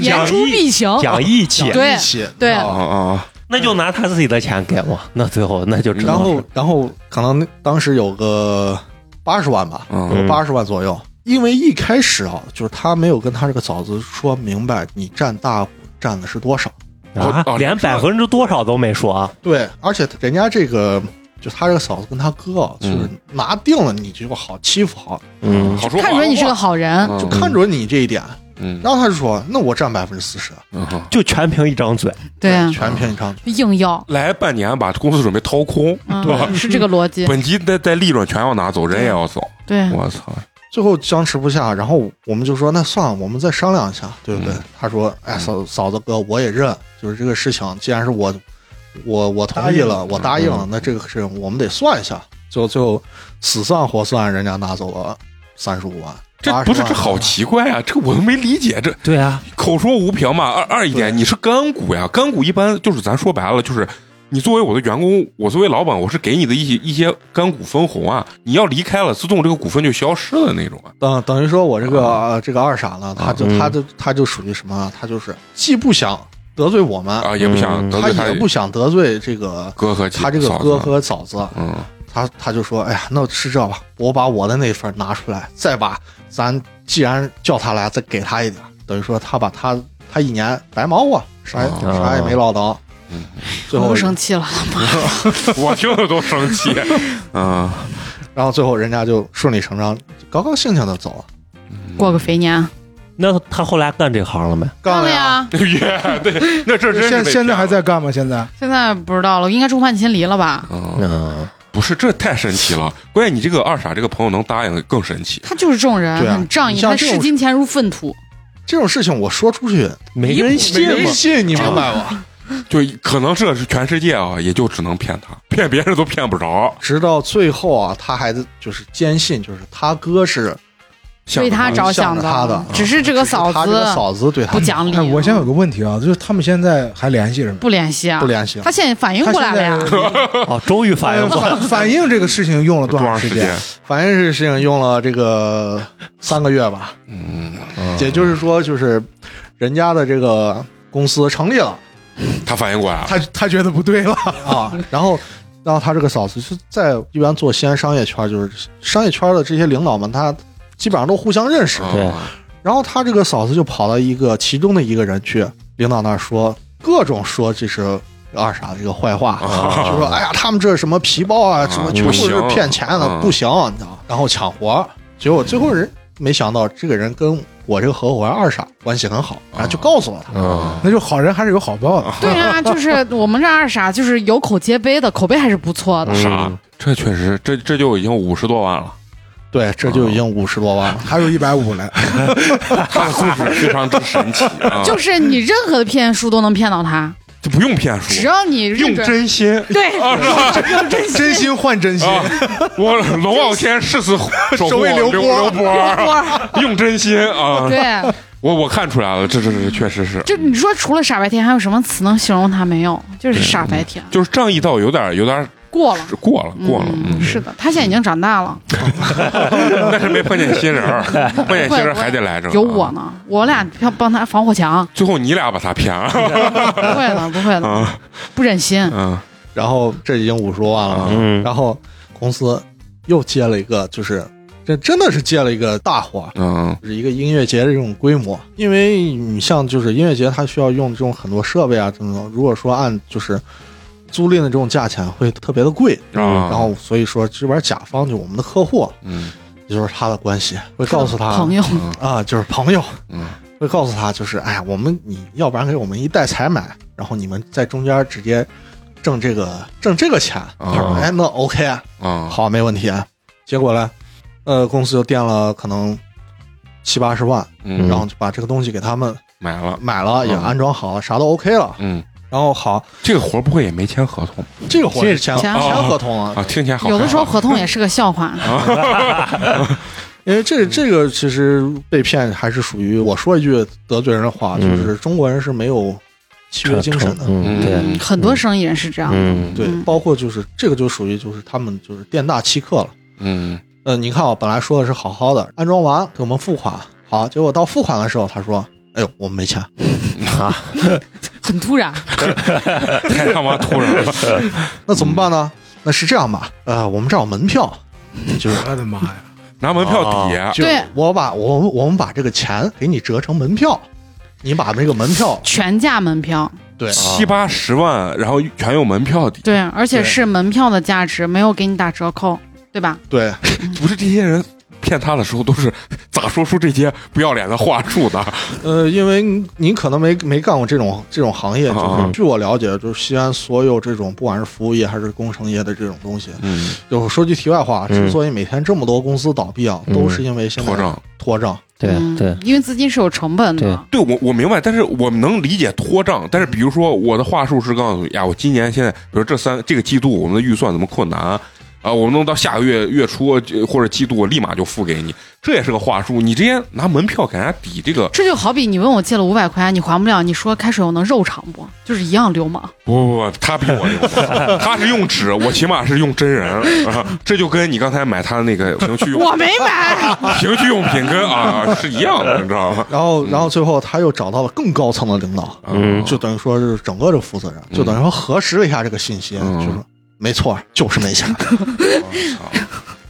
Speaker 2: 言出必行，
Speaker 3: 讲义气，
Speaker 2: 对
Speaker 5: 一起
Speaker 2: 对
Speaker 1: 啊啊啊！
Speaker 3: 那就拿他自己的钱给我，那最后那就只能
Speaker 5: 然后然后可能那当时有个八十万吧，
Speaker 1: 嗯
Speaker 5: 有八十万左右。因为一开始啊，就是他没有跟他这个嫂子说明白你占大股占的是多少。
Speaker 1: 哦
Speaker 3: 啊
Speaker 1: 哦
Speaker 3: 连百分之多少都没说啊，
Speaker 5: 对，而且人家这个就他这个嫂子跟他哥啊，就是
Speaker 1: 嗯
Speaker 5: 拿定了你就好欺负好，
Speaker 3: 嗯
Speaker 1: 好说话
Speaker 2: 看准你是个好人，
Speaker 1: 嗯
Speaker 5: 就看准你这一点。
Speaker 1: 嗯
Speaker 5: 然后他就说：“那我占百分之四十，啊
Speaker 1: 嗯好
Speaker 3: 就全凭一张嘴，
Speaker 2: 对啊，
Speaker 5: 全凭你张嘴。
Speaker 2: 硬
Speaker 5: (laughs)
Speaker 2: 要，
Speaker 1: 来半年把公司准备掏空，
Speaker 2: 嗯，是这个逻
Speaker 5: (laughs)
Speaker 2: 辑，
Speaker 1: 本金带带利润全要拿走，人也要走。
Speaker 2: 对，
Speaker 1: 我操！
Speaker 5: 最后僵持不下，然后我们就说：“那算了，我们再商量一下，对不
Speaker 1: 嗯
Speaker 5: 对？”他说：“哎，嫂嫂子哥，我也认，就是这个事情，既然是我我我同意
Speaker 1: 嗯
Speaker 5: 了，我答应了，那这个事情我们得算一下。”最后最后死算活算，人家拿走了三十五万，
Speaker 1: 这
Speaker 5: 80
Speaker 1: 不是
Speaker 5: 万
Speaker 1: 这好奇怪啊！这我都没理解，这
Speaker 3: 对啊，
Speaker 1: 口说无凭嘛。二二一点，你是干股呀，干股一般就是咱说白了就是。你作为我的员工，我作为老板，我是给你的一些一些干股分红啊。你要离开了，自动这个股份就消失了那种啊。
Speaker 5: 等等于说我这个、呃这个二傻呢，他就、
Speaker 3: 嗯
Speaker 5: 他就他就属于什么啊？他就是既不想得罪我们，
Speaker 1: 啊，也不想
Speaker 3: 嗯
Speaker 1: 得
Speaker 5: 他
Speaker 1: 罪他
Speaker 5: 也不想得罪这个
Speaker 1: 哥和
Speaker 5: 他这个
Speaker 1: 嫂子啊
Speaker 5: 哥和嫂子，
Speaker 1: 嗯
Speaker 5: 他他就说，哎呀，那是这吧，我把我的那份拿出来，再把咱既然叫他来，再给他一点，等于说他把他他一年白忙活，啥也、
Speaker 1: 啊
Speaker 5: 啥也没捞到，
Speaker 1: 嗯
Speaker 5: 最
Speaker 2: 我
Speaker 5: 后
Speaker 2: 都生气了，
Speaker 1: 我听了都生气。啊，
Speaker 5: 然后最后人家就顺理成章，高高兴兴的走了，
Speaker 2: 过
Speaker 1: (laughs)
Speaker 2: 个肥年，
Speaker 3: 那他后来干这行了没？
Speaker 5: 干
Speaker 2: 了
Speaker 5: 了，
Speaker 2: 呀，
Speaker 1: 耶，对，那这真是
Speaker 4: 现
Speaker 1: 被
Speaker 4: 现在还
Speaker 1: 骗了。
Speaker 4: 在干吗？现在
Speaker 2: 现在不知道了，应该众叛亲离了吧？
Speaker 1: 嗯，
Speaker 3: 嗯，
Speaker 1: 不是，这太神奇了。关键你这个二傻这个朋友能答应更神奇。
Speaker 2: 他就是这种人，
Speaker 5: 对啊
Speaker 2: 很仗义，
Speaker 5: 你像
Speaker 2: 他
Speaker 5: 这种
Speaker 2: 视金钱如粪土，
Speaker 5: 这种事情我说出去，啊
Speaker 3: 没人信
Speaker 5: 没人
Speaker 3: 嘛，
Speaker 5: 信，你明白吗？
Speaker 1: 就可能这是全世界啊，也就只能骗他，骗别人都骗不着。
Speaker 5: 直到最后啊，他还就是坚信，就是他哥是
Speaker 2: 为他着想
Speaker 5: 向
Speaker 2: 嗯
Speaker 5: 着他的
Speaker 2: 只是这个嫂
Speaker 5: 他这个
Speaker 2: 子
Speaker 5: 嫂子对他
Speaker 2: 不讲理。
Speaker 4: 哎，我现在有个问题啊，就是他们现在还联系着吗？
Speaker 2: 不联系啊
Speaker 5: 不，联系了
Speaker 2: 他，现在反应
Speaker 4: 他
Speaker 2: 过来
Speaker 4: 现
Speaker 2: 了
Speaker 4: 在
Speaker 2: 呀，
Speaker 3: (laughs) 哦，终于反
Speaker 5: (laughs)
Speaker 3: 应过来了，
Speaker 4: 反反应这个事情用了多
Speaker 1: 多
Speaker 4: 长
Speaker 1: 长
Speaker 4: 时
Speaker 1: 时
Speaker 4: 间
Speaker 1: 间？？
Speaker 5: 反正是事情用了这个三个月吧，
Speaker 1: 嗯，
Speaker 5: 也就是说，就是人家的这个公司成立了
Speaker 1: 他反应过来了。
Speaker 4: 他他觉得不对了，
Speaker 1: 哦
Speaker 5: 啊，然后，然后他这个嫂子是在一般做西安商业圈，就是商业圈的这些领导们，他基本上都互相认识。
Speaker 3: 对
Speaker 1: 啊
Speaker 5: 然后他这个嫂子就跑到一个其中的一个人去领导那儿说，各种说这是。二傻的这个坏话，
Speaker 1: 啊
Speaker 5: 就说哎呀，他们这是什么皮包啊，
Speaker 1: 啊
Speaker 5: 什么全
Speaker 1: 不
Speaker 5: 部
Speaker 1: 行
Speaker 5: 是骗钱的
Speaker 1: 啊，
Speaker 5: 不行，你知道吗？然后抢活儿，结果最后人没想到这个人跟我这个合伙人二傻关系很好，然后就告诉了他，
Speaker 1: 啊
Speaker 4: (laughs) 那就好人还是有好报
Speaker 1: 哦
Speaker 2: (laughs)
Speaker 4: 的。
Speaker 2: 对啊，就是我们这二傻就是有口皆碑的，口碑还是不错的。
Speaker 1: 傻，这确实，这这就已经五十多万了，
Speaker 5: 对，这就已经五十多万了。
Speaker 4: 还有一百
Speaker 1: (laughs)
Speaker 4: 五嘞，
Speaker 1: 他的素质非常之神奇啊！
Speaker 2: 就是 (laughs) 你任何的骗术都能骗到他，
Speaker 1: 就不用骗
Speaker 2: 只
Speaker 1: 术，
Speaker 2: 要你认
Speaker 1: 用
Speaker 2: 准
Speaker 1: 真心。
Speaker 2: 对，用
Speaker 4: (laughs)
Speaker 2: 真
Speaker 4: 真心换真心，
Speaker 1: 啊！我龙傲天誓死守护
Speaker 4: 守卫
Speaker 1: 刘
Speaker 4: 刘
Speaker 1: 刘
Speaker 4: 波
Speaker 1: 波儿， (laughs) 用真心啊！
Speaker 2: (laughs) 对，
Speaker 1: 我我看出来了，这这这确实是，
Speaker 2: 就你说除了傻白甜还有什么词能形容他没有？就是傻白甜，
Speaker 1: 就是仗义到有点有点
Speaker 2: 过了。
Speaker 1: 过了过
Speaker 2: (laughs)
Speaker 1: 了，
Speaker 2: 嗯，
Speaker 1: 嗯，
Speaker 2: 是的，他现在已经长大了，
Speaker 1: 但是没碰见新人儿，碰见新人还得来着，
Speaker 2: 有我
Speaker 1: 啊。
Speaker 2: 呢，我俩要帮他防火墙，
Speaker 1: 最后你俩把他骗 (laughs) 了，
Speaker 2: 不会的，不会的，
Speaker 1: 啊
Speaker 2: 不忍心。
Speaker 1: 嗯
Speaker 5: 然后这已经五十多万了嘛，
Speaker 3: 嗯
Speaker 5: 然后公司又接了一个，就是这真的是接了一个大活，
Speaker 1: 嗯
Speaker 5: 就是一个音乐节的这种规模。因为你像就是音乐节，它需要用这种很多设备啊，这种如果说按就是租赁的这种价钱会特别的贵。
Speaker 1: 啊，
Speaker 5: 然后所以说这边甲方就我们的客户，
Speaker 1: 嗯
Speaker 5: 也就是他的关系，会告诉他
Speaker 2: 朋友，
Speaker 5: 啊，就是朋友，
Speaker 1: 嗯
Speaker 5: 会告诉他就是，哎呀，我们你要不然给我们一代采买，然后你们在中间直接挣这个挣这个钱。他说，哎，那 OK，啊
Speaker 1: 啊，
Speaker 5: 好，没问题。啊。结果呢，呃，公司就垫了可能七八十万，
Speaker 1: 嗯，
Speaker 5: 然后就把这个东西给他们
Speaker 1: 买了，
Speaker 5: 买了，也
Speaker 1: 嗯
Speaker 5: 安装好了，啥都 OK 了。
Speaker 1: 嗯，
Speaker 5: 然后好，
Speaker 1: 这个活儿不会也没签合同啊
Speaker 5: 这个活
Speaker 3: 这
Speaker 5: 是签
Speaker 2: 签
Speaker 5: 签
Speaker 1: 了
Speaker 5: 合同了
Speaker 1: 啊？，听起来好，
Speaker 2: 有的时候合同也是个笑话。
Speaker 5: 因为这这个其实被骗还是属于我说一句得罪人的话，就
Speaker 3: 嗯
Speaker 5: 是中国人是没有契约精神的。
Speaker 3: 嗯，对，
Speaker 1: 嗯
Speaker 2: 很多生意人是这样的。
Speaker 3: 嗯，
Speaker 5: 对，
Speaker 2: 嗯
Speaker 5: 包括就是这个就属于就是他们就是店大欺客了。
Speaker 1: 嗯
Speaker 5: 嗯，你看啊，本来说的是好好的，安装完给我们付款，好，结果到付款的时候，他说：“哎呦，我们没钱。
Speaker 2: 很突然，
Speaker 1: 嗯太他妈突然了，”
Speaker 5: 那怎么办呢？那是这样吧，呃，我们这儿有门票，就是
Speaker 4: 我的妈呀！
Speaker 1: (laughs) 拿门票抵啊押，
Speaker 5: 就
Speaker 2: 对
Speaker 5: 我把我们我们把这个钱给你折成门票，你把那个门
Speaker 1: (laughs)
Speaker 5: 票
Speaker 2: 全价门票，
Speaker 1: (laughs)
Speaker 5: 对
Speaker 1: 七八十万，然后全用门票抵，
Speaker 2: 对，而且
Speaker 5: 对
Speaker 2: 是门票的价值，没有给你打折扣，对吧？
Speaker 5: 对，
Speaker 1: 不是这些人骗他的时候都是咋说出这些不要脸的话术的？
Speaker 5: 呃，因为你你可能没没干过这种这种行业，就
Speaker 1: 啊
Speaker 5: 是据我了解，就是西安所有这种不管是服务业还是工程业的这种东西，
Speaker 1: (laughs) 嗯，
Speaker 5: 就是说句题外话，
Speaker 3: 嗯
Speaker 5: 之所以每天这么多公司倒闭啊，
Speaker 3: 嗯
Speaker 5: 都是因为现在
Speaker 1: 脱账。
Speaker 5: 脱账，
Speaker 3: 对
Speaker 2: 嗯
Speaker 3: 对，
Speaker 2: 因为资金是有成本的，
Speaker 1: 对我我明白，但是我们能理解拖账。但是比如说我的话术是告诉你呀，我今年现在，比如这三这个季度我们的预算怎么困难啊、我们能到下个月月初呃或者季度我立马就付给你，这也是个话术。你直接拿门票给人家抵这个，
Speaker 2: 这就好比你问我借了五百块钱，你还不了，你说开水我能肉偿不？就是一样流氓。
Speaker 1: 不不不，他比我牛， (laughs) 他是用纸，我起码是用真人啊。这就跟你刚才买他那个情趣用
Speaker 2: 我没买，
Speaker 1: 情趣用品跟啊是一样的，你知道吗？
Speaker 5: 然后然后最后他又找到了更高层的领导，
Speaker 3: 嗯
Speaker 5: 就等于说是整个这负责人，就等于说核实了一下这个信息，
Speaker 1: 嗯
Speaker 5: 就说没错，就是
Speaker 1: (laughs)
Speaker 5: 没钱，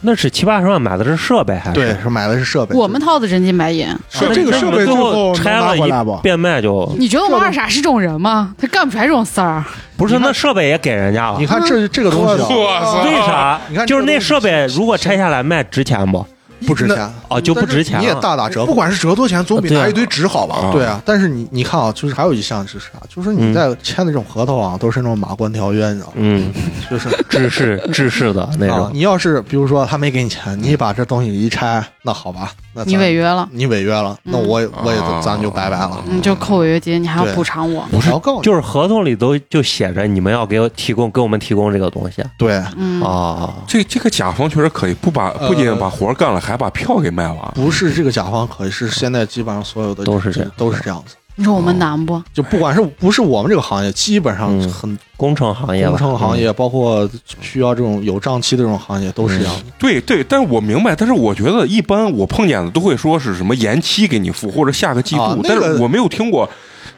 Speaker 3: 那是七八十万买的是设备还是？
Speaker 5: 对，，是买的是设备，
Speaker 2: 我们套的人家买盐。
Speaker 1: 是
Speaker 4: 这个
Speaker 3: 那你
Speaker 4: 设
Speaker 3: 们
Speaker 4: 备
Speaker 3: 最
Speaker 4: 最
Speaker 3: 后
Speaker 4: 后
Speaker 3: 拆
Speaker 4: 能拿
Speaker 3: 了
Speaker 4: 回来不
Speaker 3: 一变卖就
Speaker 2: 你觉得王二傻是这种人吗？他干不出来这种事儿。
Speaker 3: 不是那设备也给人家了
Speaker 5: 你，看这这个东
Speaker 1: (laughs)
Speaker 5: 西啊，
Speaker 1: 哇塞！
Speaker 3: (laughs) 为啥
Speaker 5: 你看？
Speaker 3: 就是
Speaker 5: 这个
Speaker 3: 那
Speaker 5: 东西
Speaker 3: 设备如果拆下来卖值钱不？
Speaker 5: 不值钱
Speaker 3: 哦，就不值钱
Speaker 5: 你也
Speaker 3: 了。
Speaker 5: 大打折扣
Speaker 4: 不。管是啊折多钱，总比
Speaker 3: 对啊
Speaker 4: 拿一堆纸好吧？
Speaker 5: 对啊，但是你你看啊，就是还有一项是啥？就是你在签的这种合同啊，都是那种马关条约，你知道吗？
Speaker 3: 嗯，
Speaker 5: 就是
Speaker 3: (laughs) 制式制式的那
Speaker 5: 啊，
Speaker 3: 种，
Speaker 5: 你要是比如说他没给你钱，你把这东西一拆，那好吧，那咱
Speaker 2: 你违约了，
Speaker 5: 你违约了，那我
Speaker 3: 嗯
Speaker 5: 也我也
Speaker 1: 啊
Speaker 5: 咱就拜拜了。
Speaker 2: 你就扣违约金，你还要
Speaker 5: 对
Speaker 2: 补偿我。
Speaker 5: 我要告
Speaker 3: (laughs)
Speaker 5: 你，
Speaker 3: 哦就是合同里都就写着你们要给我提供给我们提供这个东西
Speaker 5: 对，
Speaker 2: 嗯，
Speaker 3: 啊。
Speaker 1: 这这个甲方确实可以，不把
Speaker 5: 呃
Speaker 1: 不仅把活儿干了，啊还把票给卖完。
Speaker 5: 不是这个甲方可以是现在基本上所有的
Speaker 3: 都是这样
Speaker 5: 都是这样子，
Speaker 2: 你说我们难不？
Speaker 5: 就不管是不是我们这个行业，基本上
Speaker 3: 嗯
Speaker 5: 很
Speaker 3: 工程行业吧，
Speaker 5: 工程行业，包括需要这种有账期的这种行业都是这样子。
Speaker 1: 对对，但是我明白，但是我觉得一般我碰见的都会说是什么延期给你付，或者下个季度，
Speaker 5: 啊那
Speaker 1: 但
Speaker 5: 个
Speaker 1: 是我没有听过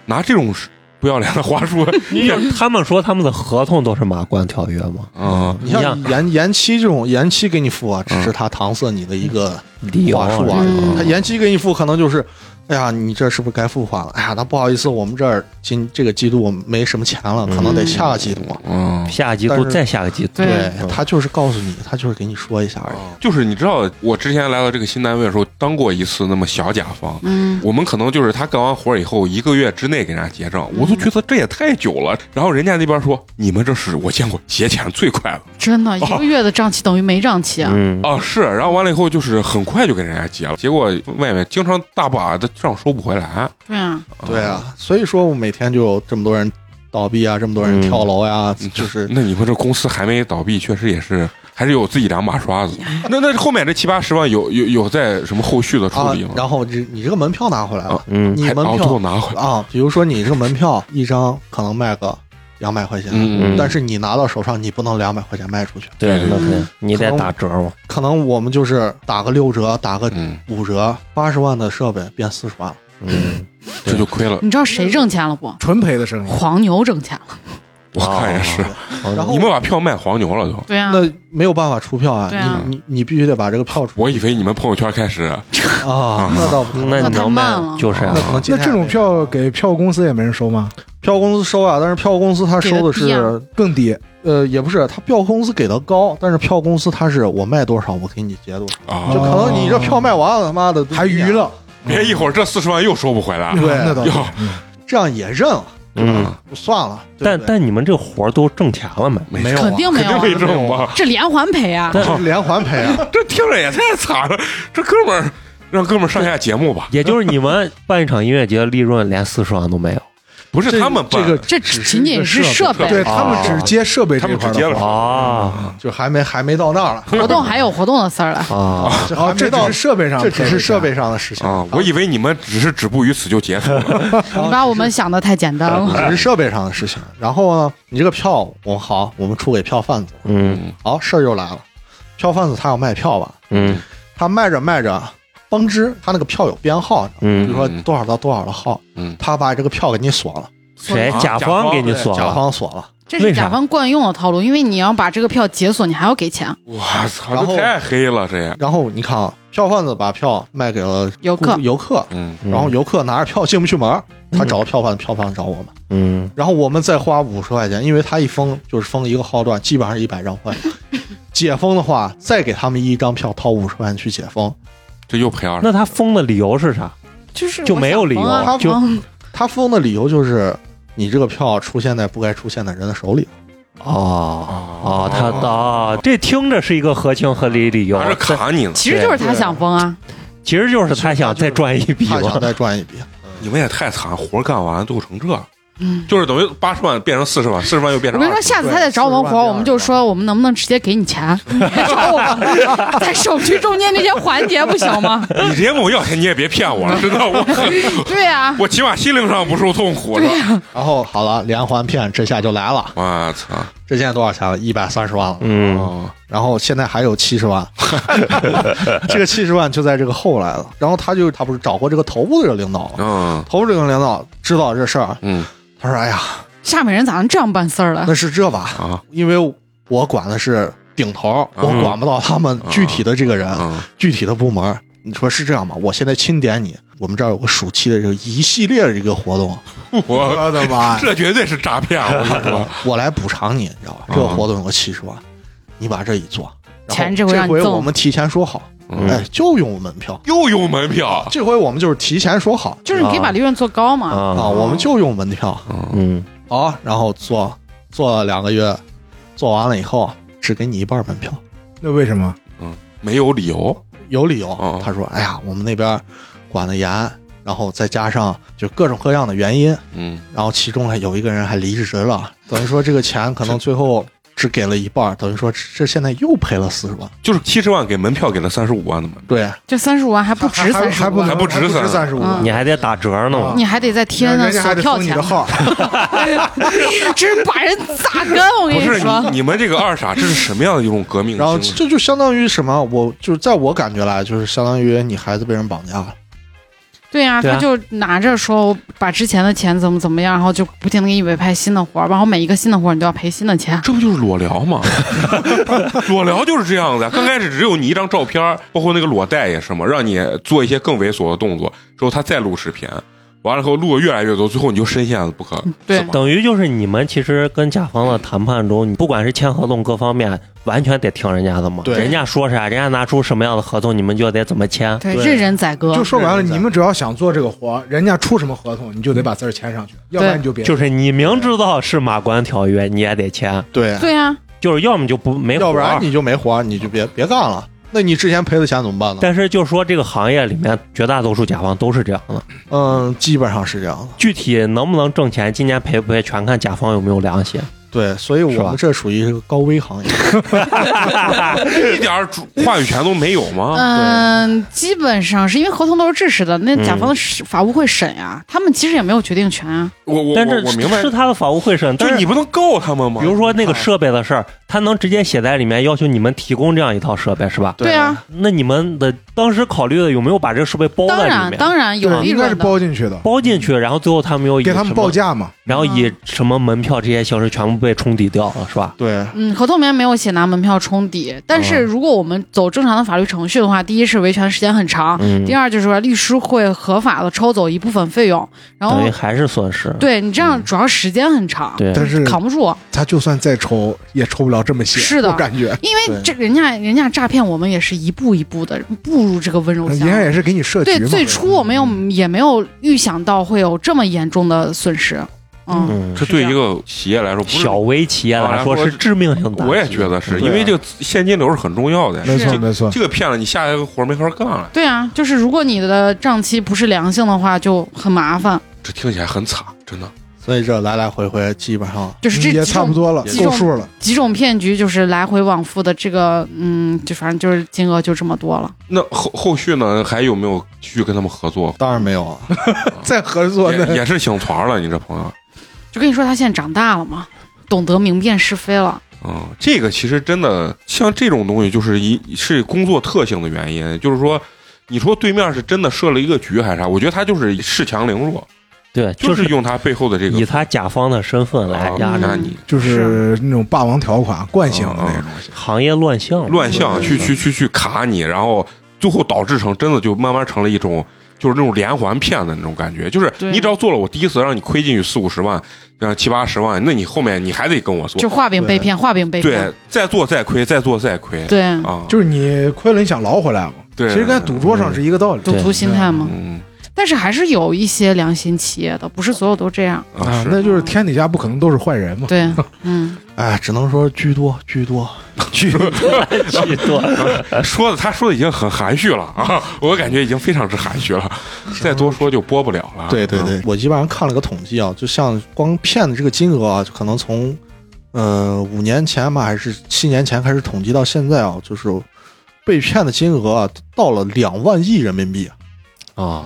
Speaker 1: 拿这种不要脸的话
Speaker 5: (laughs)
Speaker 1: 说
Speaker 3: 嗯就是他们说他们的合同都是马关条约嘛，
Speaker 1: 啊。
Speaker 5: 嗯你
Speaker 3: 一
Speaker 5: 像
Speaker 3: 样
Speaker 5: 延延期这种延期给你付啊，只是他搪塞你的一个
Speaker 3: 理由
Speaker 5: 话术啊
Speaker 2: 这种，
Speaker 5: 他延期给你付可能就是，哎呀，你这是不是该付款了？哎呀，那不好意思，我们这儿今这个季度没什么钱了，可能得下个季度。
Speaker 1: (laughs) 嗯，
Speaker 3: 下个季
Speaker 5: 但
Speaker 3: 度
Speaker 5: 是
Speaker 3: 再下个季度，
Speaker 2: 对
Speaker 5: 对
Speaker 3: 嗯
Speaker 5: 他就是告诉你，他就是给你说一下而已。
Speaker 1: 就是你知道，我之前来到这个新单位的时候，当过一次那么小甲方，
Speaker 2: 嗯，
Speaker 1: 我们可能就是他干完活以后一个月之内给人家结账，我都觉得这也太久了。然后人家那边说，你们这是我见过结钱最快的
Speaker 2: 真的，一个月的账期等于没账期啊。
Speaker 3: 嗯，
Speaker 1: 啊，是。然后完了以后就是很快就给人家结了，结果外面经常大把的账收不回来。
Speaker 2: 对啊，
Speaker 5: 对啊，所以说我每天就有这么多人倒闭啊，这么多人
Speaker 3: 嗯
Speaker 5: 跳楼呀、就是啊
Speaker 1: 那你们这公司还没倒闭，确实也是还是有自己两把刷子。
Speaker 3: 哎
Speaker 1: 那那后面这七八十万有有有在什么后续的处
Speaker 5: 啊
Speaker 1: 理吗？。
Speaker 5: 然后这你这个门票拿回来了，
Speaker 1: 啊
Speaker 3: 嗯
Speaker 5: 你
Speaker 1: 还
Speaker 5: 门
Speaker 1: 哦最后
Speaker 5: 票
Speaker 1: 拿回来，
Speaker 5: 啊，比如说你这个门票一张可能卖个两百块钱，
Speaker 1: 嗯
Speaker 5: 但是你拿到手上你不能两百块钱卖出去，
Speaker 3: 对，
Speaker 1: 对
Speaker 3: 那肯定
Speaker 2: 嗯
Speaker 3: 你得打折嘛，
Speaker 5: 可能我们就是打个六折，打个
Speaker 1: 嗯，
Speaker 5: 五折，八十万的设备变四十万了。
Speaker 3: 嗯，
Speaker 1: 这就亏了。
Speaker 2: 你知道谁挣钱了不？
Speaker 4: 纯赔的生意。
Speaker 2: 黄牛挣钱了。
Speaker 1: 我
Speaker 5: 哦
Speaker 1: 看也是，
Speaker 5: 然后
Speaker 1: 你们把票卖黄牛了都。
Speaker 2: 对啊，
Speaker 5: 那没有办法出票啊，
Speaker 2: 对啊
Speaker 5: 你你你必须得把这个票出
Speaker 1: 我以为你们朋友圈开始
Speaker 5: 啊，那倒不可能，
Speaker 3: 那
Speaker 2: 那
Speaker 3: 你
Speaker 2: 太
Speaker 3: 能卖
Speaker 2: 慢了
Speaker 3: 就是啊
Speaker 5: 那，可能今
Speaker 4: 那
Speaker 5: 天
Speaker 4: 这种
Speaker 5: 还没
Speaker 4: 票给票公司也没人收吗？
Speaker 5: 票公司收啊，但是票公司他收的
Speaker 2: 给
Speaker 5: 是
Speaker 2: 的
Speaker 4: 更低，
Speaker 5: 呃，也不是，他票公司给的高，但是票公司他是我卖多少，我给你结多少，
Speaker 1: 啊
Speaker 5: 就
Speaker 4: 哦
Speaker 5: 可能你这票卖完了，他妈的
Speaker 4: 还余了，
Speaker 1: 别一会儿这四十万又收不回来。
Speaker 5: 对
Speaker 4: 那倒是
Speaker 1: 哟
Speaker 5: 这样也认了，
Speaker 3: 嗯，
Speaker 5: 算了。对
Speaker 3: 但
Speaker 5: 不对
Speaker 3: 但你们这活儿都挣钱了没？
Speaker 5: 没有啊
Speaker 2: 肯定没
Speaker 1: 肯
Speaker 2: 有
Speaker 1: 定
Speaker 2: 啊
Speaker 1: 会，中吧？
Speaker 2: 这连环赔啊。
Speaker 5: 这是连环赔啊，
Speaker 1: 这听着也太惨了，这哥们儿让哥们儿上下节目吧。
Speaker 3: 也就是你们办一场音乐节利润连四十万都没有，
Speaker 1: 不是
Speaker 5: 这
Speaker 1: 他们办
Speaker 5: 这个
Speaker 2: 这
Speaker 5: 只
Speaker 2: 仅仅是
Speaker 5: 是
Speaker 2: 设
Speaker 1: 备
Speaker 4: 对
Speaker 2: 备，
Speaker 4: 他们只接设备
Speaker 1: 他
Speaker 4: 这
Speaker 1: 们只
Speaker 4: 块儿
Speaker 1: 接
Speaker 4: 的
Speaker 1: 了
Speaker 4: 活，
Speaker 3: 啊
Speaker 5: 就还没还没到那儿了，
Speaker 2: 活动还有活动的事儿了。
Speaker 3: 啊！
Speaker 5: 这
Speaker 4: 然后
Speaker 5: 还没
Speaker 4: 哦这只
Speaker 5: 到
Speaker 4: 是设备上，
Speaker 5: 这只是设备上的事情
Speaker 1: 啊！我以为你们只是止步于此就结束了，
Speaker 2: 你把我们想的太简单了。
Speaker 5: 只是设备上的事情。然后呢，你这个票，我们好，我们出给票贩子。
Speaker 3: 嗯
Speaker 5: 好，事儿又来了，票贩子他要卖票吧？
Speaker 3: 嗯
Speaker 5: 他卖着卖着，帮之他那个票有编号的，比如
Speaker 3: 嗯，
Speaker 5: 说多少到多少的号，
Speaker 1: 嗯
Speaker 5: 他把这个票给你锁了，
Speaker 3: (laughs) 谁
Speaker 1: 啊
Speaker 3: 甲
Speaker 1: 甲方
Speaker 3: 方给你锁
Speaker 5: 甲
Speaker 3: 了？
Speaker 5: 方锁了。
Speaker 2: 这是甲方惯用的套路，因为你要把这个票解锁，你还要给钱。
Speaker 1: 我操，
Speaker 5: 然
Speaker 1: 这
Speaker 5: 后
Speaker 1: 太黑了，这也
Speaker 5: 然后你看啊，票贩子把票卖给了
Speaker 2: 游客
Speaker 5: 顾游客，
Speaker 1: 嗯
Speaker 3: 嗯
Speaker 5: 然后游客拿着票进不去门儿，他找票贩子，票贩子找我们，
Speaker 3: 嗯
Speaker 5: 然后我们再花五十块钱，因为他一封就是封一个号段，基本上是一百张换。解封的话，再给他们一张票，掏五十块钱去解封。
Speaker 1: 这又赔二十
Speaker 3: 那他封的理由是啥？
Speaker 2: 就是
Speaker 3: 就没有理由
Speaker 2: 我想
Speaker 3: 就
Speaker 2: 疯啊
Speaker 5: 他封的理由就是你这个票出现在不该出现的人的手里。
Speaker 3: 哦哦
Speaker 1: 哦，
Speaker 3: 他哦，这听着是一个合情合理理由
Speaker 1: 还，是卡你呢，
Speaker 2: 其实就是他想疯啊。
Speaker 3: 其实就是他想再赚一笔
Speaker 5: 他想
Speaker 3: 嘛。
Speaker 5: 再赚一笔。
Speaker 1: 你们也太惨，活干完最后成这，
Speaker 2: 嗯，
Speaker 1: 就是等于八十万变成四十万，四十万又变
Speaker 2: 我
Speaker 1: 成
Speaker 2: 跟
Speaker 1: 二
Speaker 2: 你
Speaker 1: 十
Speaker 2: 说，
Speaker 1: 万。
Speaker 2: 下次他再找我们活，我们就说我们能不能直接给你钱， (laughs) 别找我们， (laughs) 在手续中间那些环节不行吗？ (laughs)
Speaker 1: 你直接跟我要钱，你也别骗我
Speaker 2: 嗯
Speaker 1: 了，真的，我很
Speaker 2: 对啊，
Speaker 1: 我起码心灵上不受痛苦了。
Speaker 5: 然后好了，连环骗这下就来了，
Speaker 1: 我操！
Speaker 5: 这现在多少钱了？一百三十万了。
Speaker 3: 嗯
Speaker 1: 哦，
Speaker 5: 然后现在还有七十万， (laughs) 这个七十万就在这个后来了。然后他就他不是找过这个头部这个领导吗，
Speaker 1: 嗯
Speaker 5: 头部这个领导知道这事儿，
Speaker 1: 嗯
Speaker 5: 他说：“哎呀，
Speaker 2: 下面人咋能这样办事儿了？
Speaker 5: 那是这吧？
Speaker 1: 啊
Speaker 5: 因为我管的是顶头，
Speaker 2: 啊
Speaker 5: 我
Speaker 1: 嗯
Speaker 5: 管不到他们具体的这个人、
Speaker 1: 嗯
Speaker 3: 啊
Speaker 5: 具体的部门。你说是这样吧？我现在钦点你，我们这儿有个暑期的这个一系列的这个活动， (laughs)
Speaker 1: 嗯我
Speaker 4: 我的妈呀！
Speaker 1: 这绝对是诈骗，啊我跟你说。
Speaker 5: 我来补偿你，你知道吧？这个活动有个七十万，你把这一做，然后
Speaker 2: 钱这
Speaker 5: 这
Speaker 2: 回让你
Speaker 5: 回
Speaker 2: 揍
Speaker 5: 我们提前说好，
Speaker 1: 嗯
Speaker 5: 哎，就用门票。
Speaker 1: 又用门票，
Speaker 5: 这回我们就是提前说好
Speaker 2: 就是你可以把利润做高嘛。
Speaker 5: 啊，
Speaker 3: 啊
Speaker 5: 我们就用门票
Speaker 3: 嗯
Speaker 5: 啊，然后做做了两个月，做完了以后只给你一半门票。
Speaker 4: (laughs) 那为什么？
Speaker 1: 没有理由。
Speaker 5: 有理由。
Speaker 1: 哦
Speaker 5: 他说：“哎呀，我们那边管得严，然后再加上就各种各样的原因，
Speaker 1: 嗯，
Speaker 5: 然后其中还有一个人还离职了，等于说这个钱可能最后只给了一半，等于说这现在又赔了四十万。
Speaker 1: 就是七十万给门票给了三十五万的门
Speaker 5: 对，
Speaker 2: 这三十五万还不值
Speaker 4: 还
Speaker 2: 三
Speaker 4: 还
Speaker 2: 十
Speaker 4: 还
Speaker 2: 五
Speaker 4: 不
Speaker 2: 万
Speaker 1: 还
Speaker 4: 能，
Speaker 1: 不值
Speaker 4: 值三十五
Speaker 2: 嗯，
Speaker 3: 你还得打折呢嘛。
Speaker 2: 你还得再贴那
Speaker 4: 人家
Speaker 2: 索
Speaker 4: 还得
Speaker 2: 票
Speaker 4: 封你
Speaker 2: 钱
Speaker 4: 的，号，
Speaker 2: (laughs) 真是把人咋跟？我跟
Speaker 1: 不是
Speaker 2: 说
Speaker 1: 你，你们这个二傻，这是什么样的一种革命
Speaker 5: 然后
Speaker 1: 精神？
Speaker 5: 这就相当于什么？我就是在我感觉来，就是相当于你孩子被人绑架了。
Speaker 2: 对呀、
Speaker 3: 对啊
Speaker 2: 他就拿着说我把之前的钱怎么怎么样，然后就不停的给你委派新的活儿，然后每一个新的活儿你都要赔新的钱。
Speaker 1: 这不就是裸聊吗？ (laughs) 裸聊就是这样啊的，刚开始只有你一张照片，包括那个裸贷也是嘛，让你做一些更猥琐的动作，之后他再录视频，完了以后录的越来越多，最后你就深陷了不可自
Speaker 2: 嗯对
Speaker 1: 拔。
Speaker 3: 等于就是你们其实跟甲方的谈判中，你不管是签合同各方面，完全得听人家的嘛。
Speaker 5: 对
Speaker 3: 人家说啥，人家拿出什么样的合同，你们就得怎么签。
Speaker 2: 对，
Speaker 5: 对
Speaker 2: 任人宰割
Speaker 4: 就。说白了，
Speaker 5: 是是是
Speaker 4: 你们只要想做这个活，人家出什么合同，你就得把字儿签上去，要不然你就别。
Speaker 3: 就是你明知道是马关条约，你也得签。
Speaker 5: 对，
Speaker 2: 对啊呀、
Speaker 3: 就是要么就不没活儿
Speaker 5: 要不然你就没活儿，你就别别干了。那你之前赔的钱怎么办呢？
Speaker 3: 但是就说这个行业里面，绝大多数甲方都是这样的。
Speaker 5: 嗯，基本上是这样的。
Speaker 3: 具体能不能挣钱，今年赔不赔，全看甲方有没有良心。
Speaker 5: 对，所以
Speaker 3: 是
Speaker 5: 我
Speaker 3: 吧
Speaker 5: 们这属于是个高危行业。
Speaker 1: 一点儿主话语权都没有
Speaker 3: 哦
Speaker 1: 吗？
Speaker 2: 嗯，基本上是因为合同都是制式的，那甲方的是法务会审
Speaker 3: 嗯
Speaker 2: 呀、他们其实也没有决定权啊。
Speaker 1: 我我
Speaker 3: 但是
Speaker 1: 我我明白
Speaker 3: 是，他的法务会审，但
Speaker 1: 就是你不能告他们吗？
Speaker 3: 比如说那个设备的事儿，他能直接写在里面，要求你们提供这样一套设备，是吧？
Speaker 2: 对啊，
Speaker 3: 那你们的当时考虑的有没有把这个设备包
Speaker 2: 当
Speaker 3: 在里
Speaker 2: 然，
Speaker 3: 面？
Speaker 2: 当然有
Speaker 4: 对，啊
Speaker 2: 利
Speaker 4: 应该是
Speaker 2: 润的。
Speaker 4: 包进去的，
Speaker 3: 包进去，然后最后他们又以
Speaker 4: 给他们
Speaker 3: 什么
Speaker 4: 报，价嘛。
Speaker 3: 然后以什么门票这些形式全部被冲抵掉了，是吧？
Speaker 5: 对，
Speaker 2: 嗯，合同里面没有写拿门票冲抵，但
Speaker 3: 嗯
Speaker 2: 是如果我们走正常的法律程序的话，第一是维权时间很长，
Speaker 3: 嗯
Speaker 2: 啊第，二就是说律师会合法的抽走一部分费用，然后
Speaker 3: 等于还是损失。
Speaker 2: 对你这样主要时间很长，
Speaker 3: 对
Speaker 4: 但是
Speaker 2: 扛不住。
Speaker 4: 他就算再抽，也抽不了这么些。
Speaker 2: 是的
Speaker 4: 我感觉
Speaker 2: 因为这人家人家诈骗我们也是一步一步的步入这个温柔
Speaker 4: 人
Speaker 2: 乡。
Speaker 4: 家也是给你设局
Speaker 2: 对，
Speaker 4: 嘛。嗯
Speaker 2: 最初我们又也没有预想到会有这么严重的损失。嗯，
Speaker 3: 嗯，
Speaker 1: 这对一个企业来说不是啊
Speaker 3: 小微企业来说是致命性打击。
Speaker 1: 我也觉得是
Speaker 3: 对啊
Speaker 1: 因为这个现金流是很重要的，
Speaker 4: 没错
Speaker 2: 是
Speaker 4: 没错，
Speaker 1: 这个骗了你下一个活儿没法干了，
Speaker 2: 对啊，就是如果你的账期不是良性的话，就很麻烦。
Speaker 1: 这听起来很惨，真的。
Speaker 5: 所以这来来回回基本上
Speaker 2: 就是这
Speaker 4: 嗯也
Speaker 2: 几
Speaker 4: 差不
Speaker 2: 种
Speaker 4: 多了，
Speaker 2: 几
Speaker 4: 够
Speaker 2: 种
Speaker 4: 数了。
Speaker 2: 几种骗局，就是来回往复的这个，嗯，就反正就是金额就这么多了。
Speaker 1: 那后后续呢？还有没有继续跟他们合作？
Speaker 5: 当然没有啊，
Speaker 4: 再合作
Speaker 1: 也
Speaker 4: 呢，
Speaker 1: 也是醒团了，你这朋友。
Speaker 2: 就跟你说，他现在长大了嘛，懂得明辨是非了。
Speaker 1: 嗯，这个其实真的像这种东西，就是一是工作特性的原因，就是说，你说对面是真的设了一个局还是啥？我觉得他就是恃强凌弱，
Speaker 3: 对，
Speaker 1: 就是是用他背后的这个
Speaker 3: 以他甲方的身份来
Speaker 1: 啊
Speaker 3: 压
Speaker 2: 着
Speaker 1: 压
Speaker 2: 你
Speaker 1: 你
Speaker 4: 就是那种霸王条款惯性的
Speaker 5: 嗯
Speaker 4: 那种。
Speaker 3: 行业乱象，
Speaker 1: 嗯乱象，去
Speaker 3: (laughs)
Speaker 1: 去去去卡你，然后最后导致成真的就慢慢成了一种就是那种连环骗的那种感觉，就是
Speaker 2: 对
Speaker 1: 你只要做了我第一次让你亏进去四五十万，让七八十万，那你后面你还得跟我做
Speaker 2: 就，画饼被骗，画饼被骗
Speaker 1: 对。，再做再亏，再做再亏，
Speaker 2: 对，
Speaker 1: 啊，
Speaker 5: 嗯
Speaker 4: 就是你亏了，你想捞回来嘛？
Speaker 1: 对
Speaker 4: 其实跟赌桌上是一个道理。
Speaker 2: 赌徒心态嘛。
Speaker 1: 嗯
Speaker 2: 但是还是有一些良心企业的，不是所有都这样。
Speaker 1: 啊
Speaker 4: 啊，
Speaker 1: 是
Speaker 4: 那就是天底下不可能都是坏人嘛。
Speaker 2: 对，嗯，
Speaker 5: (laughs) 哎，只能说居多居多。
Speaker 3: 去做。
Speaker 1: (laughs) 说的他说的已经很含蓄了啊， (laughs) 我感觉已经非常之含蓄了，再多说就播不了了。
Speaker 5: 对对
Speaker 1: 嗯，
Speaker 5: 对，我基本上看了个统计啊，就像光骗的这个金额啊，就可能从呃五年前吧，还是七年前开始统计到现在啊，就是被骗的金额啊，到了两万亿人民币，
Speaker 3: 啊，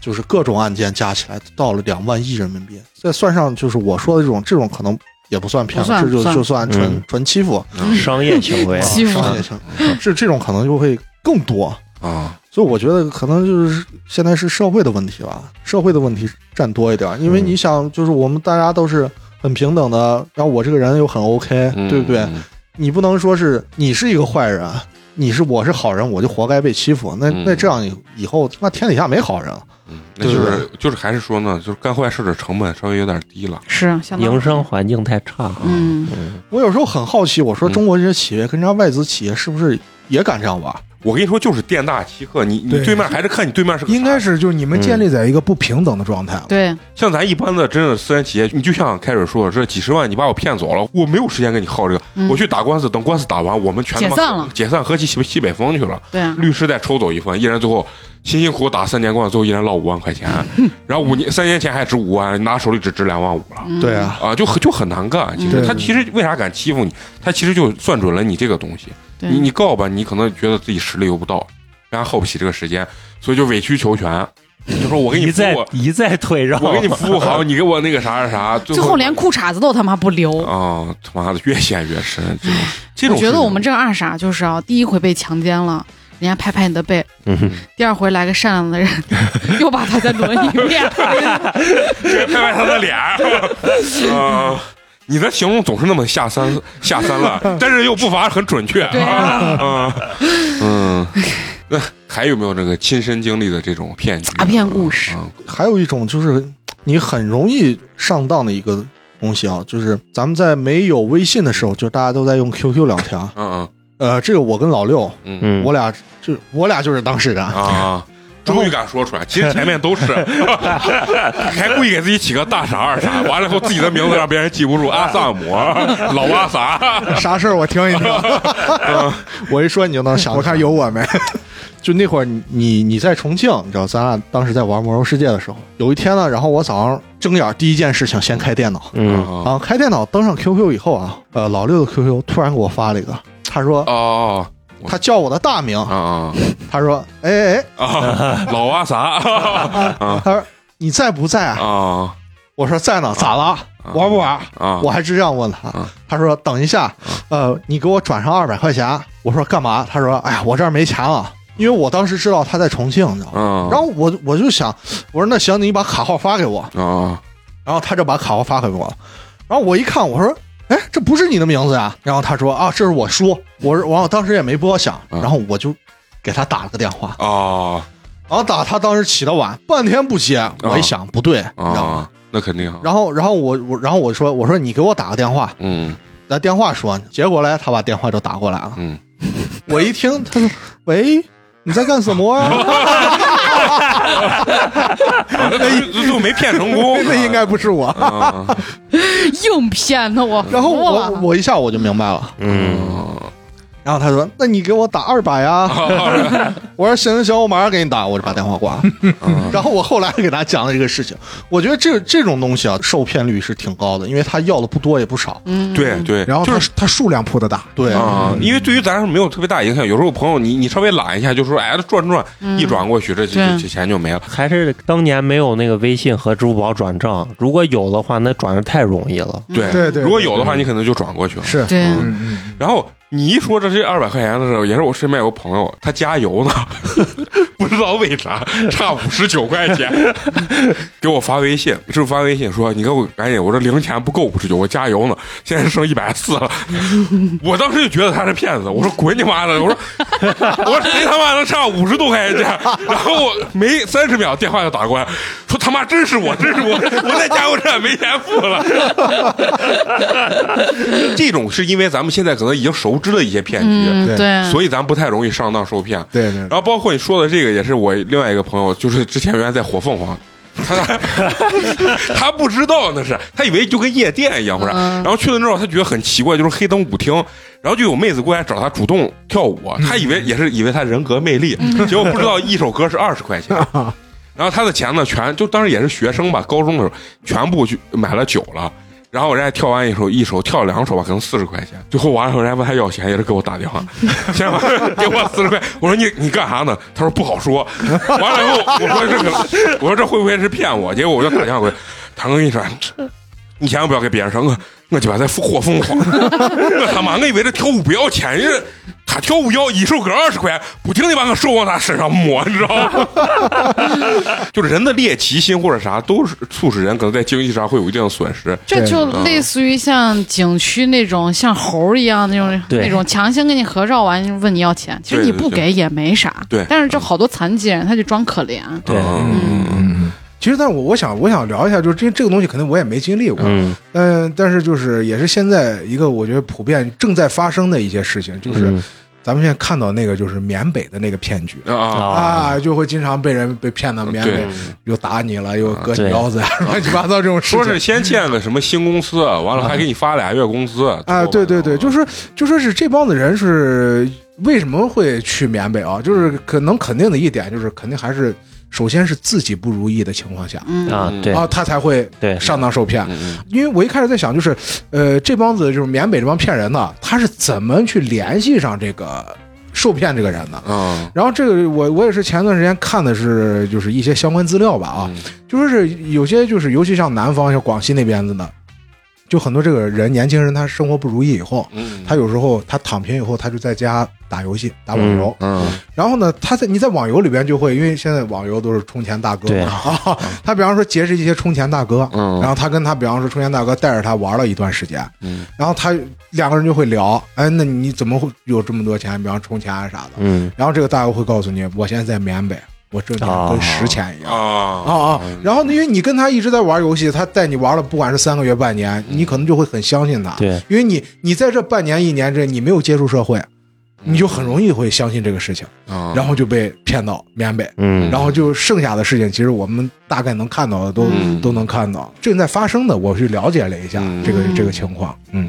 Speaker 5: 就是各种案件加起来到了两万亿人民币，再算上就是我说的这种这种可能也不算骗
Speaker 2: 不算
Speaker 5: 了，这就
Speaker 2: 不算
Speaker 5: 就算纯、
Speaker 3: 嗯
Speaker 5: 纯欺负，
Speaker 3: 商业行为
Speaker 5: 啊，
Speaker 2: 欺负
Speaker 5: 商业行为，这这种可能就会更多。
Speaker 1: 啊，
Speaker 5: 所以我觉得可能就是现在是社会的问题吧，社会的问题占多一点，因为
Speaker 3: 嗯
Speaker 5: 你想，就是我们大家都是很平等的，然后我这个人又很 OK，、
Speaker 1: 嗯
Speaker 5: 对不对？
Speaker 1: 嗯
Speaker 5: 你不能说是你是一个坏人，你是我是好人，我就活该被欺负，那、
Speaker 1: 嗯
Speaker 5: 那这样以以后那天底下没好人，
Speaker 1: 嗯那就
Speaker 5: 对
Speaker 1: 是就是还是说呢，就是干坏事的成本稍微有点低了。
Speaker 2: 是相当
Speaker 3: 营商环境太差。
Speaker 2: 嗯，
Speaker 3: 嗯，
Speaker 5: 我有时候很好奇，我说
Speaker 1: 嗯
Speaker 5: 中国这些企业跟人家外资企业是不是也敢这样玩？
Speaker 1: 我跟你说，就是店大欺客，你你
Speaker 4: 对
Speaker 1: 对面还是看你对面是个啥
Speaker 4: 应该是就是你们建立
Speaker 5: 嗯
Speaker 4: 在一个不平等的状态了。
Speaker 2: 对，
Speaker 1: 像咱一般的真的私人企业，你就像开水说的，这几十万你把我骗走了，我没有时间跟你耗这个，
Speaker 2: 嗯
Speaker 1: 我去打官司，等官司打完，我们全他妈
Speaker 2: 解散了
Speaker 1: 解散河西西西北风去了，
Speaker 2: 对啊，
Speaker 1: 律师再抽走一份，一人最后辛辛苦苦打三年官司，最后一人落五万块钱，
Speaker 4: (laughs)
Speaker 1: 然后五年三年前还值五万，拿手里只值两万五了。
Speaker 2: 嗯
Speaker 5: 对，啊，
Speaker 1: 啊，就很就很难干。其实
Speaker 4: 嗯
Speaker 1: 他其实为啥敢欺负你？他其实就算准了你这个东西，
Speaker 2: 对
Speaker 1: 你你告吧，你可能觉得自己实力又不到，人家耗不起这个时间，所以就委曲求全，就说我给你
Speaker 3: 一
Speaker 1: 服
Speaker 3: 再
Speaker 1: 务，
Speaker 3: 一再退让，
Speaker 1: 我给你服务 (laughs) 好，你给我那个啥啥啥，最
Speaker 2: 最后连裤衩子都他妈不留。
Speaker 1: 啊他妈的越陷越深，这种这种
Speaker 2: (laughs) 我觉
Speaker 1: 事
Speaker 2: 得
Speaker 1: 情
Speaker 2: 我们这个二傻就是啊，第一回被强奸了，人家拍拍你的背；
Speaker 3: (laughs) 嗯哼
Speaker 2: 第二回来个善
Speaker 1: (laughs)
Speaker 2: 良的人，又把他再轮一遍。
Speaker 1: 拍拍他的脸儿， (laughs) 啊。你的形容总是那么下三下三滥，但是又不乏很准确
Speaker 2: 对啊
Speaker 1: 啊，嗯，那还有没有这个亲身经历的这种骗局？
Speaker 2: 诈啊骗故事
Speaker 1: 嗯
Speaker 5: 还有一种就是你很容易上当的一个东西啊，就是咱们在没有微信的时候，就是大家都在用 QQ 聊天啊。
Speaker 1: 嗯
Speaker 5: 呃，这个我跟老六，
Speaker 1: 嗯嗯
Speaker 3: 嗯，
Speaker 5: 我俩就我俩就是当事人。 (laughs)
Speaker 1: 啊，终于敢说出来，其实前面都是，还故意给自己起个大傻二傻，完了以后自己的名字让别人记不住，阿萨姆、老阿萨，
Speaker 4: 啥事儿我听一
Speaker 1: (laughs)
Speaker 4: 听，
Speaker 1: 嗯
Speaker 5: (laughs) 我一说你就能想，
Speaker 4: 我看有我没？
Speaker 5: (laughs) 就那会儿你你你在重庆，你知道，咱俩当时在玩《魔兽世界》的时候，有一天呢，然后我早上睁眼第一件事情先开电脑，
Speaker 3: 嗯，
Speaker 5: 然
Speaker 1: 啊
Speaker 5: 后开电脑登上 QQ 以后啊，呃，老六的 QQ 突然给我发了一个，他说
Speaker 1: 哦
Speaker 5: 他叫我的大名
Speaker 1: 啊，啊
Speaker 5: 他说哎哎
Speaker 1: 啊，老阿萨
Speaker 5: 哎，他说你在不在啊？
Speaker 1: 啊
Speaker 5: 我说在呢，咋了？
Speaker 1: 啊
Speaker 5: 玩不玩？
Speaker 1: 啊，
Speaker 5: 我还是这样问他
Speaker 1: 啊，
Speaker 5: 他说等一下，呃，你给我转上二百块钱。我说干嘛？他说哎呀，我这儿没钱了，因为我当时知道他在重庆，你知道吗？
Speaker 1: 嗯，
Speaker 5: 然后我我就想，我说那行，你把卡号发给我。
Speaker 1: 啊
Speaker 5: 然后他就把卡号发给我了，然后我一看，我说。哎，这不是你的名字呀？然后他说啊，这是我叔。我说，我当时也没多想，
Speaker 1: 嗯
Speaker 5: 然后我就给他打了个电话，
Speaker 1: 啊
Speaker 5: 然后打他当时起的晚，半天不接。我一想、不对，你知道吗？
Speaker 1: 啊，那肯定啊，
Speaker 5: 然后，然后我我然后我说我说你给我打个电话，
Speaker 1: 嗯
Speaker 5: 咱电话说呢，结果嘞，他把电话就打过来了。
Speaker 1: 嗯，
Speaker 5: (laughs) 我一听，他说：“喂，你在干什么
Speaker 1: (laughs)
Speaker 5: 啊
Speaker 1: 那最后没骗成功，
Speaker 4: 那应该不是我。
Speaker 1: 啊，
Speaker 2: (laughs) 硬骗的我？”，
Speaker 5: 然后
Speaker 2: 服
Speaker 5: 我
Speaker 2: 了
Speaker 5: 我一下我就明白了，
Speaker 3: 嗯，
Speaker 5: 然后他说：“那你给我打二百呀！”
Speaker 1: (laughs) 啊
Speaker 5: 我说：“行行行，我马上给你打。”我就把电话挂了。
Speaker 1: (laughs) 嗯
Speaker 5: 然后我后来给他讲了这个事情，我觉得这这种东西啊，受骗率是挺高的，因为他要的不多也不少。
Speaker 2: 嗯，
Speaker 1: 对对，
Speaker 4: 然后
Speaker 1: 就
Speaker 4: 它
Speaker 1: 是。
Speaker 4: 它数量铺的大，
Speaker 5: 对，
Speaker 1: 啊，因为对于咱是没有特别大影响。有时候朋友你你稍微懒一下，就说哎转转，一转过去这这这钱就没了。
Speaker 3: 还是当年没有那个微信和支付宝转账，如果有的话，那转的太容易了。
Speaker 1: 对
Speaker 4: 对对
Speaker 1: 如果有的话，你可能就转过去了。
Speaker 4: 是，
Speaker 2: 对
Speaker 4: 嗯嗯，
Speaker 1: 然后你一说这些二百块钱的时候，也是我身边有个朋友，他加油呢， (laughs) 不知道为啥差五十九块钱， (laughs) 给我发微信，是发微信说你给我赶紧，我这零钱不够五十九，我加油呢，现在剩一百四了。 (laughs) 我当时就觉得他是骗子，我说滚你妈的，我说我说谁他妈能差五十多块钱？ (laughs) 然后我没三十秒电话就打过来，说他妈真是我，真是我，我在加油站没钱付了。 (laughs) 这种是因为咱们现在可能已经熟知的一些骗局，
Speaker 2: 嗯，
Speaker 4: 对
Speaker 2: 对，
Speaker 1: 所以咱不太容易上当受骗。
Speaker 4: 对对
Speaker 1: 然，后包括你说的这个，也是我另外一个朋友，就是之前原来在火凤
Speaker 4: (laughs)
Speaker 1: 凰。他 (laughs) 他不知道那是，他以为就跟夜店一样，或者，
Speaker 2: 嗯
Speaker 1: 然后去了之后，他觉得很奇怪，就是黑灯舞厅，然后就有妹子过来找他主动跳舞，啊
Speaker 4: 嗯
Speaker 1: 他以为也是以为他人格魅力，结果不知道一首歌是二十
Speaker 4: (laughs)
Speaker 1: 块钱，然后他的钱呢全就当时也是学生吧，高中的时候全部去买了酒了，然后人家跳完一首一首跳两首吧，可能四十块钱，最后完了以后人家问他要钱，也是给我打电话， (laughs) 先把给我四十块，我说你你干啥呢？他说不好说，完了以后我说这个，我说这会不会是骗我？结果我就打电话回去，唐哥一说。你千万不要给别人说，我我鸡巴在火凤凰，我他妈我以为这跳舞不要钱，人家他跳舞要一首歌二十块，不停的把我手往他身上抹，你知道吗？ (laughs) 就是人的猎奇心或者啥，都是促使人可能在经济上会有一定的损失。
Speaker 2: 这就
Speaker 1: 嗯
Speaker 2: 类似于像景区那种像猴儿一样那种
Speaker 3: 对
Speaker 2: 那种强行跟你合照完问你要钱，其实
Speaker 1: 对
Speaker 2: 你
Speaker 1: 对
Speaker 2: 不
Speaker 1: 对
Speaker 2: 给也没啥。
Speaker 1: 对
Speaker 2: 但是这好多残疾人他就装可怜。
Speaker 3: 对
Speaker 1: 嗯
Speaker 4: 其实，但是我我想我想聊一下，就是这这个东西，肯定我也没经历过，
Speaker 3: 嗯
Speaker 4: 嗯，但是就是也是现在一个我觉得普遍正在发生的一些事情，就是
Speaker 3: 嗯
Speaker 4: 咱们现在看到那个就是缅北的那个骗局。
Speaker 1: 啊，
Speaker 4: 啊，就会经常被人被骗到缅北
Speaker 1: 对，
Speaker 4: 又打你了，又割你
Speaker 3: 对
Speaker 4: 腰子， (laughs) 乱七八糟这种事
Speaker 1: 说
Speaker 4: 情
Speaker 1: 是。先建个什么新公司，啊完了还给你发俩月工资
Speaker 4: 啊，对对对，就是说就说是这帮子人是为什么会去缅北啊？就是可能肯定的一点就是，肯定还是首先是自己不如意的情况下，
Speaker 2: 嗯
Speaker 3: 啊，对
Speaker 4: 啊，他才会
Speaker 3: 对
Speaker 4: 上当受骗。啊
Speaker 1: 嗯
Speaker 4: 因为我一开始在想，就是呃，这帮子就是缅北这帮骗人的，他是怎么去联系上这个受骗这个人的？
Speaker 1: 啊
Speaker 4: 然后这个我我也是前段时间看的是就是一些相关资料吧
Speaker 1: 嗯
Speaker 4: 啊，就说是有些就是尤其像南方像广西那边子的，就很多这个人年轻人他生活不如意以后，
Speaker 1: 嗯，
Speaker 4: 他有时候他躺平以后，他就在家打游戏打网游，
Speaker 1: 嗯
Speaker 4: 然后呢，他在你在网游里边就会，因为现在网游都是充钱大哥
Speaker 3: 对
Speaker 4: 嘛，啊， (laughs) 他比方说结识一些充钱大哥，
Speaker 1: 嗯
Speaker 4: 然后他跟他比方说充钱大哥带着他玩了一段时间，
Speaker 1: 嗯
Speaker 4: 然后他两个人就会聊，哎，那你怎么会有这么多钱？比方充钱啊啥的，
Speaker 3: 嗯
Speaker 4: 然后这个大哥会告诉你，我现在在缅北，我挣钱跟石钱一样。
Speaker 1: 啊
Speaker 4: 啊啊！然后呢，因为你跟他一直在玩游戏，他带你玩了，不管是三个月半年，
Speaker 1: 嗯
Speaker 4: 你可能就会很相信他。
Speaker 3: 对，
Speaker 4: 因为你你在这半年一年之内，你没有接触社会，
Speaker 1: 嗯
Speaker 4: 你就很容易会相信这个事情，
Speaker 1: 啊，
Speaker 4: 然后就被骗到缅北，
Speaker 3: 嗯
Speaker 4: 然后就剩下的事情，其实我们大概能看到的都、
Speaker 1: 嗯
Speaker 4: 都能看到。正在发生的，我去了解了一下
Speaker 1: 嗯
Speaker 4: 这个、这个情况。嗯，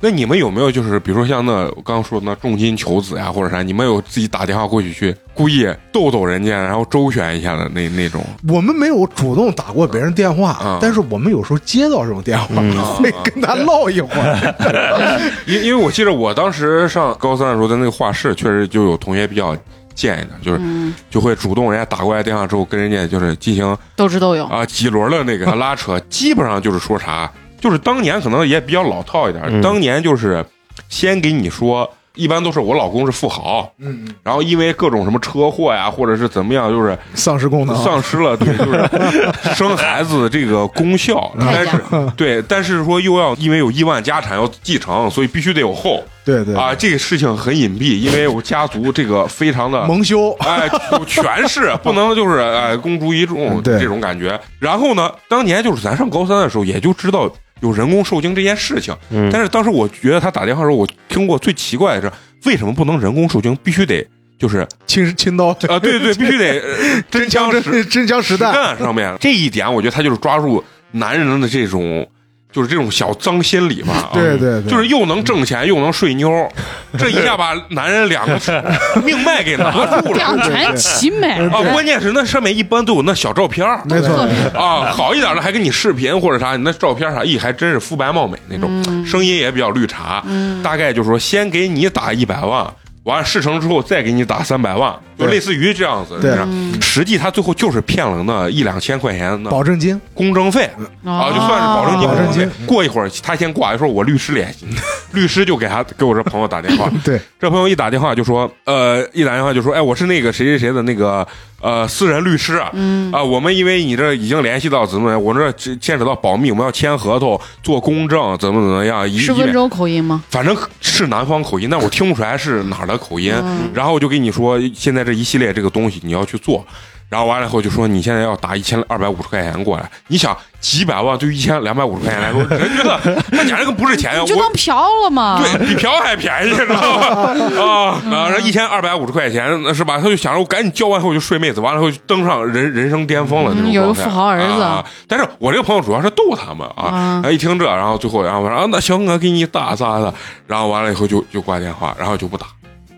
Speaker 1: 那你们有没有就是，比如说像那我刚刚说的那重金求子呀，或者啥，你们有自己打电话过去去故意逗逗人家，然后周旋一下的那那种？
Speaker 4: 我们没有主动打过别人电话，
Speaker 1: 嗯
Speaker 4: 但是我们有时候接到这种电话， (laughs) 会跟他唠一会儿。
Speaker 1: (laughs) 因因为我记得我当时上高三的时候，在那个画室，确实就有同学比较贱一点，就是
Speaker 2: 嗯
Speaker 1: 就会主动人家打过来电话之后，跟人家就是进行
Speaker 2: 斗智斗勇。
Speaker 1: 啊几轮的那个拉扯，基本上就是说啥，就是当年可能也比较老套一点，
Speaker 3: 嗯
Speaker 1: 当年就是先给你说，一般都是我老公是富豪，
Speaker 4: 嗯，嗯
Speaker 1: 然后因为各种什么车祸呀，或者是怎么样，就是
Speaker 4: 丧失功能，
Speaker 1: 丧失了对，就是生孩子这个功效，但是对，但是说又要因为有亿万家产要继承，所以必须得有后
Speaker 4: 对对
Speaker 1: 啊。这个事情很隐蔽，因为我家族这个非常的
Speaker 4: 蒙羞。
Speaker 1: (laughs) 哎，有权势，不能就是哎公诸于众
Speaker 4: 嗯对
Speaker 1: 这种感觉。然后呢，当年就是咱上高三的时候，也就知道有人工受精这件事情。
Speaker 3: 嗯
Speaker 1: 但是当时我觉得他打电话的时候，我听过最奇怪的是，为什么不能人工受精，必须得就是
Speaker 4: 亲亲刀，
Speaker 1: 啊，对对，必须得呃真枪实
Speaker 4: (laughs) 真真枪实
Speaker 1: (laughs)
Speaker 4: 弹，
Speaker 1: 干上面这一点，我觉得他就是抓住男人的这
Speaker 4: (laughs)
Speaker 1: 种，就是这种小脏心理吧。啊
Speaker 4: 对对对 (laughs)
Speaker 1: 就是又能挣钱又能睡妞，这一下把男人两个 (laughs) 命脉给拿住
Speaker 4: (laughs)
Speaker 1: 了。
Speaker 2: 两全其美。
Speaker 1: (laughs) 啊，关键是那上面一般都有那小照片儿
Speaker 4: 没错，
Speaker 1: 啊，好一点的还给你视频或者啥，你那照片啥，咦，还真是肤白貌美那种，
Speaker 4: 嗯
Speaker 1: 声音也比较绿茶，大概就是说先给你打一百万，完了事成之后再给你打三百万，就
Speaker 4: 对
Speaker 1: 类似于这样子，你
Speaker 4: 对嗯
Speaker 1: 知道实际他最后就是骗了那一两千块钱的
Speaker 4: 保证
Speaker 1: (laughs)
Speaker 4: 金，
Speaker 1: 公证费
Speaker 4: 嗯
Speaker 2: 哦
Speaker 1: 啊，就算是保证金，
Speaker 4: 保证金
Speaker 1: 费。过一会儿他先挂，说我律师联系你， (laughs) 律师就给他给我这朋友打电话，
Speaker 4: 对，
Speaker 1: 这朋友一打电话就说，呃，一打电话就说，哎，我是那个谁谁谁的那个呃私人律师啊，
Speaker 2: 嗯
Speaker 1: 啊，我们因为你这已经联系到怎么，我这这牵扯到保密，我们要签合同、做公证，怎么怎么样，以
Speaker 2: 是
Speaker 1: 以
Speaker 2: 温
Speaker 1: 免
Speaker 2: 州口音吗？
Speaker 1: 反正是南方口音，但我听不出来是哪儿的口音。
Speaker 2: 嗯
Speaker 1: 然后我就跟你说，现在这一系列这个东西你要去做，然后完了以后就说你现在要打一千二百五十块钱过来，你想几百万对于一千两百五十块钱来说，人觉得那简直跟不是钱呀，
Speaker 2: 你就
Speaker 1: 我
Speaker 2: 当嫖了嘛。 (laughs)
Speaker 1: 对比嫖还便宜，知道吧？啊，然后一千二百五十块钱那是吧？他就想着我赶紧交完以后我就睡妹子，完了以后就登上人人生巅峰了那种、
Speaker 2: 嗯有个富豪儿子
Speaker 1: 啊。但是我这个朋友主要是逗他们啊，
Speaker 2: 啊
Speaker 1: 哎一听这，然后最后然后我说啊，那行，我给你打咋的？然后完了以后就就挂电话，然后就不打。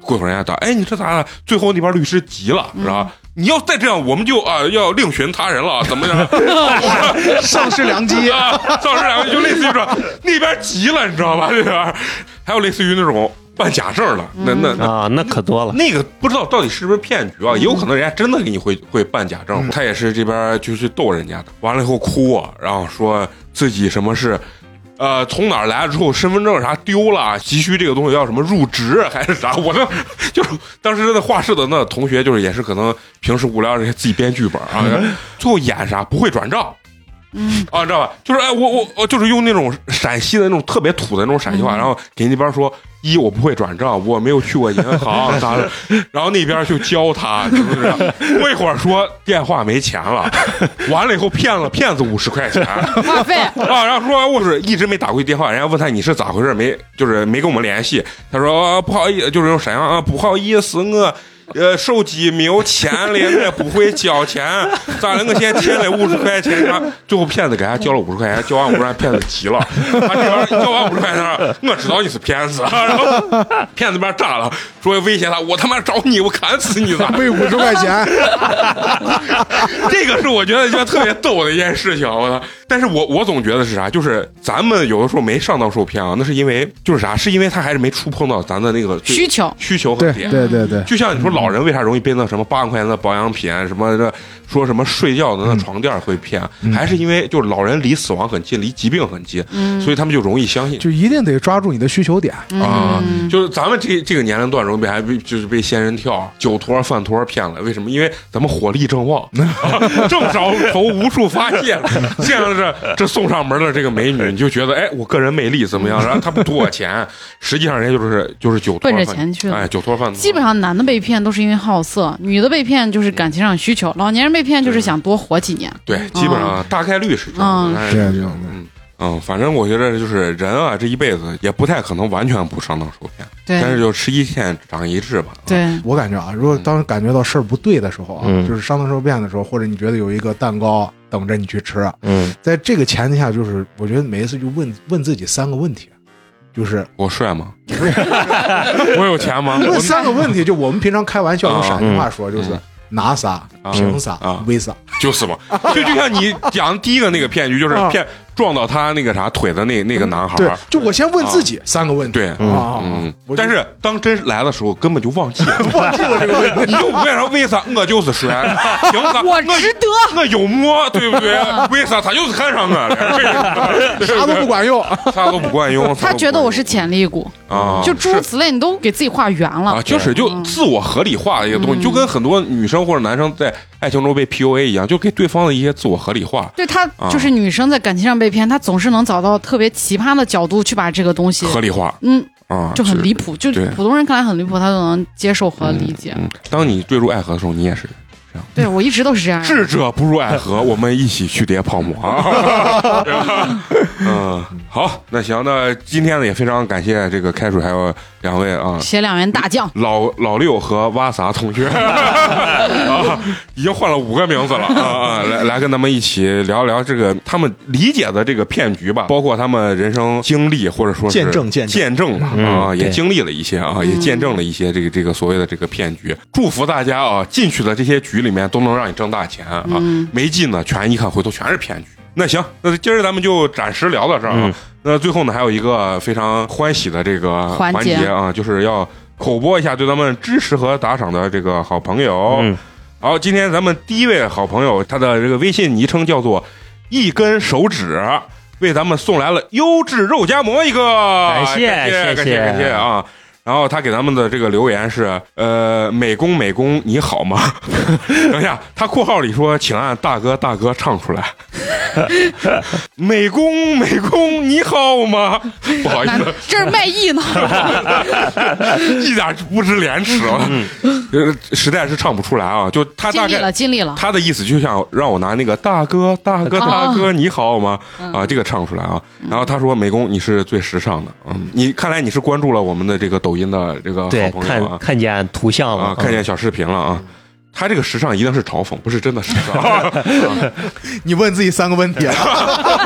Speaker 1: 过一会儿人家打，哎，你这咋了？最后那边律师急了，是
Speaker 2: 嗯
Speaker 1: 吧？你要再这样，我们就啊、要另寻他人了，怎么样？
Speaker 4: 丧失良机。
Speaker 1: 啊，丧尸两个就类似于这，那边急了，你知道吧？这边还有类似于那种办假证的，那那那。
Speaker 3: 啊，那可多了。
Speaker 1: 那个不知道到底是不是骗局啊，也有可能人家真的给你会会办假证，他也是这边就去逗人家的，完了以后哭啊，然后说自己什么是，呃，从哪儿来之后身份证啥丢了，啊急需这个东西要什么入职啊还是啥，我那就是当时那画室的那同学就是也是可能平时无聊人家自己编剧本啊，最后演啥不会转账，
Speaker 2: 嗯，
Speaker 1: 啊，你知道吧？就是哎，我我我就是用那种陕西的那种特别土的那种陕西话，然后给那边说，一我不会转账，我没有去过银行咋的，然后那边就教他，就是这样。过一会儿说电话没钱了，完了以后骗了骗子五十块钱。
Speaker 2: 话费。
Speaker 1: (laughs) 啊，然后说我是一直没打过去电话，人家问他你是咋回事，没就是没跟我们联系。他说、啊不好意思，就是用沈阳啊，不好意思，我呃手机没有钱了，我不会交钱，咋了？我先欠了五十块钱，然后最后骗子给他交了五十块钱，交完五十块钱骗子急了，他这边交完五十块钱，我知道你是骗子，啊然后骗子那边炸了，说威胁他，我他妈找你，我砍死你咋？
Speaker 4: 为五十块
Speaker 1: (laughs)
Speaker 4: 钱，
Speaker 1: 这个是我觉得就特别逗的一件事情，我操！但是我我总觉得是啥，就是咱们有的时候没上当受骗啊，那是因为就是啥，是因为他还是没触碰到咱的那个最
Speaker 2: 需求
Speaker 1: 需求和
Speaker 4: 对
Speaker 1: 点。
Speaker 4: 对对对，
Speaker 1: 就像你说老人为啥容易被那什么八万块钱的保养品，什么这说什么睡觉
Speaker 4: 嗯
Speaker 1: 的那床垫会骗，啊还是因为就是老人离死亡很近，离疾病很近，
Speaker 2: 嗯
Speaker 1: 所以他们就容易相信。
Speaker 4: 就一定得抓住你的需求点。
Speaker 1: 啊，
Speaker 2: 嗯
Speaker 1: 就是咱们这这个年龄段容易被还被就是被仙人跳、酒托、饭托骗了。为什么？因为咱们火力正旺， (laughs) 正手头无处发泄，见了这这送上门的这个美
Speaker 2: (laughs)
Speaker 1: 女，你就觉得哎，我个人魅力怎么样？然后她不图我钱，实际上人家就是就是酒托
Speaker 2: 奔着
Speaker 1: 饭
Speaker 2: 钱去的
Speaker 1: 哎，酒托饭托
Speaker 2: 基本上男的被骗都是因为好色，女的被骗就是感情上需求，老年人被骗就是想多活几年。
Speaker 1: 对，基本上大概率是这样的。
Speaker 2: 嗯
Speaker 1: 但
Speaker 4: 这
Speaker 1: 是
Speaker 4: 样这样的
Speaker 1: 嗯嗯，反正我觉得就是人啊，这一辈子也不太可能完全不上当受骗，
Speaker 2: 对
Speaker 1: 但是就吃一堑长一智吧。啊，
Speaker 2: 对，
Speaker 4: 我感觉啊，如果当感觉到事儿不对的时候啊，
Speaker 3: 嗯
Speaker 4: 就是上当受骗的时候，或者你觉得有一个蛋糕等着你去吃，啊
Speaker 3: 嗯，
Speaker 4: 在这个前提下，就是我觉得每一次就问问自己三个问题，就是
Speaker 1: 我帅吗？ (laughs) 我有钱吗？
Speaker 4: 问
Speaker 1: 啊我
Speaker 4: 三个问题， (laughs) 就我们平常开玩笑用
Speaker 1: 啊
Speaker 4: 陕西话说，就是
Speaker 1: 嗯
Speaker 4: 拿啥、
Speaker 1: 啊
Speaker 4: 凭啥
Speaker 1: 啊、
Speaker 4: 为啥。
Speaker 1: 就是嘛，就就像你讲的第一个那个骗局，就是
Speaker 4: 啊
Speaker 1: 骗撞到他那个啥腿的那那个男孩
Speaker 4: 对
Speaker 1: 儿，，
Speaker 4: 就我先问自己三个问题。
Speaker 1: 对
Speaker 4: 啊，
Speaker 1: 嗯
Speaker 4: 我，就
Speaker 1: 但是当真来的时候，根本就忘记了，
Speaker 4: 忘记了这个问题。
Speaker 1: 你就为啥为啥我就是帅，凭啥
Speaker 2: (laughs) 我值得。
Speaker 1: 我有摸，对不对？为啥他就是看上我了？
Speaker 4: (laughs) 啥都不管用，
Speaker 1: 管，啥都不管用，啥都
Speaker 2: 他
Speaker 1: 不管用
Speaker 2: 觉得我是潜力股，
Speaker 1: 啊，
Speaker 2: 就诸如
Speaker 1: 是
Speaker 2: 此类，你都给自己画圆了。
Speaker 1: 啊，就是就
Speaker 2: 嗯
Speaker 1: 自我合理化的一个东西，就跟很多女生或者男生在爱情中被 PUA 一样，就给对方的一些自我合理化。
Speaker 2: 对他
Speaker 1: 啊
Speaker 2: 就是女生在感情上被骗，她总是能找到特别奇葩的角度去把这个东西，
Speaker 1: 合理化
Speaker 2: 嗯，
Speaker 1: 啊，
Speaker 2: 就很
Speaker 1: 是
Speaker 2: 离谱，就
Speaker 1: 对嗯
Speaker 2: 普通人看来很离谱，他都能接受和理解。
Speaker 1: 嗯，当你坠入爱河的时候，你也是
Speaker 2: 对我一直都是这样。
Speaker 1: 智者不入爱河，我们一起去叠泡
Speaker 2: (laughs)
Speaker 1: 沫啊！嗯，好，那行，那今天呢也非常感谢这个开水还有两位啊，
Speaker 2: 写两员大将，
Speaker 1: 老老六和哇撒同学啊，已经换了五个名字了啊！啊来来跟他们一起聊一聊这个他们理解的这个骗局吧，包括他们人生经历或者说是
Speaker 5: 见证见证嗯
Speaker 1: 见证了啊，
Speaker 3: 嗯
Speaker 1: 也
Speaker 3: 对
Speaker 1: 经历了一些啊，也见证了一些这个这个所谓的这个骗局。祝福大家啊，进去的这些局里面都能让你挣大钱啊，
Speaker 2: 嗯
Speaker 1: 没进呢，全一看回头全是骗局。那行，那今儿咱们就暂时聊到这儿啊。
Speaker 3: 嗯
Speaker 1: 那最后呢，还有一个非常欢喜的这个
Speaker 2: 环
Speaker 1: 环
Speaker 2: 节
Speaker 1: 节啊，就是要口播一下对咱们支持和打赏的这个好朋友。
Speaker 3: 嗯
Speaker 1: 哦好，今天咱们第一位好朋友，他的这个微信昵称叫做“一根手指”，为咱们送来了优质肉夹馍一个，感
Speaker 3: 谢
Speaker 1: 感谢
Speaker 3: 谢谢
Speaker 1: 感感谢啊！然后他给咱们的这个留言是：呃，美工美工你好吗？ (laughs) 等一下，他括号里说，请按大哥大哥唱出来。 (laughs) 美工美工你好吗？ (laughs) 不好意
Speaker 2: 难
Speaker 1: 思，
Speaker 2: (laughs) 这是卖艺呢。
Speaker 1: 一点不知廉耻了，呃，实在是唱不出来啊。就 (laughs) 他
Speaker 2: 尽
Speaker 1: 大
Speaker 2: 力
Speaker 1: 概
Speaker 2: 了，尽力了。
Speaker 1: 他的意思就想让我拿那个大哥 (laughs) 大哥大哥你好吗啊这个唱出来啊。然后他说美工你是最时尚的，嗯，你看来你是关注了我们的这个抖音的这个好
Speaker 3: 对，
Speaker 1: 朋友啊
Speaker 3: 看嗯看见图像了
Speaker 1: 啊，，看见小视频了啊。他这个时尚一定是嘲讽，不是真的时
Speaker 3: (laughs)
Speaker 1: 尚。 (laughs) 啊
Speaker 5: 你问自己三个问题啊，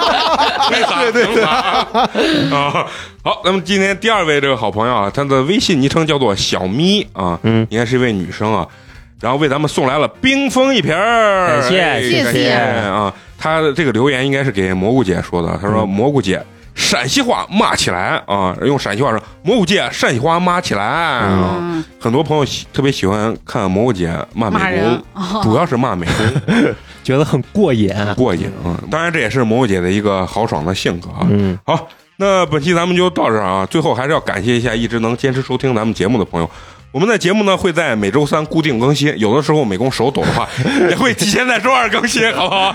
Speaker 1: (laughs) 对对对 (laughs) 啊！好，那么今天第二位这个好朋友啊，他的微信昵称叫做小咪啊，
Speaker 3: 嗯，
Speaker 1: 应该是一位女生啊，然后为咱们送来了冰封一瓶儿，
Speaker 3: 感谢
Speaker 1: 哎
Speaker 3: 谢
Speaker 2: 谢
Speaker 1: 感谢啊！他这个留言应该是给蘑菇姐说的，他说
Speaker 3: 嗯
Speaker 1: 蘑菇姐。陕西话骂起来啊！用陕西话说，蘑菇姐陕西话骂起来啊！
Speaker 2: 嗯，
Speaker 1: 很多朋友喜特别喜欢看蘑菇姐骂
Speaker 2: 骂
Speaker 1: 美
Speaker 2: 人啊
Speaker 1: 工，
Speaker 2: (laughs)
Speaker 1: 主要是骂美工。
Speaker 3: 嗯觉得很过瘾。
Speaker 1: 过瘾啊！当然，这也是蘑菇姐的一个豪爽的性格啊。
Speaker 3: 嗯，
Speaker 1: 好，那本期咱们就到这儿啊。最后还是要感谢一下一直能坚持收听咱们节目的朋友。我们的节目呢会在每周三固定更新，有的时候美工手抖的话，也会提前在周二更新，好不好？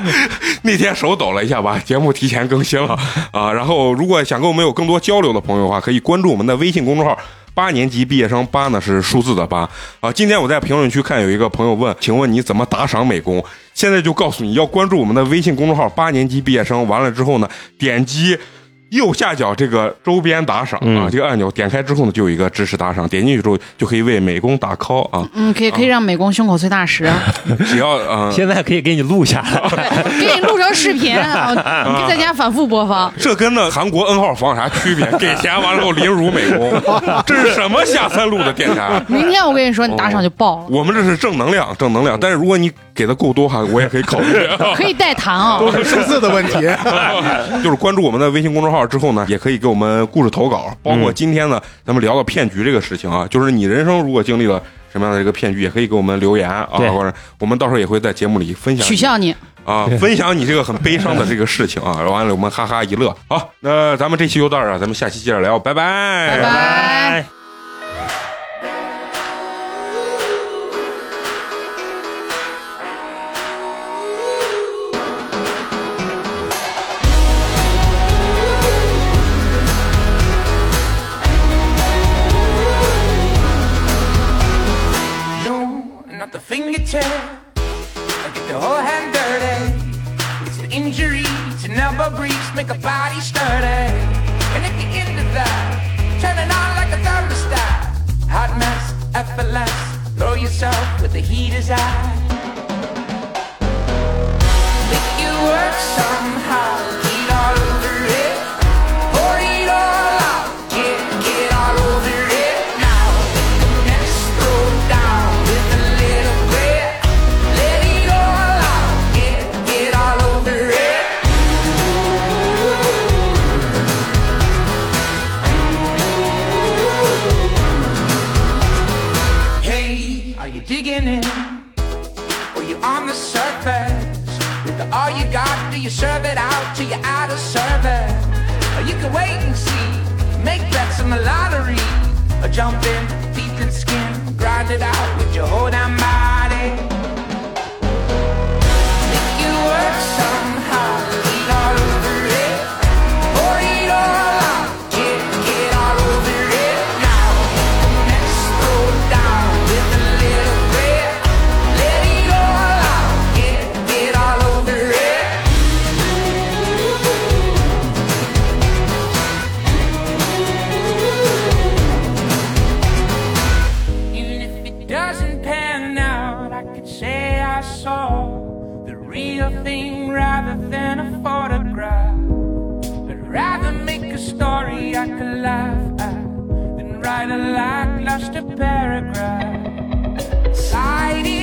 Speaker 1: 那天手抖了一下吧，节目提前更新了啊。然后，如果想跟我们有更多交流的朋友的话，可以关注我们的微信公众号“八年级毕业生八”呢是数字的八啊。今天我在评论区看有一个朋友问，请问你怎么打赏美工？现在就告诉你要关注我们的微信公众号“八年级毕业生”，完了之后呢，点击。右下角这个周边打赏啊，
Speaker 3: 嗯
Speaker 1: 这个按钮点开之后呢，就有一个支持打赏，点进去之后就可以为美工打 call 啊，
Speaker 2: 嗯，可以可以让美工胸口碎大石，
Speaker 1: 只要嗯。
Speaker 3: (laughs) 现在可以给你录下来，
Speaker 2: (laughs) 给你录成
Speaker 1: (laughs)
Speaker 2: 视频，啊你可以在家反复播放。
Speaker 1: 这跟那韩国 N 号房有啥区别？给钱完了后凌辱美工，这是什么下三路的电台？
Speaker 2: 明天我跟你说，你打赏就爆，
Speaker 1: 我们这是正能量，正能量。但是如果你给的够多哈，我也可以考虑。
Speaker 2: 可以代谈啊。
Speaker 5: 数字的问题。
Speaker 2: (laughs)
Speaker 1: 就是关注我们的微信公众号之后呢，也可以给我们故事投稿，包括今天呢，
Speaker 2: 嗯
Speaker 1: 咱们聊到骗局这个事情啊，就是你人生如果经历了什么样的一个骗局，也可以给我们留言啊，
Speaker 3: 对
Speaker 1: 或者我们到时候也会在节目里分享
Speaker 2: 取笑你， (laughs)
Speaker 1: 啊，分享你这个很悲伤的这个事情啊，完了我们哈哈一乐。好，那咱们这期就到这儿，啊咱们下期接着聊，拜拜，
Speaker 2: 拜拜。
Speaker 6: No, not the fingertip. I get the whole hand dirty. It's an injury to elbow grease, make a body sturdy. And at the end of that, turning on like a thermostat. Hot mess, effortless, throw yourself with the heater's eye. Make you work somehow, get all over it. Pour it all out, get, get all over it now. Mess thrown down with a little grit. Let it all out, get, get all over it. Hey, are you digging it? or you're on the surface. With the all you got, do you serve it out till you're out of service? Or you can wait and see, make bets on the lottery, or jump in, deep in skin, grind it out with your whole damn body. Make you work somehow, eat all over it, or eat all out, get, get all over it now. Next throw down with a little bit, let it all a lackluster paragraph. Citing Oh, Oh,